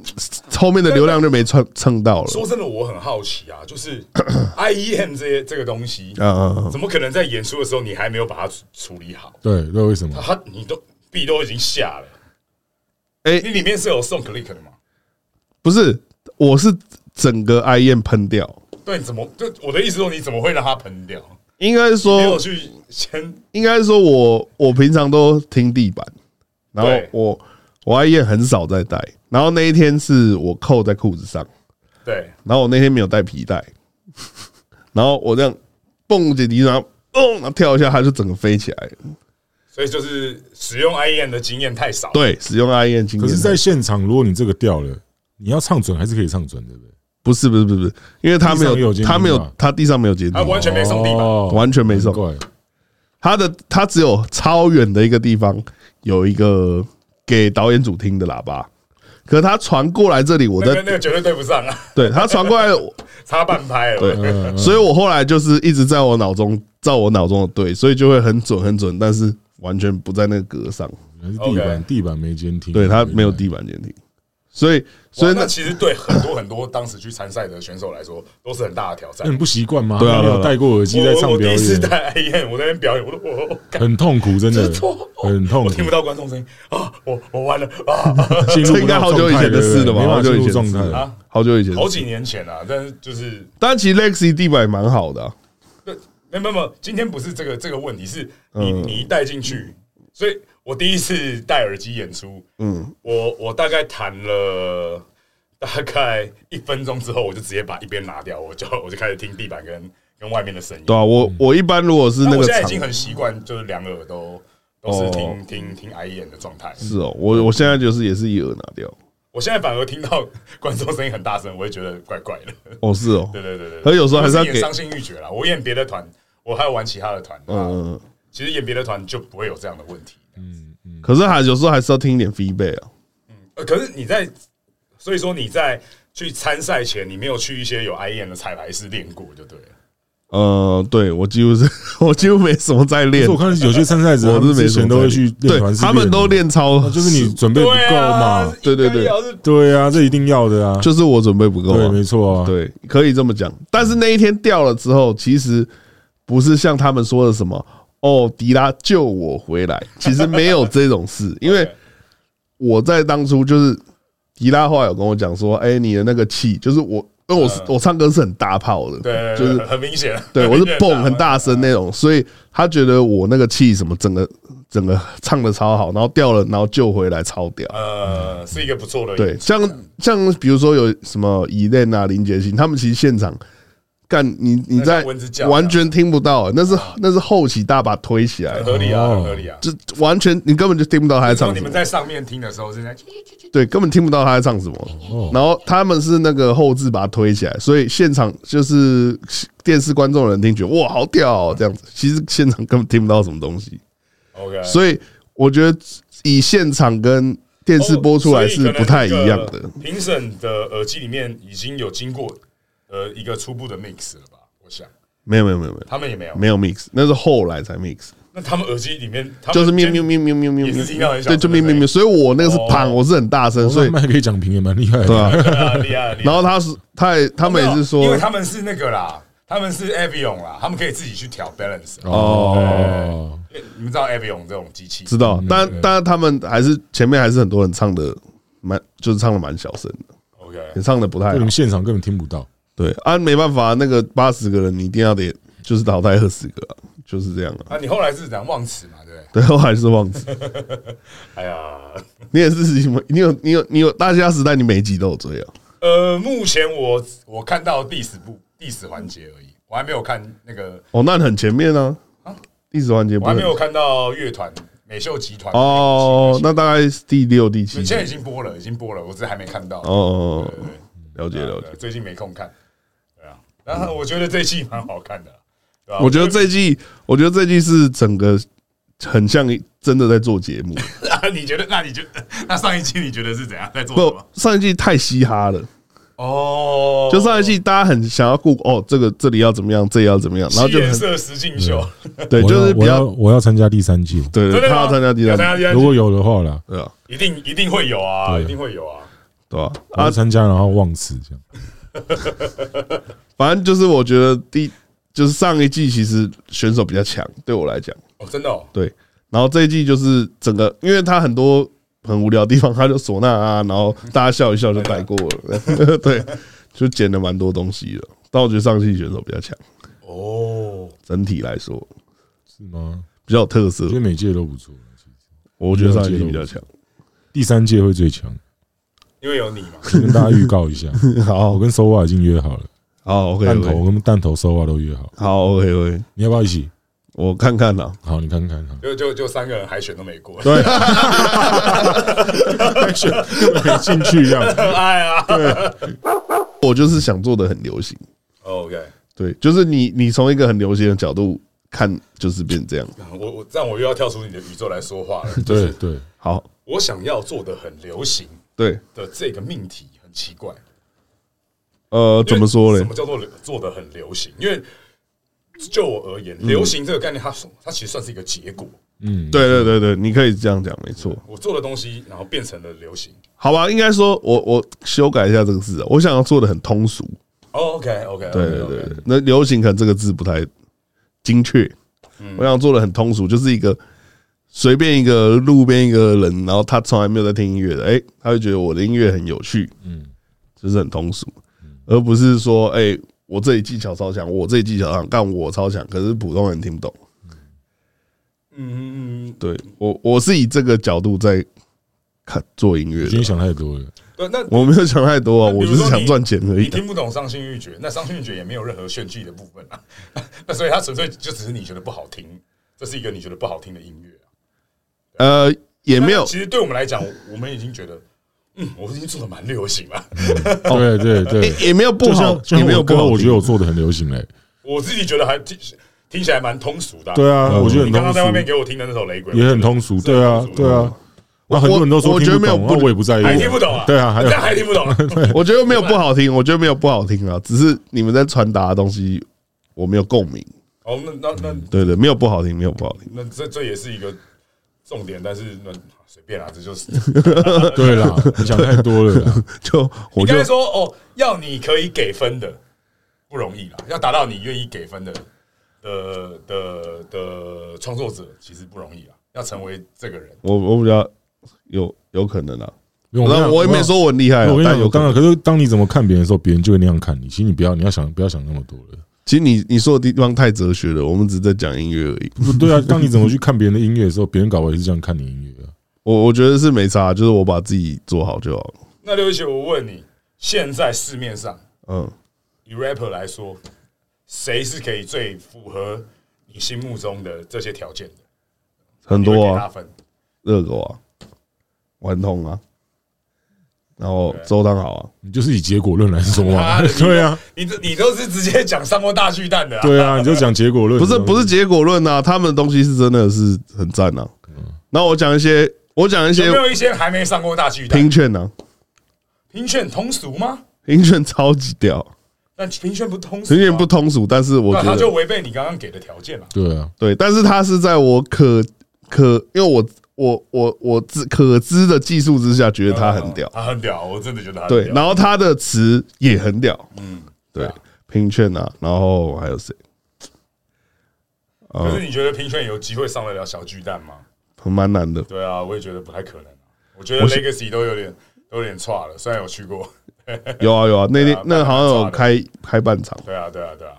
Speaker 4: 后面的流量就没蹭蹭到了。
Speaker 3: 说真的，我很好奇啊，就是
Speaker 2: <laughs>
Speaker 3: IEM 这些这个东
Speaker 2: 啊
Speaker 3: 西，
Speaker 4: 嗯嗯嗯，
Speaker 3: 怎么可能在演出的时候你还没有把它处处理好？
Speaker 2: 对，那为什
Speaker 4: <laughs> 啊
Speaker 2: 么？
Speaker 3: 他你都币都已经下了，
Speaker 4: 哎
Speaker 3: 你里面是有送 click 的吗？
Speaker 4: 不是，我是整个 I M 喷掉，
Speaker 3: 对，你怎么就我的意思说你怎么会让它喷掉？
Speaker 4: 应该
Speaker 3: 没有
Speaker 4: 说，
Speaker 3: 去先
Speaker 4: 应该说我我平常都听地板，然后
Speaker 3: 对
Speaker 4: 我我 I M 很少在带，然后那一天是我扣在裤子上，
Speaker 3: 对，
Speaker 4: 然后我那天没有带皮带，然后我这样蹦姐迪，然后蹦，然后跳一下，它就整个飞起来了。
Speaker 3: 所以就是使用 IEM 的经验太少。
Speaker 4: 对，使用 I M 经
Speaker 2: 可
Speaker 4: 验
Speaker 2: 是，在现场，如果你这个掉了，你要唱准还是可以唱准，对不对？
Speaker 4: 不是不是不是不是，因为他没
Speaker 2: 地上有
Speaker 4: 有
Speaker 2: 监
Speaker 4: 他没
Speaker 2: 听
Speaker 4: 有
Speaker 2: 吧
Speaker 4: 他地上没有接地
Speaker 3: 他，完全没送地板，
Speaker 2: 哦
Speaker 4: 完全没送
Speaker 2: 难怪
Speaker 4: 他的他只有超远的一个地方有一个给导演组听的喇叭，可他传过来这里，我
Speaker 3: 那个
Speaker 4: 在
Speaker 3: 那个绝对对不
Speaker 4: <laughs>
Speaker 3: 上啊，
Speaker 4: 对他传过来，我
Speaker 3: 差半拍了。
Speaker 4: 对，
Speaker 2: 嗯
Speaker 4: 所以我后来就是一直在我脑中，照我脑中的对，所以就会很准很准，但是完全不在那个格上，
Speaker 2: 还是地
Speaker 3: OK
Speaker 2: 板地板没监听，
Speaker 4: 对他没有地板监听，所以所
Speaker 3: 所
Speaker 4: 以
Speaker 3: 以
Speaker 4: 那
Speaker 3: 那其实对很多很多当时去参赛的选手来说，都是很大的挑战
Speaker 2: 那。你不习惯吗？
Speaker 4: 对啊
Speaker 2: 没
Speaker 4: 对
Speaker 2: 有
Speaker 4: 啊
Speaker 2: 戴过耳嗯机在
Speaker 3: 我
Speaker 2: 唱
Speaker 3: 我
Speaker 2: 表
Speaker 3: 第一次
Speaker 2: 演，
Speaker 3: 在 IEM，我在那边表演，我都我我干
Speaker 2: 很痛苦，真的
Speaker 3: 这错
Speaker 2: 很痛
Speaker 3: <laughs> 我
Speaker 2: 苦，
Speaker 3: 听不到观众声音啊，我我完了
Speaker 4: <laughs>
Speaker 3: 啊！
Speaker 2: 进入
Speaker 4: 这应该
Speaker 2: 不到
Speaker 4: 好久以
Speaker 2: 状态
Speaker 4: 前的事
Speaker 2: 对
Speaker 4: 了吧
Speaker 2: 不对没办
Speaker 4: 好
Speaker 2: 法
Speaker 4: 久
Speaker 2: 进
Speaker 4: 以前
Speaker 2: 入
Speaker 4: 的
Speaker 2: 状
Speaker 4: 事
Speaker 2: 态
Speaker 3: 啊
Speaker 4: 好久以前，
Speaker 3: 好几年前啊，但是就是
Speaker 4: 但其实 Lexi 地板也蛮好的啊、
Speaker 3: 对，没有没有没有，今天不是这个这个问题，是你、
Speaker 4: 嗯
Speaker 3: 你一带进去，所以我第一次戴耳机演出，嗯，我我大概弹了大概一分钟之后，我就直接把一边拿掉，我就我就开始听地板跟跟外面的声音。
Speaker 4: 对啊，我
Speaker 2: 嗯
Speaker 4: 我一般如果是
Speaker 3: 但
Speaker 4: 那
Speaker 3: 我
Speaker 4: 个
Speaker 3: 现在已
Speaker 4: 场
Speaker 3: 经很习惯，就是两耳都都是听、
Speaker 4: 哦
Speaker 3: 听听 I E 的状态。
Speaker 4: 是哦，我我现在就是也是一耳拿掉。
Speaker 3: 我现在反而听到观众声音很大声，我会觉得怪怪的。
Speaker 4: 哦，是哦，
Speaker 3: 对对对对，
Speaker 4: 可有时候还是要
Speaker 3: 我演
Speaker 4: 给
Speaker 3: 伤心欲绝啦。我演别的团，我还有玩其他的团，嗯，
Speaker 4: 嗯，
Speaker 3: 其实演别的团就不会有这样的问题。
Speaker 2: 嗯
Speaker 4: 可是还有时候还是要听一点 feedback 啊。
Speaker 3: 呃，可是你在，所以说你在去参赛前，你没有去一些有 I E 的彩排室练过，就对了。
Speaker 4: 呃，对我几乎是， <laughs> 我几乎没什么在
Speaker 2: 可
Speaker 4: 练
Speaker 2: 是我，看有些参赛者，
Speaker 4: 我
Speaker 2: 他们
Speaker 4: 是没
Speaker 2: 之
Speaker 4: 什么
Speaker 2: 前都
Speaker 4: 在
Speaker 2: 会去练
Speaker 4: 对
Speaker 2: 团，
Speaker 4: 他们都，练超，
Speaker 2: 就是你准备不够嘛？
Speaker 4: 对对对
Speaker 3: 啊要是
Speaker 2: 对啊，这一定要的啊，
Speaker 4: 就是我准备不够、
Speaker 2: 对，
Speaker 4: 啊，
Speaker 2: 没错啊，
Speaker 4: 对，可以这么讲。但是那一天掉了之后，其实不是像他们说的什么哦，迪拉救我回来， <laughs> 其实没有这
Speaker 2: <laughs>
Speaker 4: 种事，因为我在当初就是迪拉后来有跟我讲说，哎、你的那个气，就是我，因为我是
Speaker 2: 呃
Speaker 4: 我唱歌是很大炮的，
Speaker 3: 对，
Speaker 4: 就是
Speaker 3: 很明显，
Speaker 4: <laughs> 对
Speaker 3: <laughs>
Speaker 4: 我是
Speaker 3: 蹦
Speaker 4: 蹦很大声那种，所以他觉得我那个气什么整个整个唱的超好，然后掉了，然后救回来超屌。
Speaker 3: 呃，是一个不错的
Speaker 4: 对，像像比如说有什么以恋啊、林杰星，他们其实现场干你你
Speaker 3: 那
Speaker 4: 在
Speaker 3: 像蚊子叫一样啊
Speaker 4: 完全听不到、那是那是后期大把推起来
Speaker 3: 很，合理啊，
Speaker 4: 哦
Speaker 3: 很合理啊。
Speaker 4: 就完全你根本就听不到他在
Speaker 3: 说
Speaker 4: 唱
Speaker 3: 你
Speaker 4: 什
Speaker 3: 们
Speaker 4: 么，
Speaker 3: 在上面听的时候是在，
Speaker 4: 对，根本听不到他在唱什么。然后他们是那个后置把它推起来，所以现场就是电视观众的人听觉得哇好屌哦、这样子，其实现场根本听不到什么东西，
Speaker 3: OK，
Speaker 4: 所以我觉得以现场跟电
Speaker 3: 哦
Speaker 4: 视播出来是不太一样的。。
Speaker 3: 评审的耳机里面已经有经过呃一个初步的 mix 了吧？我想
Speaker 4: 没有没有没有没有。
Speaker 3: 他们也没有，
Speaker 4: 没有 mix，那是后来才 mix，
Speaker 3: 那他们耳机里面他们
Speaker 4: 就是喵
Speaker 3: 监
Speaker 4: 喵喵喵喵喵
Speaker 3: 哦也
Speaker 4: 喵
Speaker 3: 是听到很，小
Speaker 4: 对，
Speaker 3: 声
Speaker 4: 就喵喵喵，所以我那个是
Speaker 3: 哦
Speaker 4: 胖，我是很大声，所以
Speaker 2: 麦可以讲评也蛮厉害
Speaker 4: 对
Speaker 2: 的，
Speaker 4: 啊。 <laughs>
Speaker 3: 对啊厉害厉害
Speaker 4: 然后他是，他也他们也是
Speaker 3: 因
Speaker 4: 说
Speaker 3: 为，他们是那个啦，他们是 Avion 啦，他们可以自己去调 balance
Speaker 4: 哦
Speaker 3: 啦。
Speaker 4: 哎
Speaker 2: 哦，
Speaker 3: 你们知道 Avion 这种机器
Speaker 4: 知道，但但他们还是前面还是很多人唱的蛮，就是唱的蛮小声的，
Speaker 3: ？OK，
Speaker 4: 也唱的不太
Speaker 2: 对，你
Speaker 4: 好
Speaker 2: 们。现场根本听不到，
Speaker 4: 对啊，没办法，那个八十个人你一定要得就是淘汰二十个啊，就是这样啊。
Speaker 3: 那你后来是怎样忘词嘛？对不对？
Speaker 4: 对，我还是忘记，
Speaker 3: 哎
Speaker 4: <laughs>
Speaker 3: 呀，
Speaker 4: 你也是什么？你有你有你有大家时代，你每一集都有追啊？
Speaker 3: 呃，目前我我看到第十部第十环节而已，我还没有看那个，
Speaker 4: 哦，那很前面啊，历史环节不
Speaker 3: 我还
Speaker 4: 是
Speaker 3: 没
Speaker 4: 很
Speaker 3: 有看到乐团美秀集团
Speaker 4: 哦，那大概是第六、第七
Speaker 3: 现。在已经播了，已经播了，我只是还没看到。
Speaker 4: 哦，
Speaker 3: 对，
Speaker 4: 了解
Speaker 3: 对
Speaker 4: 了
Speaker 3: 对
Speaker 4: 解。
Speaker 3: 对，最近没空看。对啊，然后我觉得这一季蛮好看的啦，对吧？
Speaker 4: 我觉
Speaker 3: <laughs>
Speaker 4: 得这一季，我觉得这一季是整个很像真的在做节目。
Speaker 3: 得啊你觉得，那你觉得，那上一季你觉得是怎样在做什
Speaker 4: 不
Speaker 3: 么？，
Speaker 4: 上一季太嘻哈了，
Speaker 3: 哦，
Speaker 4: 就上一季大家很想要顾哦，这个这里要怎么样，这里要怎么样，然后就
Speaker 3: 颜
Speaker 4: 很
Speaker 3: 色实境秀，
Speaker 4: 对，
Speaker 2: 我
Speaker 4: 就是
Speaker 2: 要
Speaker 4: 比
Speaker 2: 我要
Speaker 4: 较
Speaker 2: 我要参加第三季，
Speaker 4: 对
Speaker 3: 真
Speaker 4: 对，
Speaker 3: 的
Speaker 4: 他
Speaker 3: 吗
Speaker 4: 要参加第
Speaker 3: 有
Speaker 4: 三
Speaker 3: 参加
Speaker 4: 季，
Speaker 3: 第三季
Speaker 2: 如果有的话啦，
Speaker 4: 对啊，
Speaker 3: 一定一定会有啊，
Speaker 2: 对
Speaker 3: 一定会有啊。
Speaker 4: 对吧？
Speaker 2: 我要
Speaker 4: 啊，
Speaker 2: 参加然后忘词这样，
Speaker 4: 反正就是我觉得第就是上一季其实选手比较强，对我来讲，
Speaker 3: 哦，真的哦，
Speaker 4: 对，然后这一季就是整个，因为他很多很无聊的地方，他就唢呐啊，然后大家笑一笑就带过
Speaker 3: <laughs>
Speaker 4: 了，对，就剪了蛮多东西的。但我觉得上季选手比较强，
Speaker 3: 哦，
Speaker 4: 整体来说
Speaker 2: 是吗？
Speaker 4: 比较有特色
Speaker 2: 我觉，得每届都不错，其实
Speaker 4: 我觉得上一季比较强。
Speaker 2: 第三届会最强，
Speaker 3: 因为有你嘛，
Speaker 2: 跟大家预告
Speaker 4: <laughs>
Speaker 2: 一下，
Speaker 4: 好
Speaker 2: 我，跟 Sova 已经约好了，
Speaker 4: 好，OK，
Speaker 2: 弹头
Speaker 4: OK，
Speaker 2: 我跟弹头 Sova 都约好，
Speaker 4: 哦好，OK，OK，
Speaker 2: 你要不要一起？
Speaker 4: 我看看啊啦，
Speaker 2: 好，你看看哈，
Speaker 3: 就就就三个人海选都没过，
Speaker 4: <laughs>
Speaker 2: 没进去一样，
Speaker 3: 哎呀
Speaker 4: 啊我就是想做的很流行，
Speaker 3: 哦，OK，
Speaker 4: 对，就是你你从一个很流行的角度看，就是变这样。
Speaker 3: 我我这样我又要跳出你的宇宙来说话
Speaker 4: <laughs>
Speaker 3: 了，就
Speaker 2: 对
Speaker 3: 是
Speaker 2: 对，
Speaker 4: 好，
Speaker 3: 我想要做的很流行
Speaker 4: 对，
Speaker 3: 的这个命题很奇怪，
Speaker 4: 呃，怎么说
Speaker 3: 什
Speaker 4: 嘞
Speaker 3: 么？叫做做的很流行？因为就我而言，流行这个概念，它它其实算是一个结果，
Speaker 2: 嗯，
Speaker 4: 对对对对，你可以这样讲，没错。
Speaker 3: 我做的东西，然后变成了流行。
Speaker 4: 好吧，应该说我我修改一下这个字啊，我想要做的很通俗。
Speaker 3: 哦，OK，OK，
Speaker 4: 对对对，对那流行可能这个字不太精确，我想做的很通俗，就是一个随便一个路边一个人，然后他从来没有在听音乐的，哎，他会觉得我的音乐很有趣，嗯，就是很通俗，而不是说哎。我这里技巧超强，我这里技巧超强，但我超强，可是普通人听不懂。
Speaker 3: 嗯，嗯
Speaker 4: 对我，我是以这个角度在看做音乐
Speaker 2: 已经
Speaker 4: 的，
Speaker 2: 想太多了，
Speaker 3: 对，那
Speaker 4: 我没有想太多啊，
Speaker 3: 那
Speaker 4: 我
Speaker 3: 比
Speaker 4: 就
Speaker 3: 如
Speaker 4: 是
Speaker 3: 说
Speaker 4: 想
Speaker 3: 你
Speaker 4: 赚钱而已
Speaker 3: 你
Speaker 4: 啊。
Speaker 3: 听不懂伤心欲绝，那伤心欲绝也没有任何炫技的部分啊。那所以它纯粹就只是你觉得不好听，这是一个你觉得不好听的音乐啊。
Speaker 4: 呃，也没有
Speaker 3: 但，其实对我们来讲，我们已经觉得嗯，我已经做的蛮流行了，
Speaker 2: 对对对，
Speaker 4: 也没有哦哎不
Speaker 2: 就
Speaker 4: 好
Speaker 2: 像，就
Speaker 4: 也
Speaker 2: 像
Speaker 4: 没有
Speaker 2: 我
Speaker 4: 不
Speaker 2: 歌，
Speaker 4: 好听。啊
Speaker 2: 我觉得我做的很流行嘞。
Speaker 3: 我自己觉得还听听起来蛮通俗的啊、
Speaker 2: 对啊，
Speaker 4: 嗯
Speaker 2: 我觉得
Speaker 3: 你
Speaker 2: 很通
Speaker 3: 刚刚在外面
Speaker 2: 俗，
Speaker 3: 给我听的那首《雷鬼》
Speaker 2: 也很通俗。对啊，对啊。那很多人都说
Speaker 4: 我
Speaker 2: 听
Speaker 4: 觉得
Speaker 2: 不
Speaker 4: 没有
Speaker 2: 懂，
Speaker 4: 不
Speaker 2: 那我也不在意。
Speaker 3: 还听不懂啊？
Speaker 2: 对啊，还有
Speaker 3: 但还听
Speaker 2: <laughs>
Speaker 3: 不懂啊。
Speaker 4: <laughs> 我觉得没有不好听，我觉得没有不好听啊，只是你们在传达的东西我没有共鸣。
Speaker 3: 哦，那那那
Speaker 4: 对对，没有不好听，没有不好听。
Speaker 3: 那这这也是一个重点，但是那随便啦，啊这就是
Speaker 2: 对啦，你想太多了
Speaker 4: <laughs>
Speaker 2: 啦。
Speaker 4: 就我
Speaker 3: 应
Speaker 4: 就
Speaker 3: 该说哦，要你可以给分的不容易啦，要达到你愿意给分的的的的创作者其实不容易啦，啊要成为这个人，
Speaker 4: 我我比较有有可能啊，
Speaker 2: 我
Speaker 4: 那我也没说我很厉害啊，
Speaker 2: 我跟你
Speaker 4: 但
Speaker 2: 讲，
Speaker 4: 有可
Speaker 2: 当然，
Speaker 4: 能。
Speaker 2: 可是当你怎么看别人的时候，别人就会那样看你。其实你不要，你要想，不要想那么多了。
Speaker 4: 其实你你说的地方太哲学了，我们只是在讲音乐而已。
Speaker 2: 不对啊，当你怎么去看别人的音乐的时候，别人搞不好也是这样看你音乐啊。
Speaker 4: 我我觉得是没差，就是我把自己做好就好了。
Speaker 3: 那刘一奇，我问你，现在市面上
Speaker 4: 嗯，
Speaker 3: 以 rapper 来说，谁是可以最符合你心目中的这些条件的？
Speaker 4: 很
Speaker 3: 你会
Speaker 4: 多
Speaker 3: 给
Speaker 4: 啊
Speaker 3: 他，分，
Speaker 4: 热狗啊，顽童啊，然后周汤好啊，
Speaker 2: 你就是以结果论来说嘛
Speaker 3: 妈的。
Speaker 2: <laughs> 对啊，
Speaker 3: 你这你都是直接讲上过大巨蛋的、啊，
Speaker 2: 对啊，你就讲结果论。
Speaker 4: 不是不是结果论啊，他们的东西是真的是很赞啊。那我讲一些，我讲一些
Speaker 3: 有没有一些还没上过大巨蛋？
Speaker 4: 评
Speaker 3: 评
Speaker 4: 券啊，
Speaker 3: 评选通俗吗？
Speaker 4: 评券超级屌，
Speaker 3: 但评选不通俗、啊，
Speaker 4: 评券不通俗，但是我
Speaker 3: 那
Speaker 4: 觉
Speaker 3: 啊他
Speaker 4: 得
Speaker 3: 就违背你刚刚给的条件了。
Speaker 2: 对啊，
Speaker 4: 对，但是它是在我可可，因为我我我我知可知的技术之下，觉得它很屌。
Speaker 3: 他很屌，我真的觉啊得他很
Speaker 4: 对，
Speaker 3: 屌
Speaker 4: 然后它的词也很屌。嗯，对
Speaker 3: 啊，
Speaker 4: 拼券啊，然后还有谁？
Speaker 3: 可是你觉得评选有机会上得了小巨蛋吗？
Speaker 4: 蛮难
Speaker 3: <laughs>
Speaker 4: 的。
Speaker 3: 对啊，我也觉得不太可能、啊。我觉得 Legacy 都有点都有点差了，虽然有去过。
Speaker 4: 有啊有啊，那天
Speaker 3: 对啊
Speaker 4: 那好像
Speaker 3: 蛮
Speaker 4: 有
Speaker 3: 差的
Speaker 4: 开开半场，
Speaker 3: 对啊，对啊，对啊。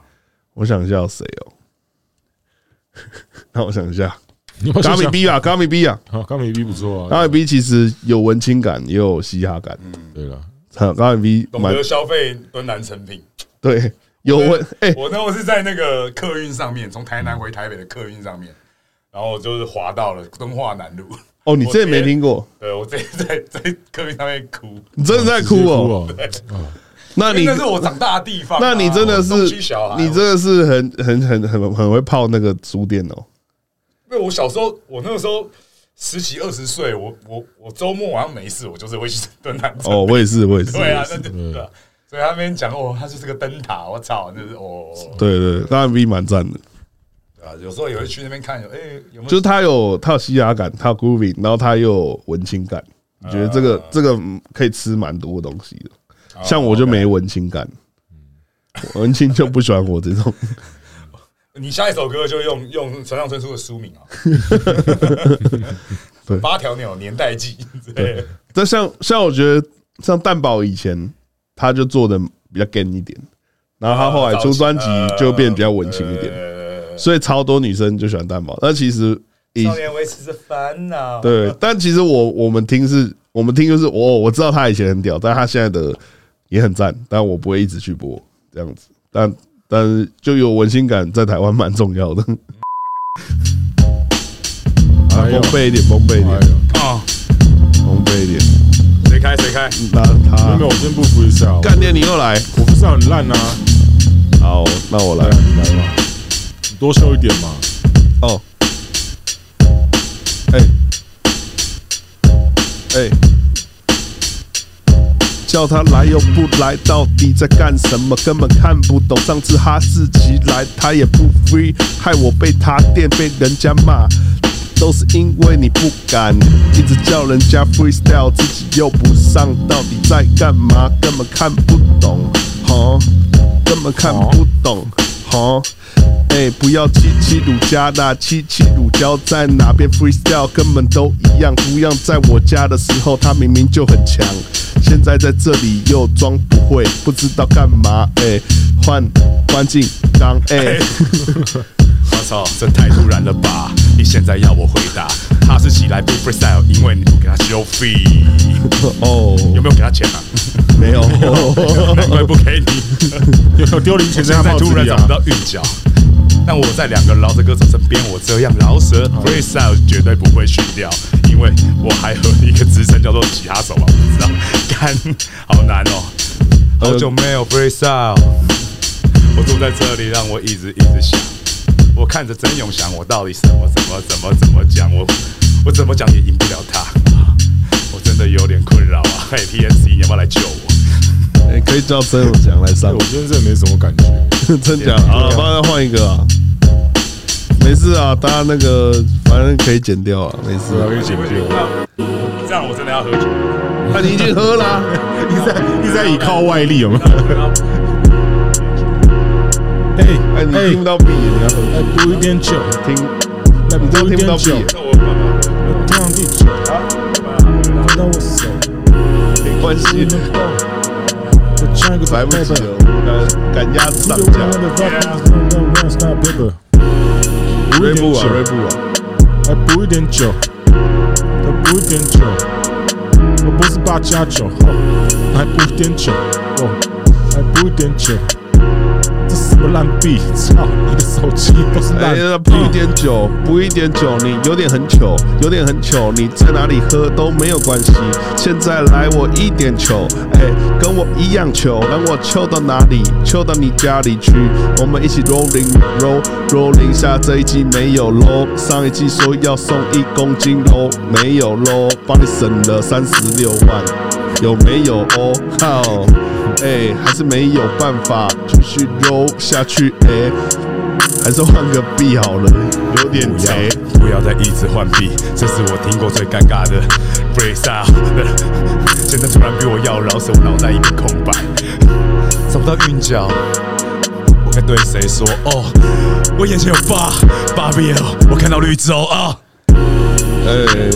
Speaker 4: 我想一下有谁哦。 <laughs> 那我想一下，
Speaker 2: 你要不
Speaker 4: 嘎
Speaker 2: 要
Speaker 4: 米
Speaker 2: 想？
Speaker 4: B 啊，嘎米 B 啊，
Speaker 2: 好，刚米 B 不错啊。
Speaker 4: 嘎米 B 其实有文青感，也有嘻哈感。
Speaker 2: 对了，
Speaker 4: 嗯，嘎米 B
Speaker 3: 懂
Speaker 4: 蛮
Speaker 3: 得消费蹲南成品。
Speaker 4: 对，有文哎，
Speaker 3: <laughs> 我那我是在那个客运上面，从台南回台北的客运上面，然后我就是滑到了敦化南路。 <laughs>
Speaker 4: 哦，你这
Speaker 3: 我直接
Speaker 4: 没听过，
Speaker 3: 对我直接在在客运上面哭，
Speaker 4: 你真的在哭哦。
Speaker 2: 直接哭哦。
Speaker 4: 那
Speaker 3: 因为
Speaker 4: 你
Speaker 3: 哎那是我长大的地方啊、
Speaker 4: 那你真的是
Speaker 3: 我东区小孩，
Speaker 4: 你真的是很很很很很会泡那个书店
Speaker 3: <laughs>
Speaker 4: 哦。
Speaker 3: 因为我小时候，我那个时候十几二十岁，我我我周末晚上没事，我就是会去蹲南城。
Speaker 4: 哦，我也是，我也是，
Speaker 3: <laughs> 对啊，
Speaker 4: 我
Speaker 3: 那
Speaker 4: 也是嗯
Speaker 3: 就对啊。所以他们讲哦，他就是个灯塔，我操，就是哦，
Speaker 4: 对对，对当然 V 蛮赞的，
Speaker 3: 对啊，有时候也会去那边看，有哎、有没有？
Speaker 4: 就是他有他有西雅感，他有 groovy，然后他又有文青感。你觉得这
Speaker 3: 啊
Speaker 4: 个这个嗯可以吃蛮多东西
Speaker 3: 哦
Speaker 4: 的，像我就没文青感，
Speaker 3: 嗯
Speaker 4: 文青就不喜欢我这种。
Speaker 3: 你下一首歌就用用村上春树的书名啊，
Speaker 4: <laughs> 对
Speaker 3: 八条鸟年代记之类的，
Speaker 4: 但像像我觉得像蛋宝以前他就做的比较 gay 一点，然后他后来出专辑
Speaker 3: 哦
Speaker 4: 就变比较文青一
Speaker 3: 呃
Speaker 4: 点。
Speaker 3: 点。
Speaker 4: 所以超多女生就喜欢蛋堡。但其实以
Speaker 3: 少年维持着烦恼，
Speaker 4: 对，但其实我我们听是，我们听就是哦我我知道他以前很屌，但他现在的也很赞，但我不会一直去播这样子。但但是就有文心感在台湾蛮重要的，
Speaker 2: 哎呦
Speaker 4: 崩，啊背一点，崩背一
Speaker 2: 哎
Speaker 4: 点，
Speaker 2: 呦。
Speaker 4: 崩背一点。
Speaker 3: 谁开谁开？
Speaker 4: 那
Speaker 2: 没
Speaker 4: 他
Speaker 2: 有，我先不 freestyle，
Speaker 4: 干爹你又来，
Speaker 2: 我 freestyle 很烂啊。
Speaker 4: 好，那我来
Speaker 2: 来，你来嘛，你多秀一点嘛。
Speaker 4: 哦。哎哎。叫他来又不来，到底在干什么？根本看不懂。上次哈士奇来，他也不 free，害我被他电，被人家骂。都是因为你不敢，一直叫人家 freestyle，自己又不上，到底在干嘛？根本看不懂，哈，根本看不懂，哈。哎，不要七七乳加啦，七七乳胶在哪边 freestyle 根本都一样。不样在我家的时候，他明明就很强，现在在这里又装不会，不知道干嘛。哎，换换进刚哎。
Speaker 3: 我操，这太突然了吧！你现在要我回答，他是起来不 freestyle，因为你不给他收费，
Speaker 4: 哦，
Speaker 3: 有没有给
Speaker 4: <laughs>
Speaker 3: 他钱啊？
Speaker 4: 没有，
Speaker 3: 难怪不给你。
Speaker 2: 有有丢零钱在他
Speaker 3: 现在
Speaker 2: 帽
Speaker 3: 突
Speaker 2: 子
Speaker 3: 然
Speaker 2: 里
Speaker 3: 找不
Speaker 2: 啊？
Speaker 3: 到韵脚，但我在两个饶舌歌手身边，我这样饶舌 freestyle 绝对不会逊掉，因为我还有一个职称叫做吉他手吧，啊我不知道， <laughs> 干，好难哦，
Speaker 4: 呃
Speaker 3: 好久没有 freestyle，我坐在这里，让我一直一直想，我看着曾永祥，我到底什么怎么怎么怎么讲，我我怎么讲也赢不了他，我真的有点困扰啊，嘿，PNC，你要不要来救我？
Speaker 4: 哎可以叫曾永祥来上
Speaker 2: 我，今天真的没什么感觉，
Speaker 4: 真假的？好了，帮他换一个啊。没事啊，大家那个反正可以剪掉啊，没事
Speaker 2: 我
Speaker 4: 啊
Speaker 2: 要。去剪掉。
Speaker 3: 这样我真的要喝酒。
Speaker 4: 那你已经喝了啊、
Speaker 2: 一直在一直在倚靠外力，有没有？哎
Speaker 4: 哎，你听不
Speaker 2: 到，
Speaker 4: 到 B，你要喝
Speaker 2: 来补一点酒，
Speaker 4: 听，
Speaker 2: 来
Speaker 4: 你这样
Speaker 2: 补一啊
Speaker 4: 听不
Speaker 2: 点
Speaker 4: 到啊
Speaker 2: 酒
Speaker 4: B，，
Speaker 3: <laughs> 那我爸爸
Speaker 2: 让地球到我手，
Speaker 4: 没关系，
Speaker 2: 我唱个
Speaker 4: 来不及了，敢赶鸭子上架。锐步啊，锐步啊，
Speaker 2: 来补一点酒，再补一点酒，我不是八加九，哦来补一点酒，哦，来补一点酒，这什么烂币？操，你的手机都是烂
Speaker 4: 哎，
Speaker 2: 币。
Speaker 4: 要补一点酒，补一点酒，你有点很糗，有点很糗，你在哪里喝都没有关系。现在来我一点糗，哎，跟我一样糗，让我糗到哪里？糗到你家里去，我们一起 rolling roll rolling 下这一季没有喽，上一季说要送一公斤喽，没有喽，帮你省了三十六万，有没有哦？靠，哎，还是没有办法继续 roll 下去，哎。还是换个币好了，有点
Speaker 3: 不
Speaker 4: 贼。
Speaker 3: 要哎不要再一直换币，这是我听过最尴尬的啊 <laughs> freestyle。现在突然逼我要饶舌，我脑袋一片空白，找不到韵脚，我该对谁说？哦，我眼前有八八 BL，我看到绿洲啊。
Speaker 4: 哎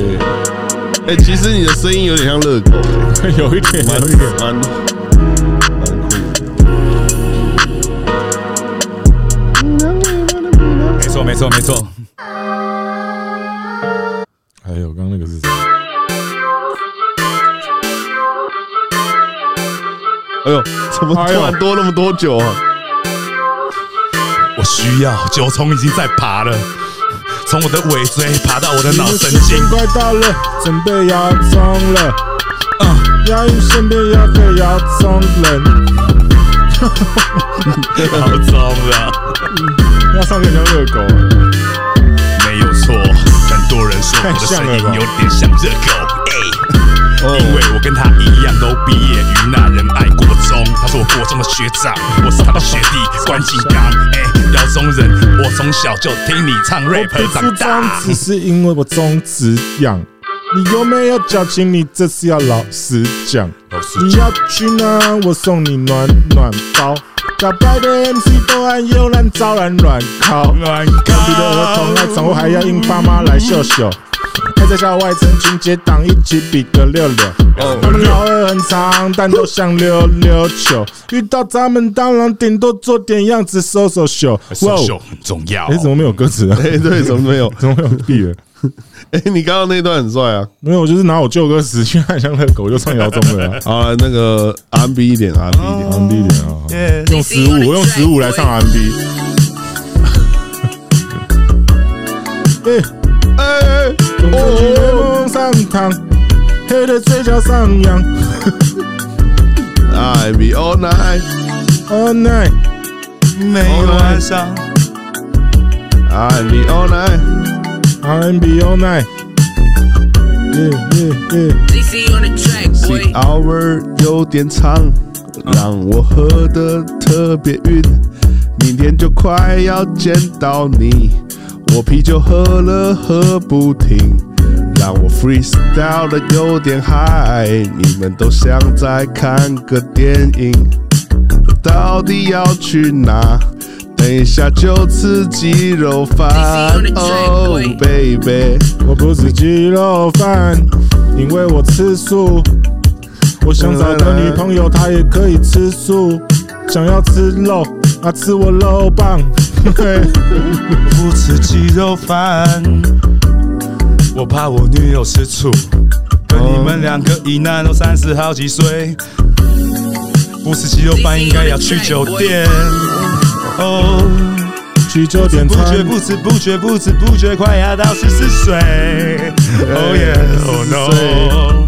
Speaker 4: 哎，其实你的声音有点像热狗、欸，
Speaker 2: <laughs> 有一点，
Speaker 4: 蛮
Speaker 2: 有一点。
Speaker 4: 蛮蛮酷的。
Speaker 3: 没错，没错，没错。
Speaker 2: 还有刚刚那个是什么？
Speaker 4: 哎呦，怎么突然多那么多酒啊？
Speaker 3: 我需要，九重已经在爬了，从我的尾椎爬到我的脑
Speaker 2: 时
Speaker 3: 神经
Speaker 2: 间。快到了，准备要中了。押韵身边要个要中人，
Speaker 3: 好糟了，
Speaker 2: 要上个叫热狗。
Speaker 3: 没有错。很多人说我的声音有点像热狗，哎、
Speaker 4: 哦，
Speaker 3: 因为我跟他一样都毕业于那仁爱国中，他是我国中的学长，我是他的学弟关金刚，哎、姚中人，我从小就听你唱 rap
Speaker 2: 不
Speaker 3: 长
Speaker 2: 是张
Speaker 3: 大。
Speaker 2: 只是因为我中指痒。你有没有矫情？你这次要老实讲。
Speaker 3: 老实
Speaker 2: 你要去哪？我送你暖暖包。打败的 MC 都按又烂招揽软靠。
Speaker 3: 乱
Speaker 2: 隔壁的儿童爱宠物还要硬爸妈来秀秀。还在校外成群结党一起比个六六，他们老二很长，但都像溜溜球。遇到咱们当然顶多做点样子收手秀。哇
Speaker 3: ，social
Speaker 2: 哦，
Speaker 3: 很重要。
Speaker 2: 哎，怎么没有歌词啊？
Speaker 4: 哎、对，怎么没有？
Speaker 2: 怎么没有 B 了？
Speaker 4: 哎、你刚刚那段很帅啊！
Speaker 2: 没有，我就是拿我旧歌词去汉香的狗就唱摇中了、啊。
Speaker 4: 好了，那个 R B 一点，R B 一点。
Speaker 2: R&B 一点啊，用食物，我用食物来唱 R&B。对，
Speaker 4: 哎、哎
Speaker 2: 哦，梦上膛，黑的嘴角上扬。
Speaker 4: 哎 r B all night，I
Speaker 2: All night，
Speaker 3: 每晚上
Speaker 4: B all night，
Speaker 2: R&B all night。Yeah yeah yeah，
Speaker 5: DC on the track,
Speaker 4: 你
Speaker 5: boy.
Speaker 4: hour 有点长，让我喝的特别晕，明天就快要见到你，我啤酒喝了喝不停，让我 freestyle 的有点嗨，你们都像在看个电影。到底要去哪？等一下就吃鸡肉饭
Speaker 5: This is on the track,
Speaker 4: 哦
Speaker 5: boy.
Speaker 4: ，baby。
Speaker 2: 我不吃鸡肉饭，因为我吃素。我想找个女朋友，她也可以吃素。想要吃肉，啊，吃我肉棒。
Speaker 3: <laughs> 不吃鸡肉饭，我怕我女友吃醋。跟你们两个一男都三十好几岁，不吃鸡肉饭应该要去酒店。哦，去
Speaker 2: 去就点
Speaker 3: 不
Speaker 2: 餐，
Speaker 3: 觉不知不觉不知不觉快要到十四岁，Oh yeah Oh no，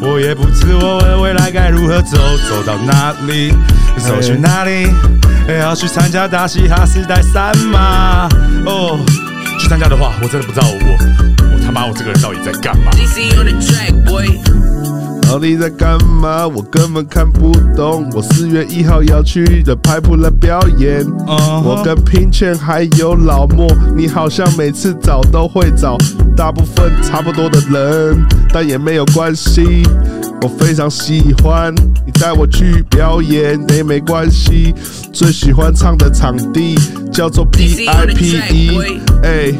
Speaker 3: 我也不知我的未来该如何走，走到哪里，走去哪里，哎要去参加大嘻哈时代三吗？哦，
Speaker 6: 去参加的话，我真的不知道我我他妈我这个人到底在干嘛。
Speaker 5: DC on the track, boy.
Speaker 4: 到底在干嘛？我根本看不懂。我四月一号要去的拍普勒表演
Speaker 3: 哼
Speaker 4: 我跟拼倩还有老莫，你好像每次找都会找大部分差不多的人，但也没有关系。我非常喜欢你带我去表演，也没关系。最喜欢唱的场地叫做
Speaker 5: DC on the
Speaker 4: PIPE，
Speaker 5: track, boy
Speaker 4: 哎，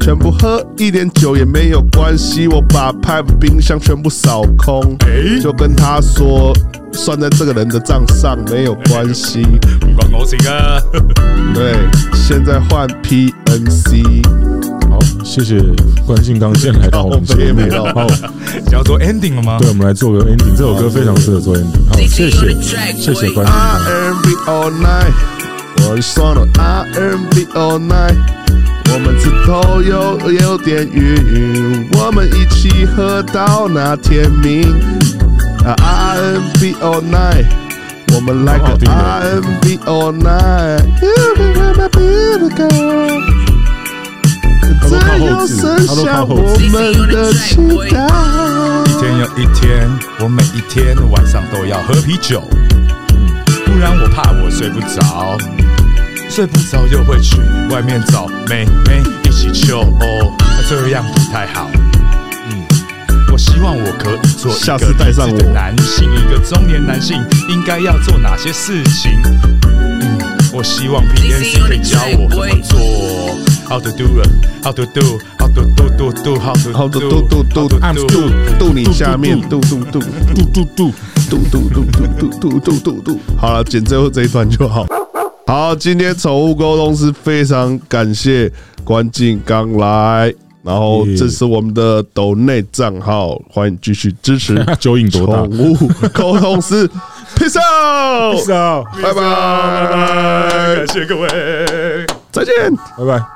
Speaker 4: 全部喝一点酒也没有关系，我把 pipe 冰箱全部扫空，就跟他说算在这个人的账上没有关系。
Speaker 6: 不管我这
Speaker 3: <laughs>
Speaker 6: 个，
Speaker 4: 对，现在换 PNC，
Speaker 2: 好，谢谢关敬刚先来到我们节目。
Speaker 4: 靠
Speaker 2: 好，
Speaker 3: 你要做 ending 了吗
Speaker 2: 对，？我们来做个 ending。这首歌非常适合做 ending。好，谢
Speaker 5: DC
Speaker 2: 谢
Speaker 5: on the，track,
Speaker 2: 谢谢
Speaker 5: boy.
Speaker 2: 关敬 <laughs> 刚。
Speaker 4: R&B all night，我爽了 R&B all night。我们吃头有有点晕，我们一起喝到那天明。啊 R&B all night，我们来个
Speaker 2: 好好听哦
Speaker 4: R&B all night。You can be my beautiful girl。
Speaker 2: 都靠
Speaker 4: 只
Speaker 2: 后
Speaker 4: 有
Speaker 2: 置
Speaker 4: 剩
Speaker 2: 他都
Speaker 4: 下
Speaker 2: 靠后
Speaker 4: 我
Speaker 2: 置
Speaker 4: 们的期待。
Speaker 3: 一天又一天，我每一天晚上都要喝啤酒，不然我怕我睡不着，睡不着又会去外面找妹妹一起秀哦，那这样不太好。嗯我希望我可以做
Speaker 4: 下
Speaker 3: 一
Speaker 4: 次
Speaker 3: 个
Speaker 4: 带上
Speaker 3: 理智的
Speaker 4: 我
Speaker 3: 男性，一个中年男性应该要做哪些事情？嗯，我希望 PNC 可以教我怎么做。How to do it? How to do? How to do do do? How to
Speaker 4: 好的，嘟嘟嘟嘟
Speaker 2: I'm
Speaker 4: 嘟
Speaker 2: Stu
Speaker 4: 嘟你下面，嘟嘟嘟嘟
Speaker 2: 嘟嘟嘟，
Speaker 4: 嘟嘟嘟嘟嘟嘟嘟嘟。好了，剪最后这一段就好。好，今天宠物沟通师非常感谢关静刚来，然后
Speaker 2: 耶
Speaker 4: 这是我们的抖内账号，欢迎继续支持
Speaker 2: 酒瘾多大
Speaker 4: 宠？物沟通师，peace out，
Speaker 2: 是啊，
Speaker 4: 拜拜，
Speaker 6: 感谢各位。
Speaker 4: 再见。
Speaker 2: 拜拜。